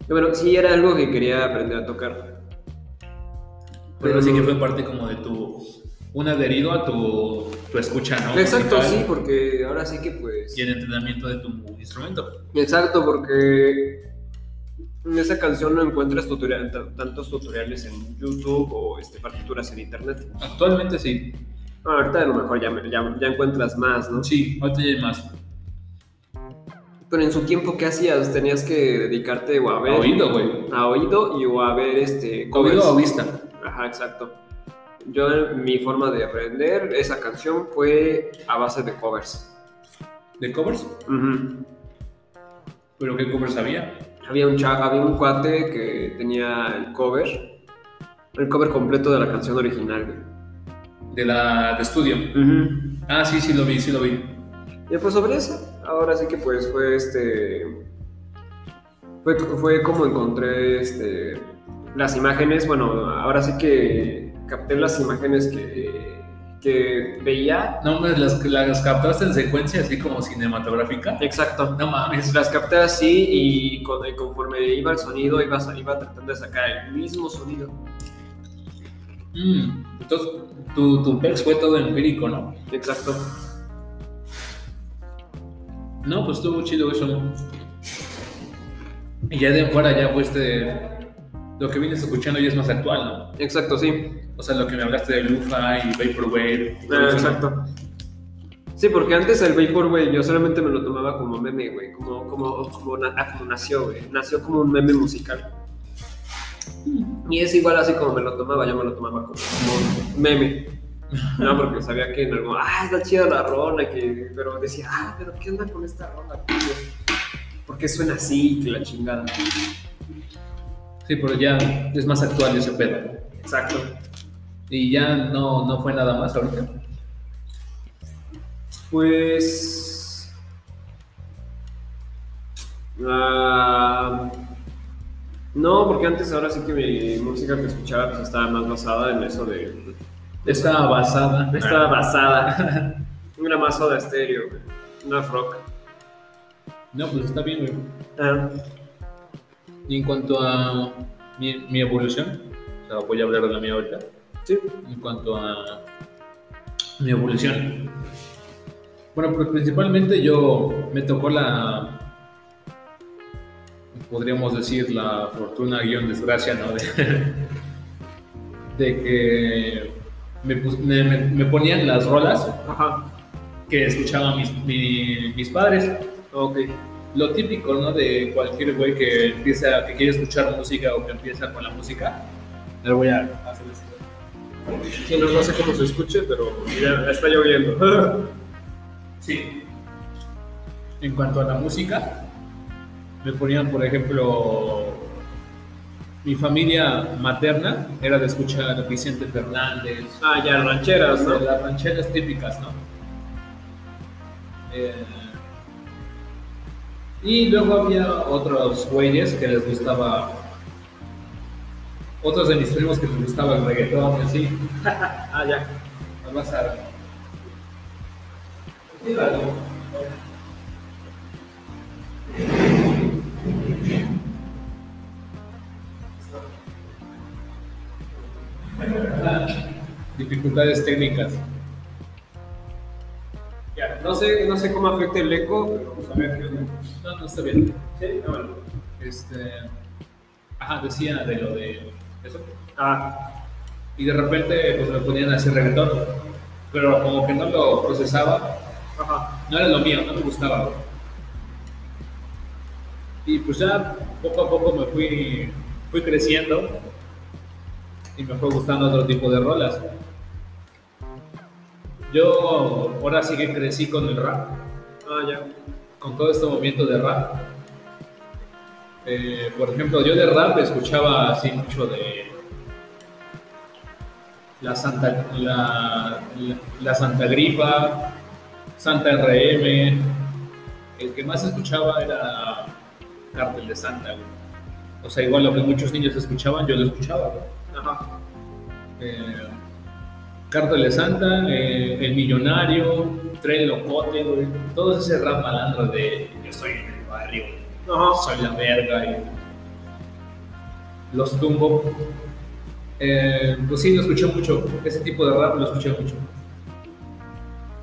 Speaker 3: Bueno, sí era algo que quería aprender a tocar.
Speaker 4: Pero sí que fue parte como de tu. Un adherido a tu, tu escucha, ¿no?
Speaker 3: Exacto,
Speaker 4: Musical
Speaker 3: sí, porque ahora sí que pues...
Speaker 4: Y el entrenamiento de tu instrumento.
Speaker 3: Exacto, porque en esa canción no encuentras tutorial- ta- tantos tutoriales en YouTube o este, partituras en internet.
Speaker 4: Actualmente sí.
Speaker 3: Bueno, ahorita a lo mejor ya, me- ya, ya encuentras más, ¿no?
Speaker 4: Sí, ahorita ya hay más.
Speaker 3: Pero en su tiempo, ¿qué hacías? Tenías que dedicarte o a ver...
Speaker 4: A oído, güey.
Speaker 3: A oído y o a ver este...
Speaker 4: Oído
Speaker 3: covers.
Speaker 4: o vista.
Speaker 3: Ajá, exacto. Yo, mi forma de aprender esa canción fue a base de covers.
Speaker 4: ¿De covers?
Speaker 3: Ujú.
Speaker 4: ¿Pero qué covers había?
Speaker 3: Había un cha- había un cuate que tenía el cover, el cover completo de la canción original. güey.
Speaker 4: De la de estudio. Ah, sí, sí lo vi, sí lo vi.
Speaker 3: Y pues sobre eso, ahora sí que pues fue este, fue, fue como encontré este, las imágenes, bueno, ahora sí que capté las imágenes que, que veía.
Speaker 4: No, hombre, las, las captaste en secuencia así como cinematográfica.
Speaker 3: Exacto.
Speaker 4: No mames.
Speaker 3: Pues, Las capté así y con- y conforme iba el sonido iba, sa- iba tratando de sacar el mismo sonido.
Speaker 4: Mm, entonces, tu, tu pex fue todo empírico, ¿no?
Speaker 3: Exacto.
Speaker 4: No, pues estuvo chido eso. ¿no? Y ya de fuera ya fuiste... Lo que vienes escuchando ya es más actual, ¿no?
Speaker 3: Exacto, sí.
Speaker 4: O sea, lo que me hablaste de Lufa y Vaporwave. y todo
Speaker 3: Ah,
Speaker 4: eso, ¿no?
Speaker 3: exacto. Sí, porque antes el vapor, güey, yo solamente me lo tomaba como meme, güey. Como, como, como, na- ah, como nació, güey. Nació como un meme musical. Y es igual así como me lo tomaba, yo me lo tomaba como, como meme. No, porque sabía que en algún, ah, está chida la rola, que, pero decía, ah, pero ¿qué onda con esta rola? tío? ¿Por qué suena así? Que la chingada.
Speaker 4: Sí, pero ya es más actual ese pedo.
Speaker 3: Exacto.
Speaker 4: Y ya no, no fue nada más ahorita.
Speaker 3: Pues. ah, no, porque antes ahora sí que mi música que escuchaba pues, estaba más basada en eso de.
Speaker 4: Está basada.
Speaker 3: Estaba basada. [laughs] Una más de estéreo, una rock.
Speaker 4: No, pues está bien, güey.
Speaker 3: Ah,
Speaker 4: Y en cuanto a mi, mi evolución, o sea, voy a hablar de la mía ahorita.
Speaker 3: sí.
Speaker 4: En cuanto a mi evolución. Bueno, pues principalmente yo me tocó la, podríamos decir, la fortuna guión desgracia, ¿no? [laughs] De, de que me, pus- me- me- me ponían las rolas
Speaker 3: Ajá.
Speaker 4: que escuchaban mis, mi- mis padres.
Speaker 3: Ok.
Speaker 4: lo típico, ¿no? De cualquier güey que empieza, que quiere escuchar música o que empieza con la música. Le voy a hacer esto.
Speaker 3: Sí, no, no sé cómo se escuche, pero mira, está lloviendo. [laughs]
Speaker 4: Sí. En cuanto a la música, me ponían, por ejemplo, mi familia materna era de escuchar a Vicente Fernández,
Speaker 3: ah, ya, rancheras, ¿no?
Speaker 4: de las rancheras típicas, ¿no? Eh, y luego había otros güeyes que les gustaba, otros de mis primos que les gustaba el reggaetón y así.
Speaker 3: Ah, ya.
Speaker 4: No vas a... Ah, dificultades técnicas.
Speaker 3: Ya, no sé, no sé cómo afecta el eco, pero vamos a ver qué onda.
Speaker 4: No, no está bien.
Speaker 3: Sí, ah, bueno.
Speaker 4: Este, ajá, decía de lo de eso.
Speaker 3: Ah,
Speaker 4: Y de repente pues me ponían a hacer reggaetón, pero como que no lo procesaba,
Speaker 3: ajá.
Speaker 4: no era lo mío, no me gustaba. güey. Y pues ya poco a poco me fui, fui creciendo y me fue gustando otro tipo de rolas. Yo ahora sí que crecí con el rap,
Speaker 3: Ah, ya.
Speaker 4: con todo este movimiento de rap. Eh, por ejemplo, yo de rap escuchaba así mucho de la Santa, la, la- la Santa Gripa, Santa RM. El que más escuchaba era Cártel de Santa. güey. O sea, igual lo que muchos niños escuchaban, yo lo escuchaba. güey.
Speaker 3: Ajá. [laughs]
Speaker 4: Eh, Cártel de Santa, eh, El Millonario, Tren Locote, güey. Todo ese rap malandro de yo soy en el barrio,
Speaker 3: Ajá.
Speaker 4: soy la verga y los tumbo. Eh, pues sí, lo escuché mucho. Ese tipo de rap lo escuché mucho.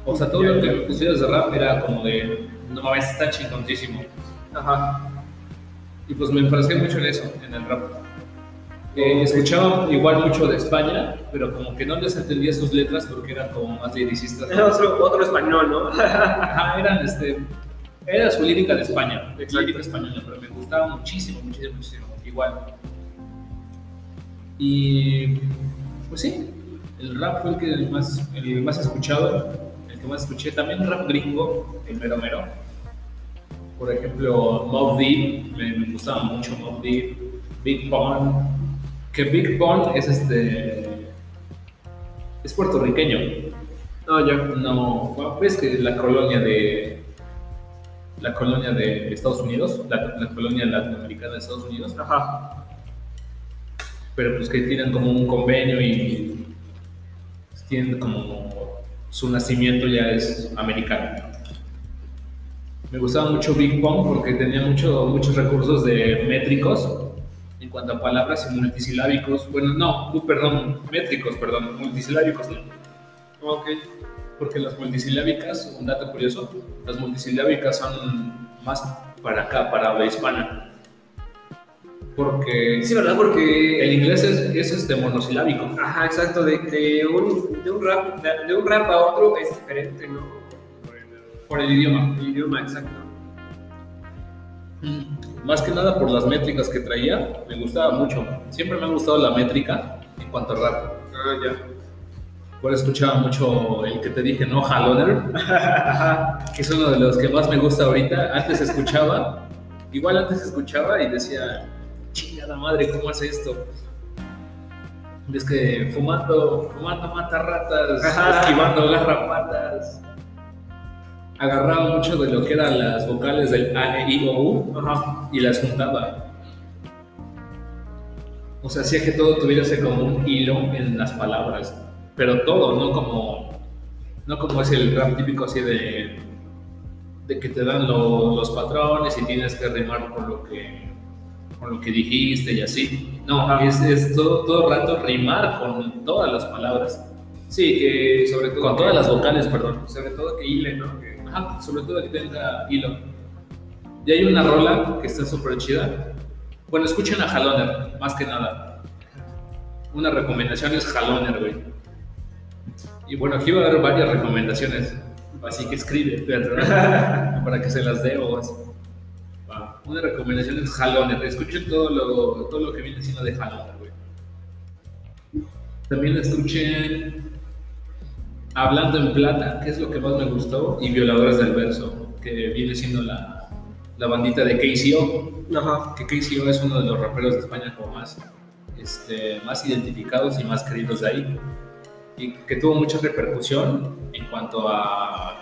Speaker 4: O sea, todo lo que me pusieras de rap era como de, no mames, está chingoncísimo.
Speaker 3: Ajá.
Speaker 4: Y pues me enfrasqué mucho en eso, en el rap. Eh, escuchaba igual mucho de España, pero como que no les entendía sus letras porque eran como más lyricistas.
Speaker 3: Es otro, otro español, ¿no?
Speaker 4: Ajá, eran este. Era su lírica de España, de
Speaker 3: Exacto.
Speaker 4: lírica española, pero me gustaba muchísimo, muchísimo, muchísimo. Igual. Y. Pues sí, el rap fue el que más, el más escuchado, el que más escuché. También rap gringo, el mero mero. Por ejemplo, Mob Deep, me, me gustaba mucho Mob Deep, Big Pun. Que Big Pun es este. Es puertorriqueño.
Speaker 3: No, ya.
Speaker 4: No, pues que la colonia de la colonia de Estados Unidos, la, la colonia latinoamericana de Estados Unidos,
Speaker 3: Ajá.
Speaker 4: pero pues que tienen como un convenio y tienen como su nacimiento ya es americano. Me gustaba mucho Big Pong porque tenía mucho, muchos recursos de métricos en cuanto a palabras y multisilábicos. Bueno, no, uh, perdón, métricos, perdón, multisilábicos no.
Speaker 3: Ok.
Speaker 4: Porque las multisilábicas, un dato curioso, las multisilábicas son más para acá, para habla hispana. Porque
Speaker 3: Sí, ¿verdad? Porque
Speaker 4: el inglés es, es este monosilábico.
Speaker 3: Ajá, exacto, de, de, un, de, un rap, de, de un rap a otro es diferente, ¿no? Por el,
Speaker 4: Por el idioma.
Speaker 3: por el idioma, exacto.
Speaker 4: Más que nada por las métricas que traía, me gustaba mucho. Siempre me ha gustado la métrica en cuanto a rap.
Speaker 3: Ah, ya.
Speaker 4: Por eso escuchaba mucho el que te dije, ¿no? Haloner, que es uno de los que más me gusta ahorita. Antes escuchaba, igual antes escuchaba y decía, chingada madre, ¿cómo hace esto? Es que fumando, fumando mata ratas,
Speaker 3: Ajá.
Speaker 4: esquivando garrapatas. Agarraba mucho de lo que eran las vocales del A, E, I, O, U
Speaker 3: Ajá.
Speaker 4: y las juntaba. O sea, hacía que todo tuviese como un hilo en las palabras, pero todo, no como, no como es el rap típico así de, de que te dan lo- los patrones y tienes que rimar con lo que, con lo que dijiste y así. No, es, es todo, todo rato rimar con todas las palabras,
Speaker 3: Sí, que sobre todo.
Speaker 4: con todas las vocales, perdón.
Speaker 3: Sobre todo que hile, ¿no? Que,
Speaker 4: Ajá, sobre todo que tenga hilo. Y hay una rola que está súper chida. Bueno, escuchen a Haloner, más que nada. Una recomendación es Haloner, güey. Y bueno, aquí va a haber varias recomendaciones. Así que escribe, ¿verdad? para que se las dé o así. Va. Una recomendación es Haloner. Escuchen todo lo, todo lo que viene encima de Haloner, güey. También escuchen Hablando en Plata, que es lo que más me gustó, y Violadores del Verso, que viene siendo la, la bandita de KCO,
Speaker 3: Ajá.
Speaker 4: que KCO es uno de los raperos de España como más, este, más identificados y más queridos de ahí, y que tuvo mucha repercusión en cuanto a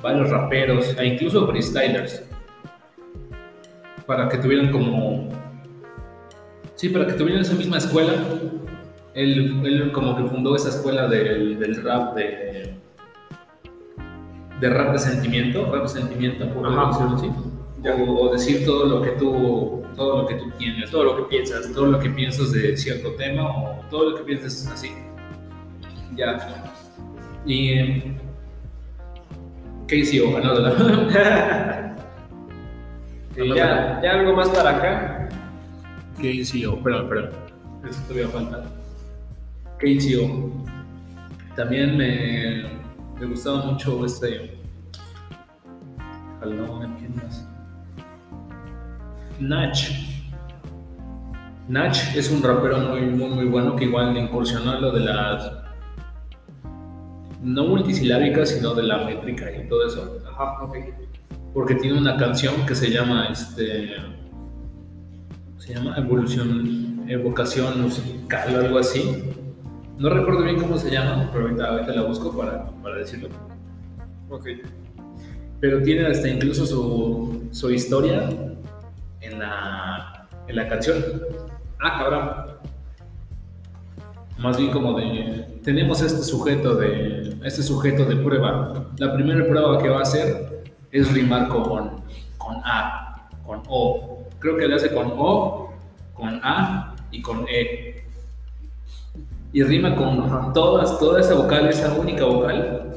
Speaker 4: varios raperos, e incluso freestylers, para que tuvieran como... Sí, para que tuvieran esa misma escuela. Él, él como que fundó esa escuela del, del rap de... De rap de sentimiento, rap de sentimiento, por
Speaker 3: Ajá.
Speaker 4: decirlo así.
Speaker 3: Ya.
Speaker 4: O, o decir todo lo que tú, todo lo que tú tienes, todo lo que piensas, todo lo que piensas de cierto tema o todo lo que piensas así. Ya. Y. em, KCO, anótala.
Speaker 3: Y ya, ya algo más para acá.
Speaker 4: KCO, perdón, perdón. Eso todavía falta. KCO. También me, me gustaba mucho este. Jalón, ¿quién más? Nach. Nach es un rapero muy, muy, muy bueno que igual incursionó en lo de las. No multisilábicas, sino de la métrica y todo eso.
Speaker 3: Ajá, ok.
Speaker 4: Porque tiene una canción que se llama este. Se llama Evolución. Evocación musical o algo así. No recuerdo bien cómo se llama, pero ahorita, ahorita la busco para, para decirlo.
Speaker 3: Ok.
Speaker 4: Pero tiene hasta incluso su, su historia en la, en la canción. Ah, cabrón. Más bien como de. Tenemos este sujeto de. Este sujeto de prueba. La primera prueba que va a hacer es rimar con, con A, con O. Creo que le hace con O, con A y con E. Y rima con todas, toda esa vocal, esa única vocal,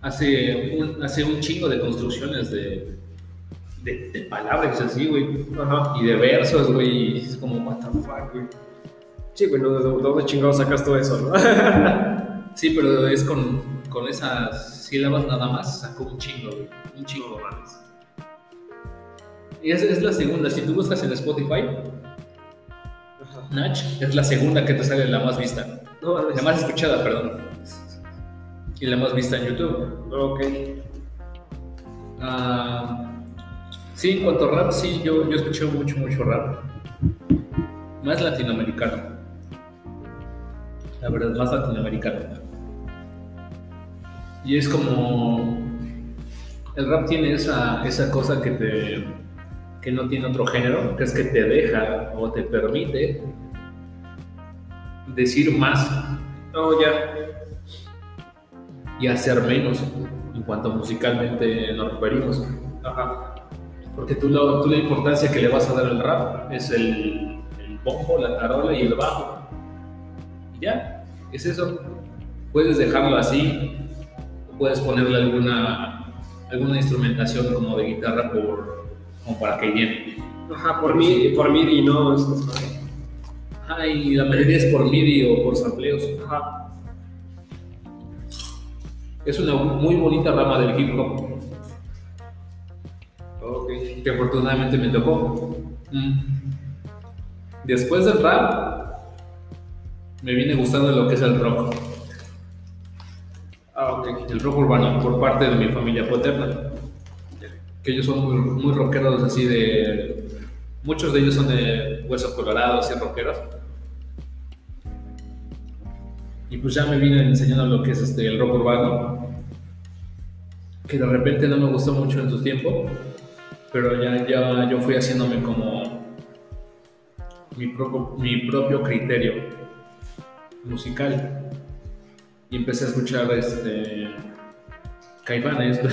Speaker 4: hace un, hace un chingo de construcciones de, de, de palabras así, güey.
Speaker 3: Ajá.
Speaker 4: Y de versos, güey. y Es como, what the fuck, güey.
Speaker 3: Sí, bueno, ¿de dó- dónde chingados sacas todo eso, no?
Speaker 4: Sí, pero es con, con esas sílabas nada más. Sacó un chingo, güey. Un chingo, mames. Y es, es la segunda. Si tú buscas en Spotify,
Speaker 3: Ajá.
Speaker 4: Nach es la segunda que te sale la más vista.
Speaker 3: [laughs] No, mames.
Speaker 4: La más escuchada, perdón. Y la más vista en YouTube.
Speaker 3: Ok.
Speaker 4: Ah, sí, en cuanto a rap, sí, yo, yo escuché mucho, mucho rap. Más latinoamericano. La verdad, más latinoamericano. Y es como... El rap tiene esa, esa cosa que te... que no tiene otro género, que es que te deja o te permite decir más
Speaker 3: No, ya.
Speaker 4: y hacer menos en cuanto musicalmente nos referimos.
Speaker 3: Ajá.
Speaker 4: Porque tú, lo- tú la importancia que le vas a dar al rap es el, el bombo, la tarola y el bajo. Y ya, es eso. Puedes dejarlo así, o puedes ponerle alguna, alguna instrumentación como de guitarra por, como para que llene.
Speaker 3: Ajá, por mí, por mí y no. es- es-
Speaker 4: Ajá, y la mayoría es por MIDI o por sampleos.
Speaker 3: Ajá.
Speaker 4: Es una muy bonita rama del hip hop
Speaker 3: Ok.
Speaker 4: que afortunadamente me tocó. Mm. Después del rap, me viene gustando lo que es el rock.
Speaker 3: Ah, ok.
Speaker 4: el rock urbano por parte de mi familia paterna. Que ellos son muy, muy rockeros, así de. Muchos de ellos son de huesos colorados y rockeros. Y pues ya me vienen enseñando lo que es este, el rock urbano. Que de repente no me gustó mucho en su tiempo. Pero ya, ya yo fui haciéndome como. Mi propio, mi propio criterio musical y empecé a escuchar este Caifanes.
Speaker 3: [laughs]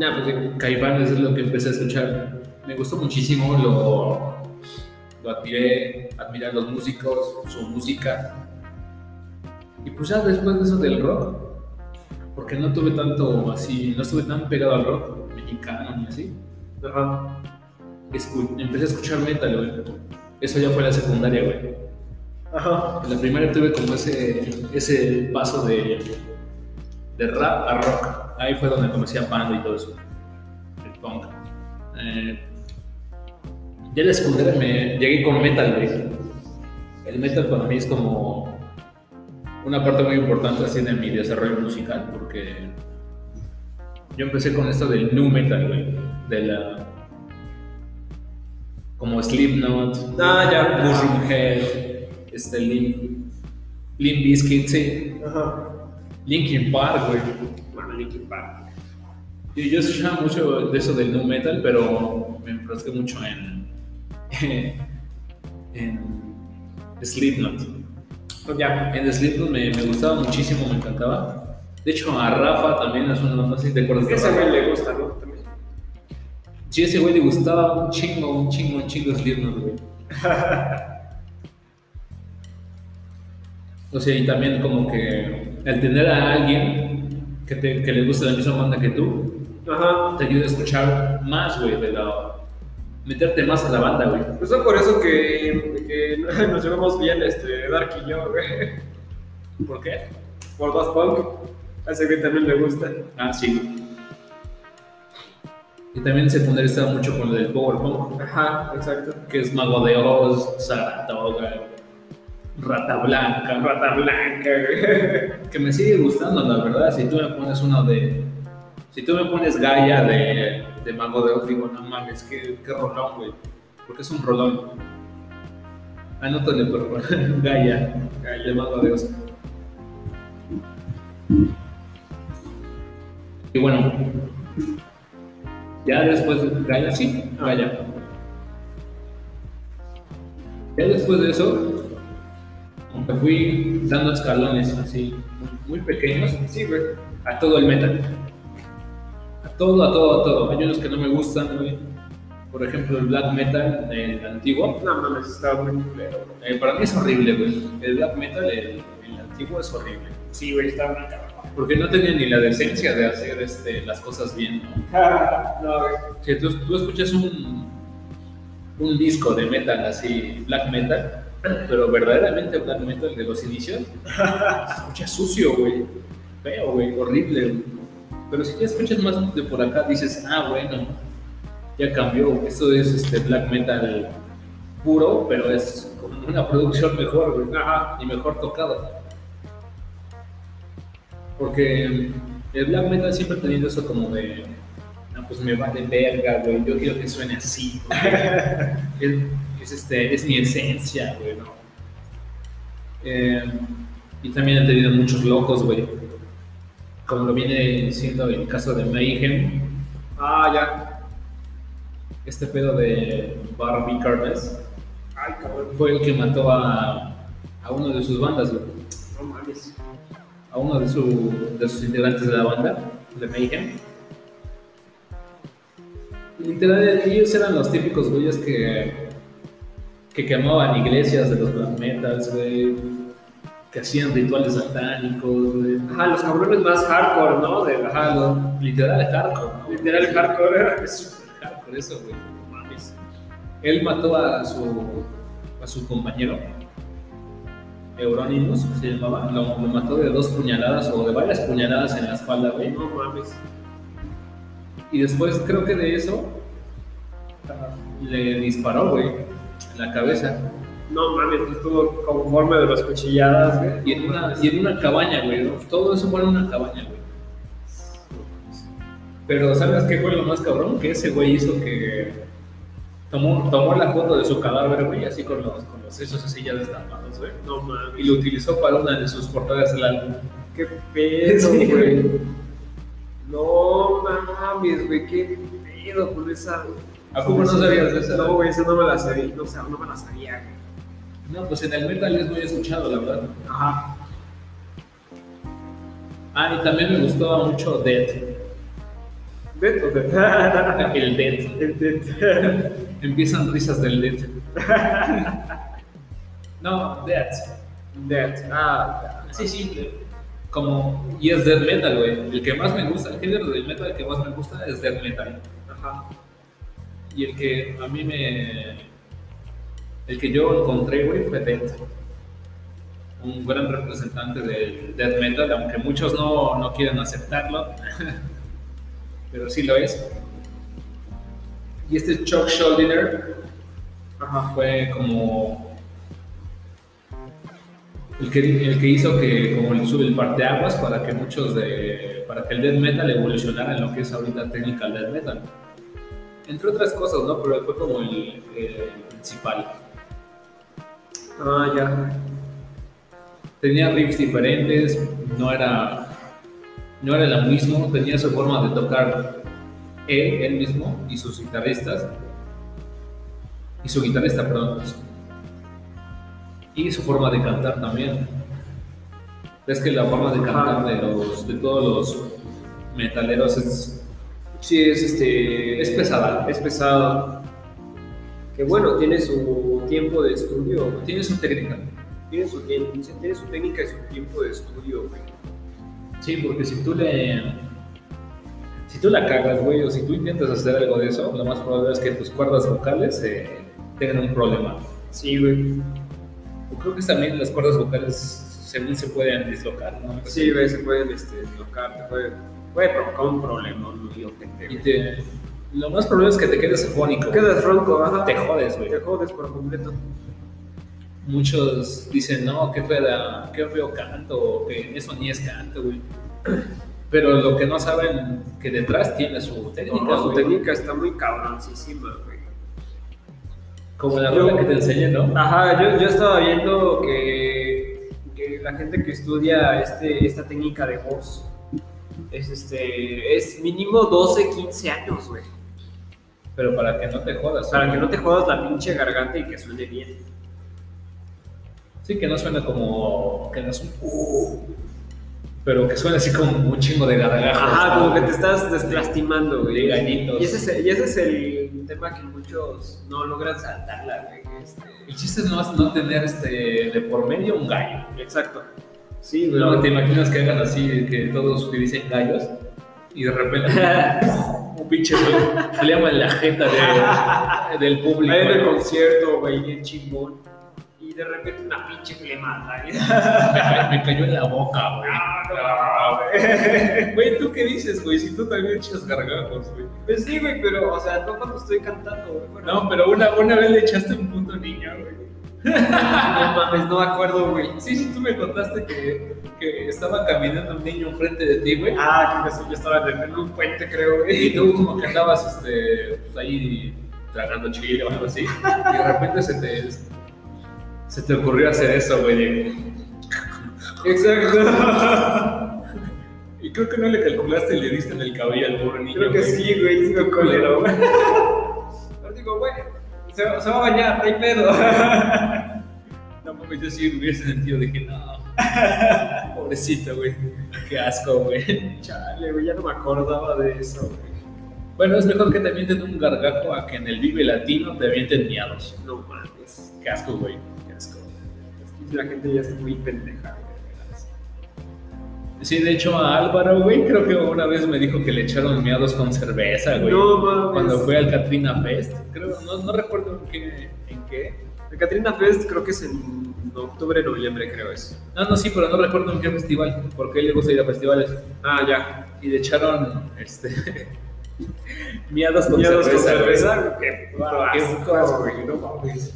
Speaker 3: Ya, pues digo.
Speaker 4: Caifanes es lo que empecé a escuchar. Me gustó muchísimo, lo, lo admiré, admiré a los músicos, su música. Y pues ya después de eso del rock, porque no tuve tanto así, no estuve tan pegado al rock mexicano ni así,
Speaker 3: Ajá.
Speaker 4: escu- empecé a escuchar metal, güey. Eso ya fue la secundaria, güey.
Speaker 3: Ajá.
Speaker 4: En la primera tuve como ese, ese paso de, de rap a rock. Ahí fue donde comencé a Panda y todo eso. El punk. Eh, ya en la secundaria me llegué con metal, güey. El metal para mí es como una parte muy importante así de mi desarrollo musical porque yo empecé con esto del nu metal, güey. De la... Como Slipknot,
Speaker 3: Ah, ya.
Speaker 4: Mushroomhead, este Lim, Lim Bizkit, sí,
Speaker 3: Ajá.
Speaker 4: Linkin Park, güey.
Speaker 3: Bueno, Linkin Park.
Speaker 4: Yo, yo escuchaba mucho de eso del nu metal, pero me enfrasqué mucho en, [laughs] en Slipknot.
Speaker 3: Ya.
Speaker 4: En Slipknot me, me gustaba muchísimo, me encantaba. De hecho, a Rafa también es uno, Pues no sé si te acuerdas de
Speaker 3: Ese
Speaker 4: Rafa.
Speaker 3: güey le gusta, ¿no? También.
Speaker 4: Sí, ese güey le gustaba un chingo, un chingo,
Speaker 3: [laughs]
Speaker 4: un chingo Slipknot, güey. O sea, y también como que el tener a alguien que, te- que le gusta la misma banda que tú,
Speaker 3: Ajá.
Speaker 4: te ayuda a escuchar más, güey, de la... Meterte más a la banda, güey.
Speaker 3: Pues fue por eso que, que [laughs] nos llevamos bien, este, Dark y yo, güey.
Speaker 4: ¿Por qué?
Speaker 3: Por Daft Punk. Así que también le gusta.
Speaker 4: Ah, sí. Y también en secundaria estaba mucho con lo del power punk,
Speaker 3: Ajá, exacto.
Speaker 4: que es Mago de Oz, Saratoga, Rata Blanca,
Speaker 3: Rata blanca, güey.
Speaker 4: [laughs] que me sigue gustando, la verdad. Si tú me pones uno de. Si tú me pones Gaia de, de Mago de Oz, digo, no mames, qué, qué rolón, güey. Porque es un rolón. Anótale, por favor. [laughs] Gaia, Gaia de Mago de Oz. Y bueno, ya después, Gaia, sí,
Speaker 3: Ah.
Speaker 4: Gaia. Ya después de eso, me fui dando escalones así, muy, muy pequeños,
Speaker 3: Sí, güey.
Speaker 4: a todo el metal. A todo, a todo, a todo. Hay unos que no me gustan, güey. Por ejemplo, el black metal, el antiguo.
Speaker 3: No mames, estaba muy culero, güey.
Speaker 4: Eh, para mí es horrible, güey. El black metal, el, el antiguo es horrible.
Speaker 3: Sí, güey, estaba muy cabrón.
Speaker 4: Porque no tenía ni la decencia de hacer este, las cosas bien, ¿no?
Speaker 3: [laughs] no, güey.
Speaker 4: Si tú, tú escuchas un, un disco de metal así, black metal, pero verdaderamente black metal de los inicios, se escucha sucio, güey. Feo, güey, horrible. güey. Pero si ya escuchas más de por acá, dices, ah, bueno, ya cambió. Esto es este black metal puro, pero es con una producción mejor, güey, y mejor tocada. Porque el black metal siempre ha tenido eso como de. No, pues me va de verga, güey. Yo quiero que suene así. güey". es, es este, es mi esencia, güey, ¿no? Eh, y también han tenido muchos locos, güey. Como lo viene siendo el caso de Mayhem.
Speaker 3: Ah, ya.
Speaker 4: Este pedo de Barbie Curtis
Speaker 3: Ay, cabrón.
Speaker 4: fue el que mató a, a uno de sus bandas, güey.
Speaker 3: No mames.
Speaker 4: a uno de, su- de sus integrantes de la banda, de Mayhem. Literal, ellos eran los típicos güeyes que, que quemaban iglesias de los black metals, güey, que hacían rituales satánicos, güey.
Speaker 3: Ajá, los cabrones más hardcore, ¿no? De la...
Speaker 4: Ajá, lo- literal hardcore, ¿no?
Speaker 3: Literal hardcore [laughs] era eso.
Speaker 4: Ajá, Por eso, güey, no mames. Él mató a su, a su compañero, Euronymous, que se llamaba, lo, lo mató de dos puñaladas o de varias puñaladas en la espalda, güey.
Speaker 3: No mames.
Speaker 4: Y después creo que de eso ah, le disparó, güey, en la cabeza.
Speaker 3: No mames, estuvo conforme de las cuchilladas, güey.
Speaker 4: Y en una, y en una cabaña, güey. ¿no? Todo eso fue en una cabaña, güey. Pero ¿sabes qué fue lo más cabrón? Que ese güey hizo que tomó, tomó la foto de su cadáver, güey, así con los, con los sesos así ya destapados, güey.
Speaker 3: No
Speaker 4: Y
Speaker 3: mames.
Speaker 4: lo utilizó para una de sus portadas del álbum.
Speaker 3: Qué pedo,
Speaker 4: Sí,
Speaker 3: güey. No mames, güey, qué pedo con esa.
Speaker 4: ¿A poco
Speaker 3: con
Speaker 4: no
Speaker 3: esa-
Speaker 4: sabías de esa?
Speaker 3: No, güey, esa no me la sabía. No, o sea, no me la sabía, güey.
Speaker 4: No, pues en el metal es muy escuchado, la verdad.
Speaker 3: Ajá.
Speaker 4: Ah, y también me gustaba mucho Dead,
Speaker 3: Beto, de-
Speaker 4: el Dead.
Speaker 3: El de-
Speaker 4: [laughs] Empiezan risas
Speaker 3: [laughs]
Speaker 4: del Dead. no, Dead.
Speaker 3: Dead. Ah,
Speaker 4: Así simple. Como, y es Dead Metal, güey. El que más me gusta, el género del metal que más me gusta es Dead Metal.
Speaker 3: ajá.
Speaker 4: Y el que a mí me. El que yo encontré, güey, fue Dead. Un gran representante del Dead Metal, aunque muchos no, no quieren aceptarlo. [laughs] Pero sí lo es. Y este Chuck Schuldiner
Speaker 3: Ajá.
Speaker 4: fue como el que, el que hizo que como el sube el parteaguas para que muchos de para que el death metal evolucionara en lo que es ahorita técnica el death metal entre otras cosas no pero fue como el, eh, principal
Speaker 3: [laughs] Ah, ya.
Speaker 4: tenía riffs diferentes no era no era lo mismo tenía su forma de tocar él él mismo y sus guitarristas y su guitarrista perdón pues, y su forma de cantar también. Es que la forma de cantar de, los, de todos los metaleros es,
Speaker 3: Sí, es este.
Speaker 4: es pesada.
Speaker 3: Es pesado. Que bueno, tiene su tiempo de estudio, güey.
Speaker 4: Tiene su técnica.
Speaker 3: tiene su, tiemp- tiene su técnica y su tiempo de estudio, güey.
Speaker 4: Sí, porque si tú le. Si tú la cagas, güey, o si tú intentas hacer algo de eso, lo más probable es que tus cuerdas vocales eh, tengan un problema.
Speaker 3: Sí, güey.
Speaker 4: Yo Creo que también las cuerdas vocales, según se pueden dislocar, ¿no?
Speaker 3: Pues Sí, güey, se pueden este, deslocar, te puede, puede provocar un problema, muy ojete,
Speaker 4: Y
Speaker 3: güey.
Speaker 4: te- lo más probable es que te quedes afónico.
Speaker 3: Quedas ronco, ajá.
Speaker 4: Te jodes, güey.
Speaker 3: Te jodes por completo.
Speaker 4: Muchos dicen, no, qué, fea, qué feo canto, o que eso ni es canto, güey. Pero lo que no saben, que detrás tiene su técnica,
Speaker 3: No, su
Speaker 4: güey.
Speaker 3: técnica está muy cabroncísima, güey.
Speaker 4: Como la
Speaker 3: Yo-
Speaker 4: rola que te enseñé, ¿no?
Speaker 3: Ajá, yo, yo estaba viendo que, que la gente que estudia este, esta técnica de voz es, este, es mínimo 12, 15 años, güey.
Speaker 4: Pero para que no te jodas.
Speaker 3: Para
Speaker 4: güey.
Speaker 3: que no te jodas la pinche garganta y que suene bien.
Speaker 4: Sí, que no suena como. que no es un. "Uh", pero que suena así como un chingo de gargajo.
Speaker 3: Ajá, como que te estás deslastimando, güey.
Speaker 4: De gallitos.
Speaker 3: Y ese es, y ese es el tema que muchos no logran saltarla, güey. que este-
Speaker 4: El chiste es no, no tener este, de por medio un gallo.
Speaker 3: Exacto. Sí, güey.
Speaker 4: No te imaginas que hagan así, que todos utilicen gallos y de
Speaker 3: [laughs]
Speaker 4: repente ¡pum! un pinche güey, flema en la jeta de- del público.
Speaker 3: Ahí en el
Speaker 4: ¿no?
Speaker 3: concierto, güey, bien chingón. Y de repente una pinche flemada. güey. [laughs]
Speaker 4: Me ca- me cayó en la boca, güey.
Speaker 3: Ah,
Speaker 4: Güey, ¿tú qué dices, güey? Si tú también echas gargajos, güey.
Speaker 3: Pues sí, güey, pero, o sea, no cuando estoy cantando, güey. Bueno,
Speaker 4: No, pero una, una vez le echaste un punto niño, güey.
Speaker 3: no mames, no me acuerdo, güey.
Speaker 4: Sí, sí, tú me contaste que, que estaba caminando un niño enfrente de ti, güey.
Speaker 3: Ah, creo que sí, yo estaba en un puente, creo,
Speaker 4: Y
Speaker 3: güey.
Speaker 4: tú como que andabas este, pues, ahí tragando chile o algo así. Y de repente se te, se te ocurrió hacer eso, güey.
Speaker 3: Exacto.
Speaker 4: [laughs] Y creo que no le calculaste y le diste en el cabello al pobre niño.
Speaker 3: Creo que
Speaker 4: güey.
Speaker 3: sí, güey, sí me colero, güey. [laughs] Pero digo, güey, se, va- se va a bañar, no hay pedo.
Speaker 4: [laughs] No mames, yo sí me hubiese sentido de que no. [laughs] Pobrecito, güey. Qué asco, güey.
Speaker 3: Chale, güey, ya no me acordaba de eso, güey.
Speaker 4: Bueno, es mejor que te avienten un gargajo a que en el Vive Latino te avienten miados.
Speaker 3: No mames.
Speaker 4: Qué asco, güey. Qué asco.
Speaker 3: Es que la gente ya está muy pendeja, güey. la verdad.
Speaker 4: Sí, de hecho a Álvaro, güey, creo que una vez me dijo que le echaron miados con cerveza, güey.
Speaker 3: No mames.
Speaker 4: Cuando fue al Katrina Fest, creo, no, no recuerdo en qué, en qué.
Speaker 3: El Katrina Fest creo que es en octubre, noviembre, creo es.
Speaker 4: No, no, sí, pero no recuerdo en qué festival, porque a él le gusta ir a festivales.
Speaker 3: Ah, ya.
Speaker 4: Y le echaron, este, [laughs] miados con
Speaker 3: Ya dos con
Speaker 4: cerveza, güey.
Speaker 3: cerveza, Qué puto
Speaker 4: Ah, qué
Speaker 3: asco,
Speaker 4: asco,
Speaker 3: güey, no mames.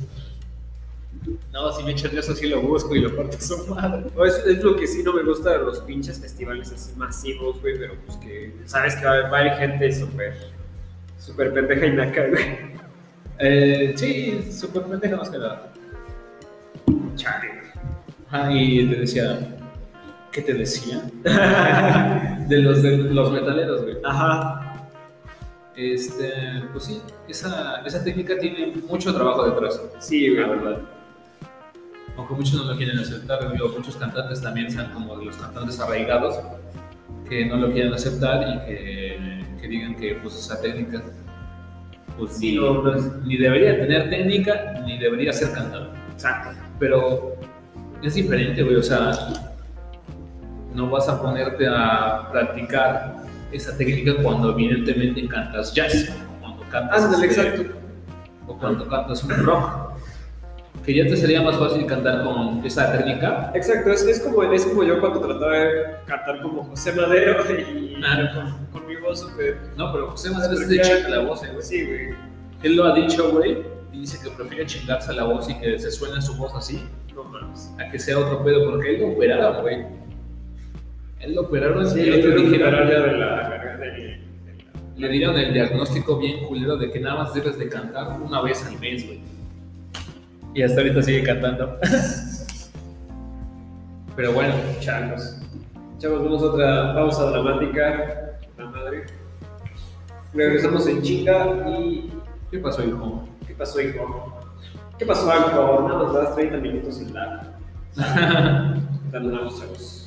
Speaker 4: No, si me echan eso sí lo busco y lo parto a su madre.
Speaker 3: No, es, es lo que sí no me gusta de los pinches festivales así masivos, güey, pero pues que sabes que va a haber, va a haber gente súper, súper pendeja y naca, güey.
Speaker 4: Eh, sí, súper pendeja más que nada.
Speaker 3: Chale.
Speaker 4: Ah, y te decía, ¿qué
Speaker 3: [laughs]
Speaker 4: te decía? de los, de los metaleros, güey.
Speaker 3: Ajá.
Speaker 4: Este, pues sí, esa, esa técnica tiene mucho trabajo detrás,
Speaker 3: Sí,
Speaker 4: la
Speaker 3: güey.
Speaker 4: verdad. Aunque muchos no lo quieren aceptar, digo, muchos cantantes también son como de los cantantes arraigados que no lo quieren aceptar y que, que digan que pues esa técnica pues
Speaker 3: Sí,
Speaker 4: ni,
Speaker 3: no, no es-
Speaker 4: ni debería tener técnica ni debería ser cantante
Speaker 3: Exacto.
Speaker 4: pero es diferente, güey. O sea, no vas a ponerte a practicar esa técnica cuando evidentemente cantas jazz, o cuando cantas,
Speaker 3: Ándale,
Speaker 4: este,
Speaker 3: exacto.
Speaker 4: o cuando cantas un rock, que ya te sería más fácil cantar con esa técnica.
Speaker 3: Exacto, es, es, como, es como yo cuando trataba de cantar como José Madero [laughs] y
Speaker 4: Ah.
Speaker 3: con, con mi voz súper...
Speaker 4: No, pero José más veces
Speaker 3: súper
Speaker 4: se
Speaker 3: clara.
Speaker 4: chinga la voz, eh, güey.
Speaker 3: Sí, güey.
Speaker 4: Él lo ha dicho, güey, y dice que prefiere chingarse la voz y que se suene su voz así,
Speaker 3: No mames.
Speaker 4: a que sea otro pedo, porque él lo operaron, güey. Él lo operaron,
Speaker 3: Sí,
Speaker 4: y
Speaker 3: yo
Speaker 4: le
Speaker 3: te dije
Speaker 4: dijeron-
Speaker 3: la ya de la verga de.
Speaker 4: Le dieron el diagnóstico bien culero de que nada más debes de cantar una vez al mes, güey. Y hasta ahorita sigue cantando. [laughs] Pero bueno,
Speaker 3: Chavos. Chavos, vamos a otra pausa dramática. La madre. Regresamos en chinga y.
Speaker 4: ¿qué pasó, hijo?
Speaker 3: ¿Qué pasó, hijo? ¿Qué pasó, hijo? Nada más das 30 minutos en
Speaker 4: [laughs]
Speaker 3: la. Tardamos, chavos.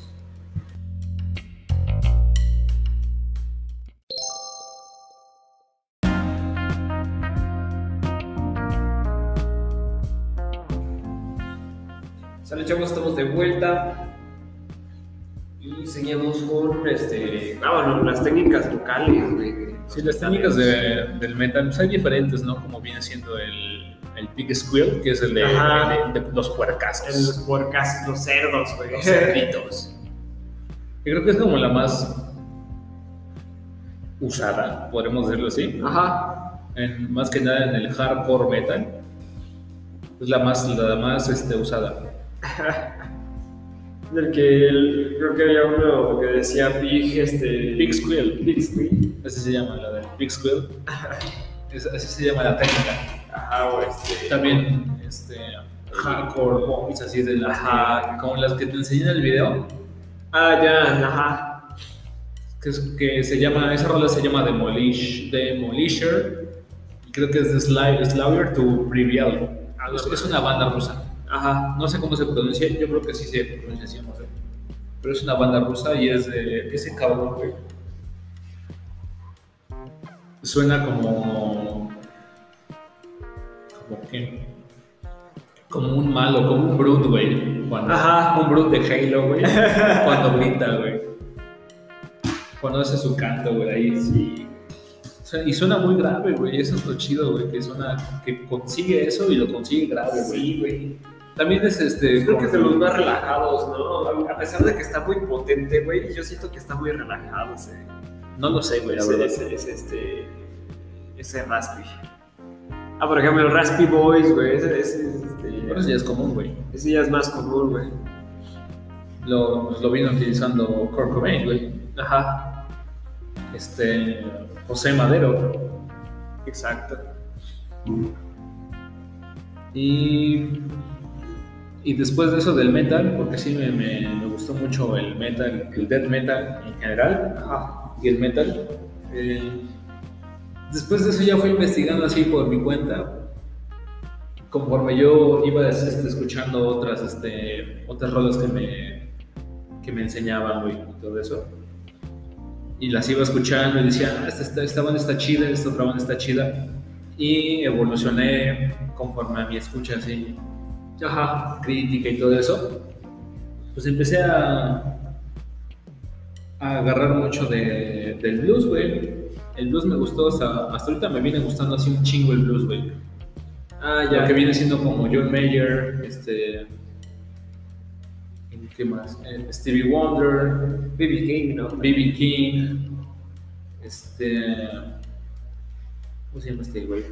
Speaker 3: Sale, chavos, de vuelta y seguimos con este. Ah, bueno, las técnicas vocales, güey.
Speaker 4: Sí, las técnicas de- del metal pues, hay diferentes, ¿no? Como viene siendo el, el pig squeal, que es el de,
Speaker 3: Ajá.
Speaker 4: el de- de los
Speaker 3: En los
Speaker 4: puercazos,
Speaker 3: puercas, los cerdos, güey.
Speaker 4: los [laughs] cerditos. Yo creo que es como la más usada, podremos decirlo así.
Speaker 3: Ajá.
Speaker 4: En- más que nada en el hardcore metal. Es la más, la más este, usada.
Speaker 3: Del que el- creo que había uno que decía Pig, este.
Speaker 4: Pig squeal.
Speaker 3: Pig Squeal.
Speaker 4: Así se llama la del pig squeal. Es- así se llama la técnica.
Speaker 3: Ajá, o este.
Speaker 4: También este, hardcore movies así de las
Speaker 3: Ajá.
Speaker 4: que, como las que te enseñé en el video.
Speaker 3: Ah, ya, ajá.
Speaker 4: que, es- que se llama, esa rola se llama Demolish, Demolisher, y creo que es de Sly, Slayer to Prevail.
Speaker 3: Ah,
Speaker 4: Es, es una banda rusa.
Speaker 3: pues Ajá.
Speaker 4: No sé cómo se pronuncia, yo creo que sí se pronuncia así, no sé. Pero es una banda rusa y es de ese cabrón, güey. Suena como. como que. como un malo, como un brut, güey. Cuando,
Speaker 3: Ajá.
Speaker 4: Un brut de
Speaker 3: [laughs]
Speaker 4: Halo, güey. cuando grita, güey. Cuando hace su canto, güey, ahí sí. O sea, Y suena muy grave, güey. Eso es lo chido, güey. Que suena. que consigue eso y lo consigue grave, güey.
Speaker 3: Sí, güey.
Speaker 4: También es este.
Speaker 3: Creo que es de
Speaker 4: como-
Speaker 3: los más relajados, ¿no? A pesar de que está muy potente, güey, yo siento que está muy relajado ese,
Speaker 4: No lo sé, güey, la
Speaker 3: ese,
Speaker 4: verdad.
Speaker 3: ese, ese, este, ese Raspy. Ah, por ejemplo, el Raspy Boys, güey, ese, ese,
Speaker 4: Pero eso
Speaker 3: este,
Speaker 4: ya es común, güey.
Speaker 3: ese ya es más común, güey.
Speaker 4: Lo, pues, lo vino utilizando Kurt Cobain, güey. Ajá. Este. José Madero.
Speaker 3: Exacto.
Speaker 4: Y. Y después de eso del metal, porque sí me, me- me gustó mucho el metal, el death metal en general,
Speaker 3: Ajá.
Speaker 4: y el metal. eh, después de eso ya fui investigando así por mi cuenta. Conforme yo iba este, escuchando otras, este, otras rolas que me, que me enseñaban güey, y todo eso. Y las iba escuchando y decía, "Ah, esta, esta, esta banda está chida, esta otra banda está chida. Y evolucioné conforme a mi escucha así,
Speaker 3: Ajá.
Speaker 4: crítica y todo eso, pues empecé a, a agarrar mucho de- del blues, güey. El blues me gustó, hasta, hasta ahorita me viene gustando así un chingo el blues, güey.
Speaker 3: Ah,
Speaker 4: Lo
Speaker 3: ya.
Speaker 4: que viene siendo como John Mayer, este... ¿Qué más? Eh, Stevie Wonder,
Speaker 3: BB King, ¿no?
Speaker 4: BB King, este. ¿Cómo se llama este güey?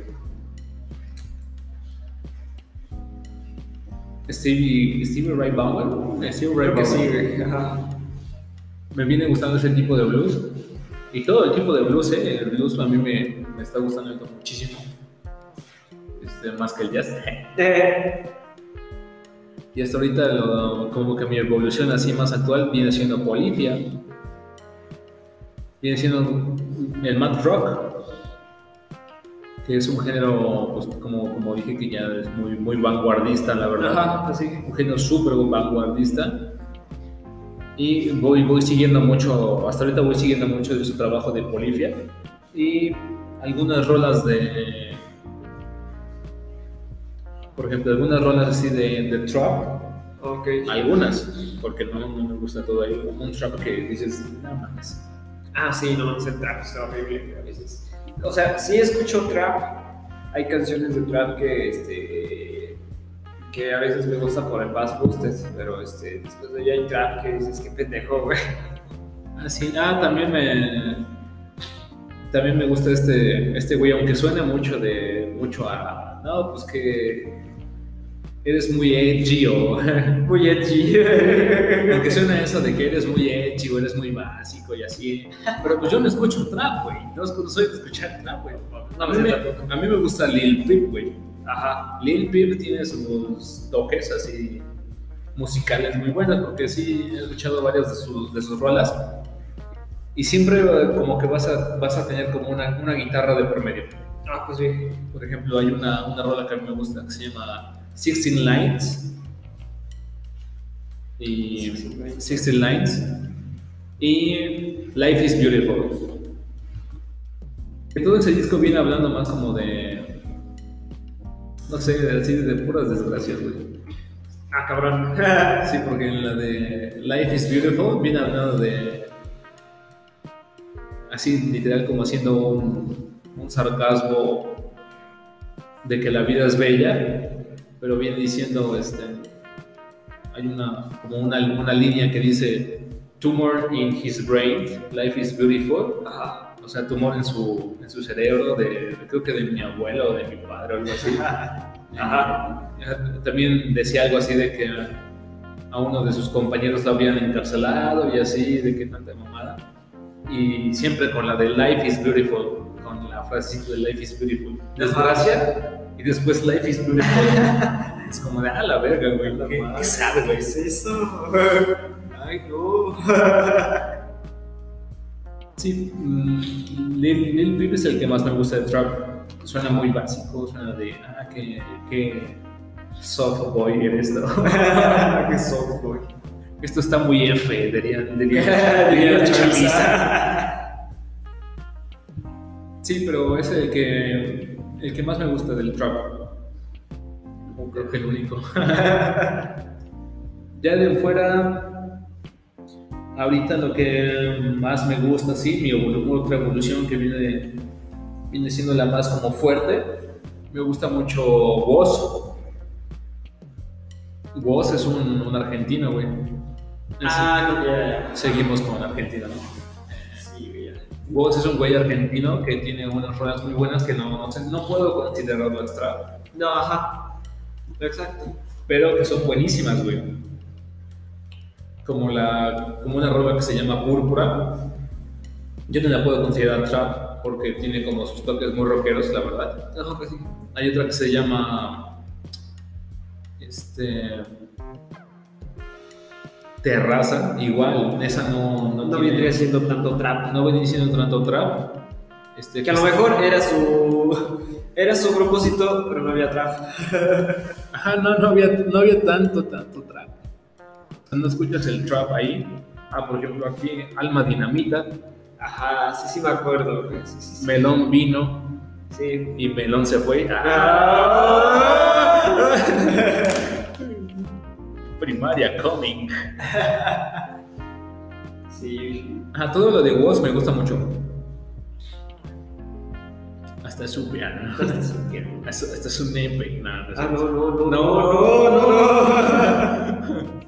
Speaker 4: Stevie, Stevie Ray Vaughan. eh, Stevie Ray
Speaker 3: Creo que sí,
Speaker 4: Vaughan.
Speaker 3: güey. Ajá.
Speaker 4: Me viene gustando ese tipo de blues. Y todo el tipo de blues, eh, el blues a mí me, me está gustando ahorita muchísimo. Este, más que el jazz.
Speaker 3: Eh,
Speaker 4: Y hasta ahorita lo- como que mi evolución así más actual viene siendo Bolivia. Viene siendo el mad rock, que es un género, pues como, como dije, que ya es muy, muy vanguardista, la verdad.
Speaker 3: Ajá, así.
Speaker 4: Un género súper vanguardista. Y voy, voy siguiendo mucho, hasta ahorita voy siguiendo mucho de su trabajo de Bolivia. Y algunas rolas de... Por ejemplo, algunas rolas así de, de trap,
Speaker 3: Ok.
Speaker 4: algunas, porque no, no me gusta todo ahí. Como un trap que dices, nada más.
Speaker 3: Ah, sí, no, ese trap está horrible a veces. O sea, sí escucho trap. Hay canciones de trap que, este, que a veces me gusta por el bass boosters, pero este, después de ella hay trap que dices, qué pendejo, güey.
Speaker 4: Ah, sí, ah, también me. También me gusta este, este güey, aunque suena mucho de. mucho a. No, pues que. Eres muy edgy o. [laughs]
Speaker 3: Muy edgy.
Speaker 4: Aunque suena eso de que eres muy edgy o eres muy básico y así. Pero pues yo no escucho trap, güey. No, escu- no soy de escuchar trap, güey.
Speaker 3: No,
Speaker 4: A
Speaker 3: me
Speaker 4: mí me,
Speaker 3: siento tampoco.
Speaker 4: a mí me gusta Lil Peep, güey.
Speaker 3: Ajá.
Speaker 4: Lil Peep tiene sus toques así musicales muy buenos, porque sí he escuchado varias de sus, de sus rolas. Y siempre eh, como que vas a, vas a tener como una, una guitarra de por medio.
Speaker 3: Ah, pues sí.
Speaker 4: Por ejemplo, hay una, una rola que a mí me gusta que se llama Sixteen Lines. Y
Speaker 3: 16 Lines.
Speaker 4: 16 Lines. Y Life is Beautiful. Que todo ese disco viene hablando más como de. No sé, de, así de puras desgracias, güey.
Speaker 3: Ah, cabrón.
Speaker 4: Sí, porque en la de Life is Beautiful viene hablando de. Así, literal, como haciendo un, un sarcasmo de que la vida es bella, pero viene diciendo, este, hay una, como una, una línea que dice, tumor in his brain, life is beautiful,
Speaker 1: Ajá.
Speaker 4: o sea, tumor en su, en su cerebro, de, creo que de mi abuelo o de mi padre o algo así.
Speaker 3: Ajá.
Speaker 4: Eh, También decía algo así de que a uno de sus compañeros lo habían encarcelado y así, de que tanta mamada. Y siempre con la de Life is Beautiful, con la frasecita de Life is Beautiful. Desgracia y después Life is Beautiful.
Speaker 3: [laughs]
Speaker 4: es como de, ah, la verga, güey. la
Speaker 3: ¿Qué,
Speaker 4: madre".
Speaker 3: qué sad, güey, es eso? Ay, no. [laughs]
Speaker 4: Sí, mm, Lil, Lil Peep es el que más me gusta de Trap. Suena muy básico, suena de, ah, que, que soft boy eres,
Speaker 3: [laughs]
Speaker 4: ¿no?
Speaker 3: qué soft, güey.
Speaker 4: Esto está muy F, diría,
Speaker 3: [laughs]
Speaker 4: diría, diría [laughs]
Speaker 3: Diría
Speaker 4: Chavisa.
Speaker 3: Chavisa.
Speaker 4: Sí, pero es el que, el que más me gusta del trap. O creo que el
Speaker 3: [laughs]
Speaker 4: único. ya de fuera, ahorita lo que más me gusta, sí, mi evolu- otra evolución que viene, viene siendo la más como fuerte. Me gusta mucho Woz. Woz es un, un argentino, güey.
Speaker 3: Ah, creo que ya, ya.
Speaker 4: Seguimos con Argentina, ¿no?
Speaker 3: Sí, güey, ya.
Speaker 4: Vos es un güey argentino que tiene unas ruedas muy buenas que no, no, sé, no puedo considerarlo extra,
Speaker 3: No, ajá. Exacto.
Speaker 4: pero que son buenísimas, güey. Como, la, como una rola que se llama Púrpura. Yo no la puedo considerar trap porque tiene como sus toques muy rockeros, la verdad.
Speaker 3: Ajá, pues sí.
Speaker 4: Hay otra que se llama. Este. Terraza, igual. Esa no, no,
Speaker 3: No
Speaker 4: tiene-
Speaker 3: vendría siendo tanto trap.
Speaker 4: No vendría siendo tanto trap. Este,
Speaker 3: Que a lo
Speaker 4: es-
Speaker 3: mejor era su. Era su propósito, pero no había trap.
Speaker 4: Ajá, no, no había, no había tanto, tanto trap. O sea, No escuchas el trap ahí. Ah, por ejemplo, aquí Alma Dinamita,
Speaker 3: Ajá, sí, sí me acuerdo. güey, Sí, sí, sí.
Speaker 4: Melón vino
Speaker 3: Sí.
Speaker 4: [laughs] y Melón se fue. Ah,
Speaker 3: Ah.
Speaker 4: primaria coming.
Speaker 3: Sí.
Speaker 4: Ajá, todo lo de Woz me gusta mucho. Hasta su piano. Hasta su piano. [laughs] Hasta, su nepe. No, no es
Speaker 3: Ah,
Speaker 4: cierto.
Speaker 3: no, no, no.
Speaker 4: No,
Speaker 3: no, no.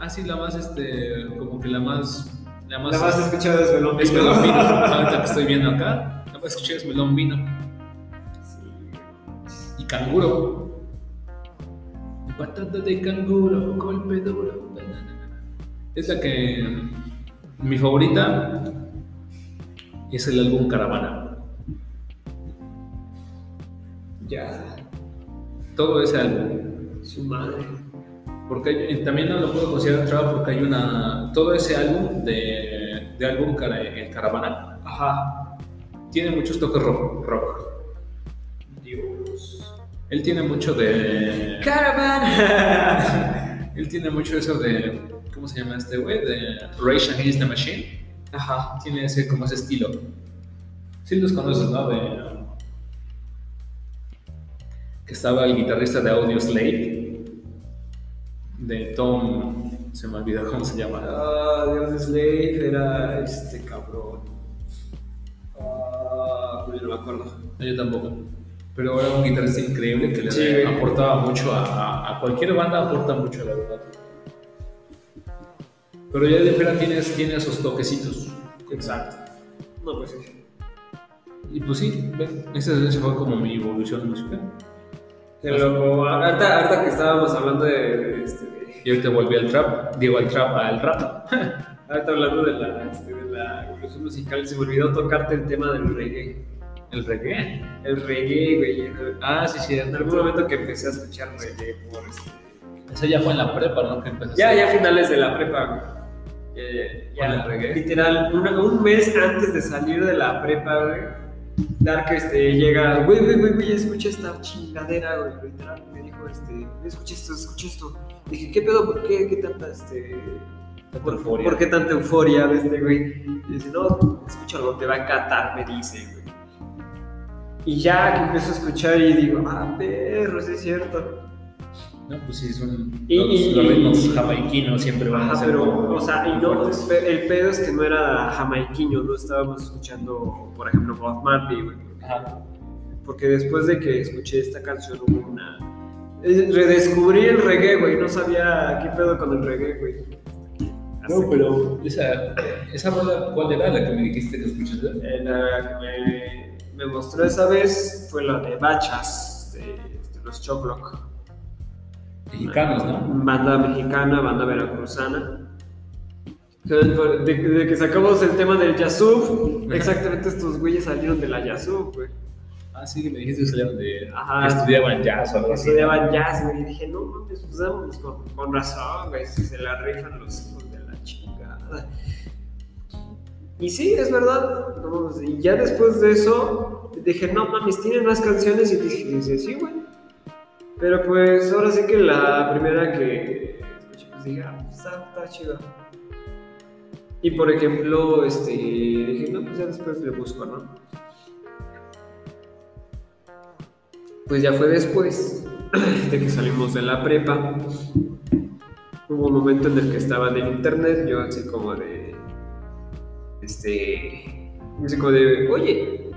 Speaker 4: Ah, sí, la más, este, como que la más... La más,
Speaker 3: La más escuchada es Melón. [laughs]
Speaker 4: es melón vino. Ahorita que estoy viendo acá, la más escuché es melón vino.
Speaker 3: Sí.
Speaker 4: y canguro. Patata de canguro, golpe duro. banana. Es la que. Mi favorita es el álbum Caravana.
Speaker 3: Ya.
Speaker 4: Todo ese álbum.
Speaker 3: Su madre.
Speaker 4: Porque hay- también no lo puedo considerar trap porque hay una. Todo ese álbum de, de álbum cara- el Caravana
Speaker 3: Ajá.
Speaker 4: tiene muchos toques rock. rock.
Speaker 3: Dios.
Speaker 4: Él tiene mucho de.
Speaker 3: Caravan.
Speaker 4: [laughs] Él tiene mucho eso de. ¿Cómo se llama este güey? De Rage Against the Machine.
Speaker 3: Ajá.
Speaker 4: tiene ese, como ese estilo. Sí los conoces, ¿no? De, que estaba el guitarrista de Audio Slave, de Tom, se me olvidó cómo se llama.
Speaker 3: Ah, Dios Slave era este cabrón. Ah, Julio, no me acuerdo.
Speaker 4: No, yo tampoco. Pero era un guitarrista increíble que le
Speaker 3: Sí, güey.
Speaker 4: aportaba mucho a, a- a cualquier banda, aporta mucho, la verdad. Pero ya de fuera tienes, tiene esos toquecitos. Exacto.
Speaker 3: No, pues sí.
Speaker 4: Y pues sí, ve, esa, esa fue como mi evolución musical.
Speaker 3: Qué loco. Ahorita, ahorita que estábamos hablando de, de este, de-
Speaker 4: Y ahorita volví al trap, digo al trap, al rap. [laughs]
Speaker 3: ahorita hablando de la, este, de la evolución musical, se me olvidó tocarte el tema del reggae.
Speaker 4: El reggae.
Speaker 3: El reggae, güey.
Speaker 4: Ah, sí, sí.
Speaker 3: En algún momento que empecé a escuchar reggae por este.
Speaker 4: Eso ya fue en la prepa, ¿no? Que empezaste.
Speaker 3: Ya, ya finales de la prepa, güey. Eh,
Speaker 4: ¿Con el
Speaker 3: ya,
Speaker 4: reggae?
Speaker 3: literal, una- un mes antes de salir de la prepa, güey, Dark este, llega, güey, güey, güey, güey, escucha esta chingadera, güey, literal, me dijo, este, escucha esto, escucha esto. Dije, ¿qué pedo? ¿Por qué? ¿Qué tanta, este,
Speaker 4: Tanta
Speaker 3: por,
Speaker 4: euforia.
Speaker 3: por qué tanta euforia de este güey? Y dice, no, escúchalo, te va a encantar, me dice, güey. Y ya que empiezo a escuchar y digo, ah, perro, sí es cierto.
Speaker 4: No, pues sí, son
Speaker 3: Y-
Speaker 4: los,
Speaker 3: y-
Speaker 4: los ritmos
Speaker 3: y-
Speaker 4: jamaiquinos siempre van
Speaker 3: Ajá,
Speaker 4: a ser
Speaker 3: pero,
Speaker 4: como-
Speaker 3: o sea, y pues no, el pedo es que no era jamaiquiño, no estábamos escuchando, por ejemplo, Bob Marley, güey.
Speaker 4: Ajá.
Speaker 3: Porque después de que escuché esta canción hubo una... eh, Redescubrí el reggae, güey, no sabía qué pedo con el reggae, güey. Hasta
Speaker 4: No, pero esa, esa rola, ¿cuál era la que me dijiste que escuchaste?
Speaker 3: Eh, La que me, me mostró esa vez fue la de Bachas, de, de los Choclock.
Speaker 4: Mexicanos, ¿no?
Speaker 3: Banda mexicana, banda veracruzana. De, de que sacamos el tema del Yasuf, exactamente estos güeyes salieron de la Yasuf, güey.
Speaker 4: Ah, sí, que me dijiste que salieron de...
Speaker 3: Ajá.
Speaker 4: que estudiaban jazz o algo así.
Speaker 3: Estudiaban jazz, güey. Y dije, no mames, pues vámonos con, con razón, güey. Si se la rifan los hijos de la chingada. Y sí, es verdad. no mames, y ya después de eso, dije, no mames, tienen más canciones. Y dije, dije, sí, güey. Pero pues ahora sí que la primera que escuché, pues dije, ah, pues, está, está chido. Y por ejemplo, este, dije, no, pues ya después le busco, ¿no? Pues ya fue después [clears throat] de que salimos de la prepa. Hubo un momento en el que estaba en el internet, yo así como de. Este. Así como de, oye,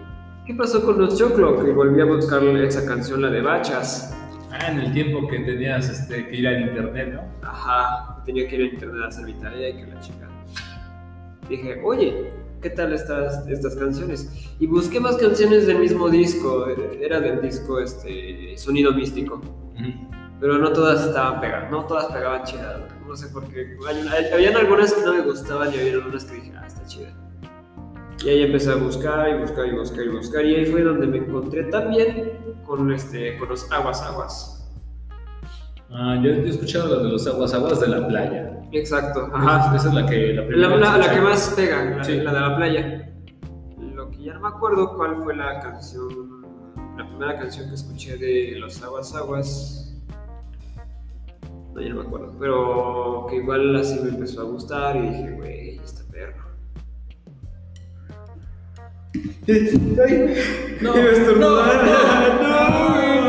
Speaker 3: ¿qué pasó con los Choclo? Que volví a buscar esa canción, la de Bachas.
Speaker 4: Ah, en el tiempo que tenías este, que ir al internet, ¿no?
Speaker 3: Ajá, tenía que ir a internet a hacer mi tarea y que la chica. Dije, oye, ¿qué tal estas, estas canciones? Y busqué más canciones del mismo disco, era del disco este, Sonido Místico. pero no todas estaban pegadas, no todas pegaban chidas, no sé por qué. Hay una- hay- habían algunas que no me gustaban y había algunas que dije, ah, está chida. Y ahí empecé a buscar y buscar y buscar y buscar y ahí fue donde me encontré también con, este, con los aguas aguas.
Speaker 4: Ah, yo, yo he escuchado la de los aguas aguas de la playa.
Speaker 3: Exacto,
Speaker 4: Esa-
Speaker 3: ajá.
Speaker 4: Esa es la que la
Speaker 3: La,
Speaker 4: primera
Speaker 3: la- la
Speaker 4: escuché.
Speaker 3: que más pega, la,
Speaker 4: Sí.
Speaker 3: la de la playa. Lo que ya no me acuerdo cuál fue la canción, la primera canción que escuché de los aguas aguas. No, ya no me acuerdo. Pero que igual así me empezó a gustar y dije, güey, este perro. [laughs]
Speaker 4: No,
Speaker 3: Iba a estornudar. [laughs]
Speaker 4: no, no, güey.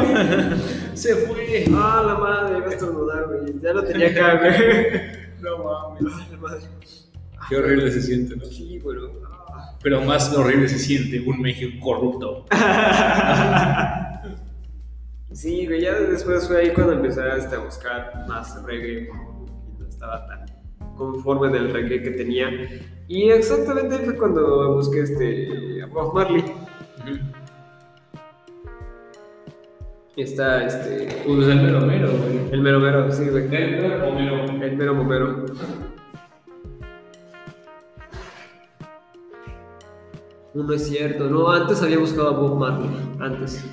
Speaker 4: Se fue.
Speaker 3: Ah, la madre, iba a estornudar, güey. Ya
Speaker 4: [laughs]
Speaker 3: lo tenía acá, güey. No mames. la madre.
Speaker 4: Qué horrible se siente, ¿no?
Speaker 3: Sí, güey. no. Ah.
Speaker 4: Pero más horrible se siente un México corrupto.
Speaker 3: Sí, güey, ya después fue ahí cuando empecé hasta a buscar más reggae. Y no estaba tan conforme del reggae que tenía. Y exactamente ahí fue cuando busqué este. a Bob Marley. Está este.
Speaker 4: Pues el mero mero, güey.
Speaker 3: El mero mero, sí, güey.
Speaker 4: El mero mero.
Speaker 3: El mero mero. No, no es cierto. No, antes había buscado a Bob Marley. Antes. Sí,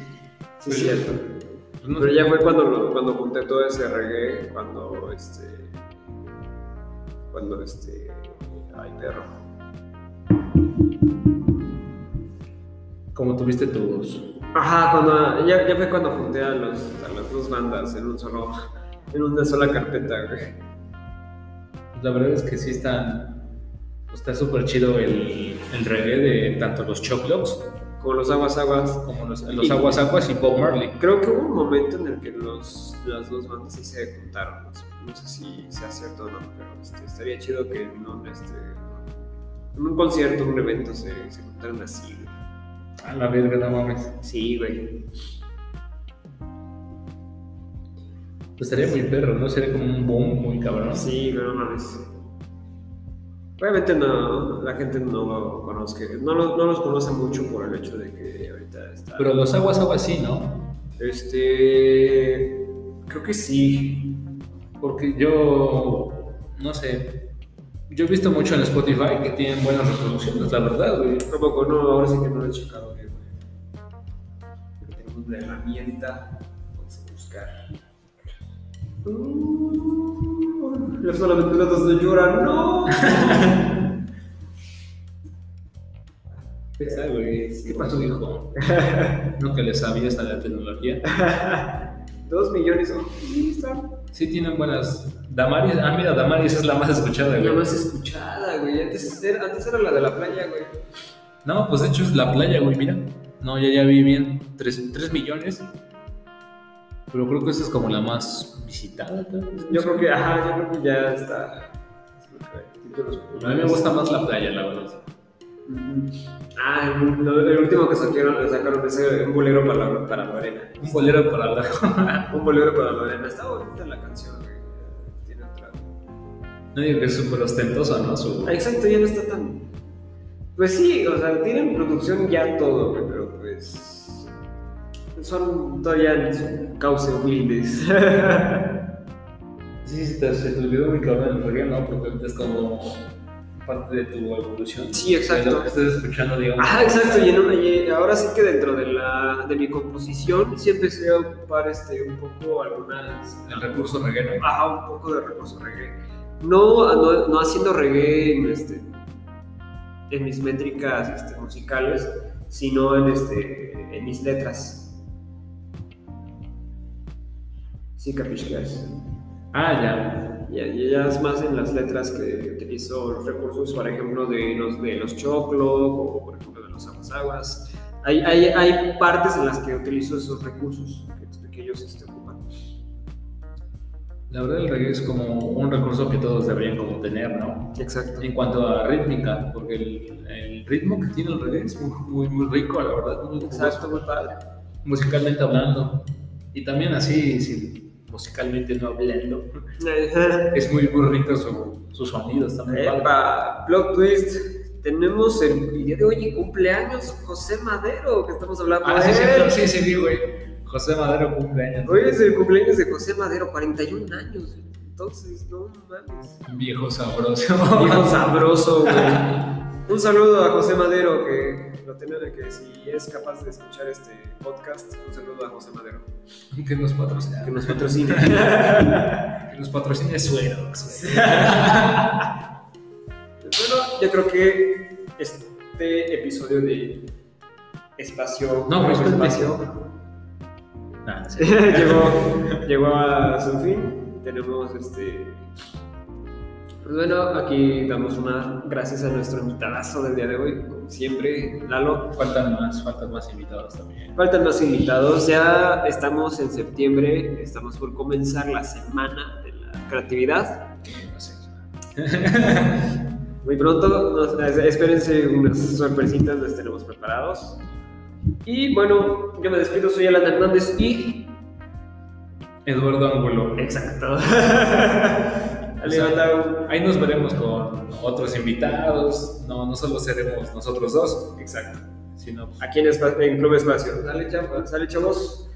Speaker 3: es
Speaker 4: Sí.
Speaker 3: cierto.
Speaker 4: Pues No
Speaker 3: Pero
Speaker 4: sé.
Speaker 3: ya fue cuando, lo- cuando junté todo ese reggae, cuando este. Cuando este. Ay, perro.
Speaker 4: Como tuviste tus.
Speaker 3: Ajá, cuando. Ya, ya fue cuando junté a, los, a las dos bandas en un solo. En una sola carpeta, güey.
Speaker 4: La verdad es que sí están. Está súper chido el, el reggae de tanto los Choclocks
Speaker 3: Como los aguas aguas.
Speaker 4: como los, los Aguas Aguas y Bob Marley.
Speaker 3: Creo que hubo un momento en el que los, las dos bandas sí se juntaron. No sé, no sé si sea cierto o no, pero este, estaría chido que en un, este, en un concierto, un evento, se, se juntaran así. güey.
Speaker 4: A la verga, no mames.
Speaker 3: Sí, güey.
Speaker 4: Pues estaría muy perro, ¿no? Sería como un boom muy cabrón.
Speaker 3: Sí, pero no mames. Obviamente no, la gente no lo conoce, no, lo- no los conoce mucho por el hecho de que ahorita está...
Speaker 4: Pero los Aguas Aguas sí, ¿no?
Speaker 3: Este... Creo que sí.
Speaker 4: Porque yo, no sé, yo he visto mucho en Spotify que tienen buenas reproducciones, la verdad, güey.
Speaker 3: Tampoco, no, ahora sí que no lo he checado bien, güey. Pero tenemos la herramienta, vamos a buscar. Uh, Los malaventurados no lloran, no. [laughs]
Speaker 4: Esa, güey, ¿Qué pasó, hijo? No que les sabías a la tecnología.
Speaker 3: Dos millones, oh, sí, está.
Speaker 4: Sí tienen buenas... Damaris, ah, mira, Damaris es la más escuchada,
Speaker 3: La
Speaker 4: güey.
Speaker 3: más escuchada, güey. Antes era, antes era la de la playa, güey.
Speaker 4: No, pues de hecho es la playa, güey, mira. No, ya, ya vi bien. Tres, tres millones. Pero creo que esta es como la más visitada. tal vez.
Speaker 3: Yo creo que, ajá, yo creo que ya está. Títulos
Speaker 4: A mí me gusta más la playa, la verdad.
Speaker 3: Ujú. Ah, no, el último que sacaron, sacaron ese, un bolero para, para Lorena.
Speaker 4: Un bolero para la...
Speaker 3: Un bolero para Lorena. Está bonita la canción, güey. Tiene otra.
Speaker 4: [laughs] No digo que es súper ostentosa, ¿no? Su-
Speaker 3: Ah, Exacto, ya no está tan. Pues sí, o sea, tienen producción ya todo, güey, pero pues. Son todavía en su cauce humildes.
Speaker 4: Sí, sí, te, se te olvidó mi cabrón el reggae, ¿no? Porque es como parte de tu evolución.
Speaker 3: Sí, exacto.
Speaker 4: De lo que estás escuchando, digamos.
Speaker 3: Ajá, exacto, y, en una- y ahora sí que dentro de, la, de mi composición sí empecé a ocupar este, un poco algunas
Speaker 4: El recurso reggae, ¿no?
Speaker 3: baja un poco de recurso reggae. No, no, no haciendo reggae en, este, en mis métricas este, musicales, sino en, este, en mis letras. Sí, capiscas.
Speaker 4: Ah, ya.
Speaker 3: Y y ya es más en las letras que utilizo los recursos, por ejemplo, de los, de los choclo o por ejemplo de los aguas aguas. Hay, hay, hay partes en las que utilizo esos recursos que, que ellos este, ocupan.
Speaker 4: La verdad, el reggae es como un recurso que todos deberían como tener, ¿no?
Speaker 3: Exacto.
Speaker 4: En cuanto a rítmica, porque el, el ritmo que tiene el reggae es muy, muy, muy rico, la verdad. Muy jugoso.
Speaker 3: Exacto, muy padre.
Speaker 4: musicalmente hablando y también así si musicalmente no hablando [laughs] es muy burrito su, sus sonidos también
Speaker 3: Epa, plot twist. Tenemos el el día de hoy en cumpleaños José Madero, que estamos hablando
Speaker 4: ah
Speaker 3: de
Speaker 4: sí
Speaker 3: él.
Speaker 4: cierto, sí sí sí güey José Madero cumpleaños
Speaker 3: Hoy es el cumpleaños de José Madero, 41 años. Entonces, no mames.
Speaker 4: viejo sabroso
Speaker 3: [laughs] Viejo sabroso, güey. [laughs] Un saludo a José Madero, que lo tenemos que si es capaz de escuchar este podcast, un saludo a José Madero.
Speaker 4: que nos patrocina
Speaker 3: Que nos patrocine.
Speaker 4: [laughs] que nos patrocine suero
Speaker 3: bueno, yo creo que este episodio de Espacio.
Speaker 4: No, güey, espérate.
Speaker 3: [laughs] llegó, llegó a su fin. Tenemos este. Pues bueno, aquí damos una gracias a nuestro invitadazo del día de hoy, como siempre, Lalo.
Speaker 4: faltan más faltan más invitados también
Speaker 3: Faltan más invitados, ya estamos en septiembre, estamos por comenzar la semana de la creatividad.
Speaker 4: que no sé.
Speaker 3: Muy pronto, nos- espérense unas sorpresitas, las tenemos preparados. Y bueno, yo me despido, soy Alan Hernández y...
Speaker 4: Eduardo Angulo
Speaker 3: Exacto. [laughs]
Speaker 4: O
Speaker 3: Ale,
Speaker 4: sea,
Speaker 3: banda.
Speaker 4: ahí nos veremos con otros invitados no no solo seremos nosotros dos
Speaker 3: Exacto.
Speaker 4: sino pues,
Speaker 3: Aquí en, Espa- en Club Espacio. Dale, chavos. Sale, chavos.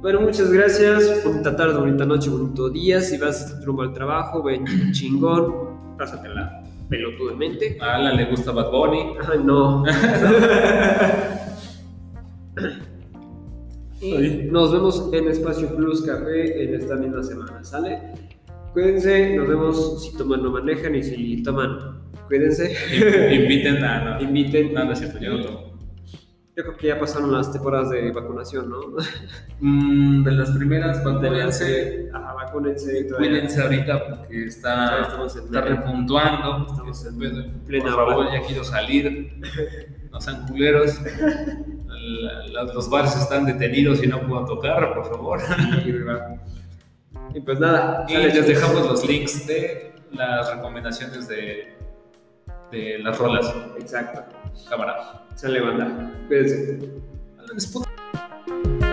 Speaker 3: Bueno, muchas gracias. Bonita tarde, bonita noche, bonito día. Si vas rumbo al trabajo, ven chingón. Pásatela pelotudamente.
Speaker 4: a Alan le gusta
Speaker 3: [laughs]
Speaker 4: Bad Bunny
Speaker 3: Ay,
Speaker 4: [laughs]
Speaker 3: no. y nos vemos en Espacio Plus Café en esta misma semana, ¿sale? Cuídense, nos vemos si toman no manejan y si toman, cuídense.
Speaker 4: Inviten a. No,
Speaker 3: Inviten.
Speaker 4: Ah, no, no es cierto, yo no tomo.
Speaker 3: Yo creo que ya pasaron las temporadas de vacunación, ¿no?
Speaker 4: Mm, de las primeras, manténganse.
Speaker 3: Ajá, vacúnense. todavía.
Speaker 4: Cuídense ahorita porque
Speaker 3: Todavía
Speaker 4: está,
Speaker 3: estamos en
Speaker 4: está
Speaker 3: plena-
Speaker 4: repuntuando.
Speaker 3: Estamos en
Speaker 4: Pues,
Speaker 3: plena
Speaker 4: Por favor,
Speaker 3: ola.
Speaker 4: ya quiero salir. No sean culeros.
Speaker 3: [laughs]
Speaker 4: La- la- los bares están detenidos y no puedo tocar, por favor.
Speaker 3: Y pues nada,
Speaker 4: Y
Speaker 3: sale,
Speaker 4: les
Speaker 3: chicos.
Speaker 4: dejamos los links de las recomendaciones de, de las rolas.
Speaker 3: Exacto.
Speaker 4: Cámara.
Speaker 3: Sale banda. Cuídense.
Speaker 4: Alan, es puto.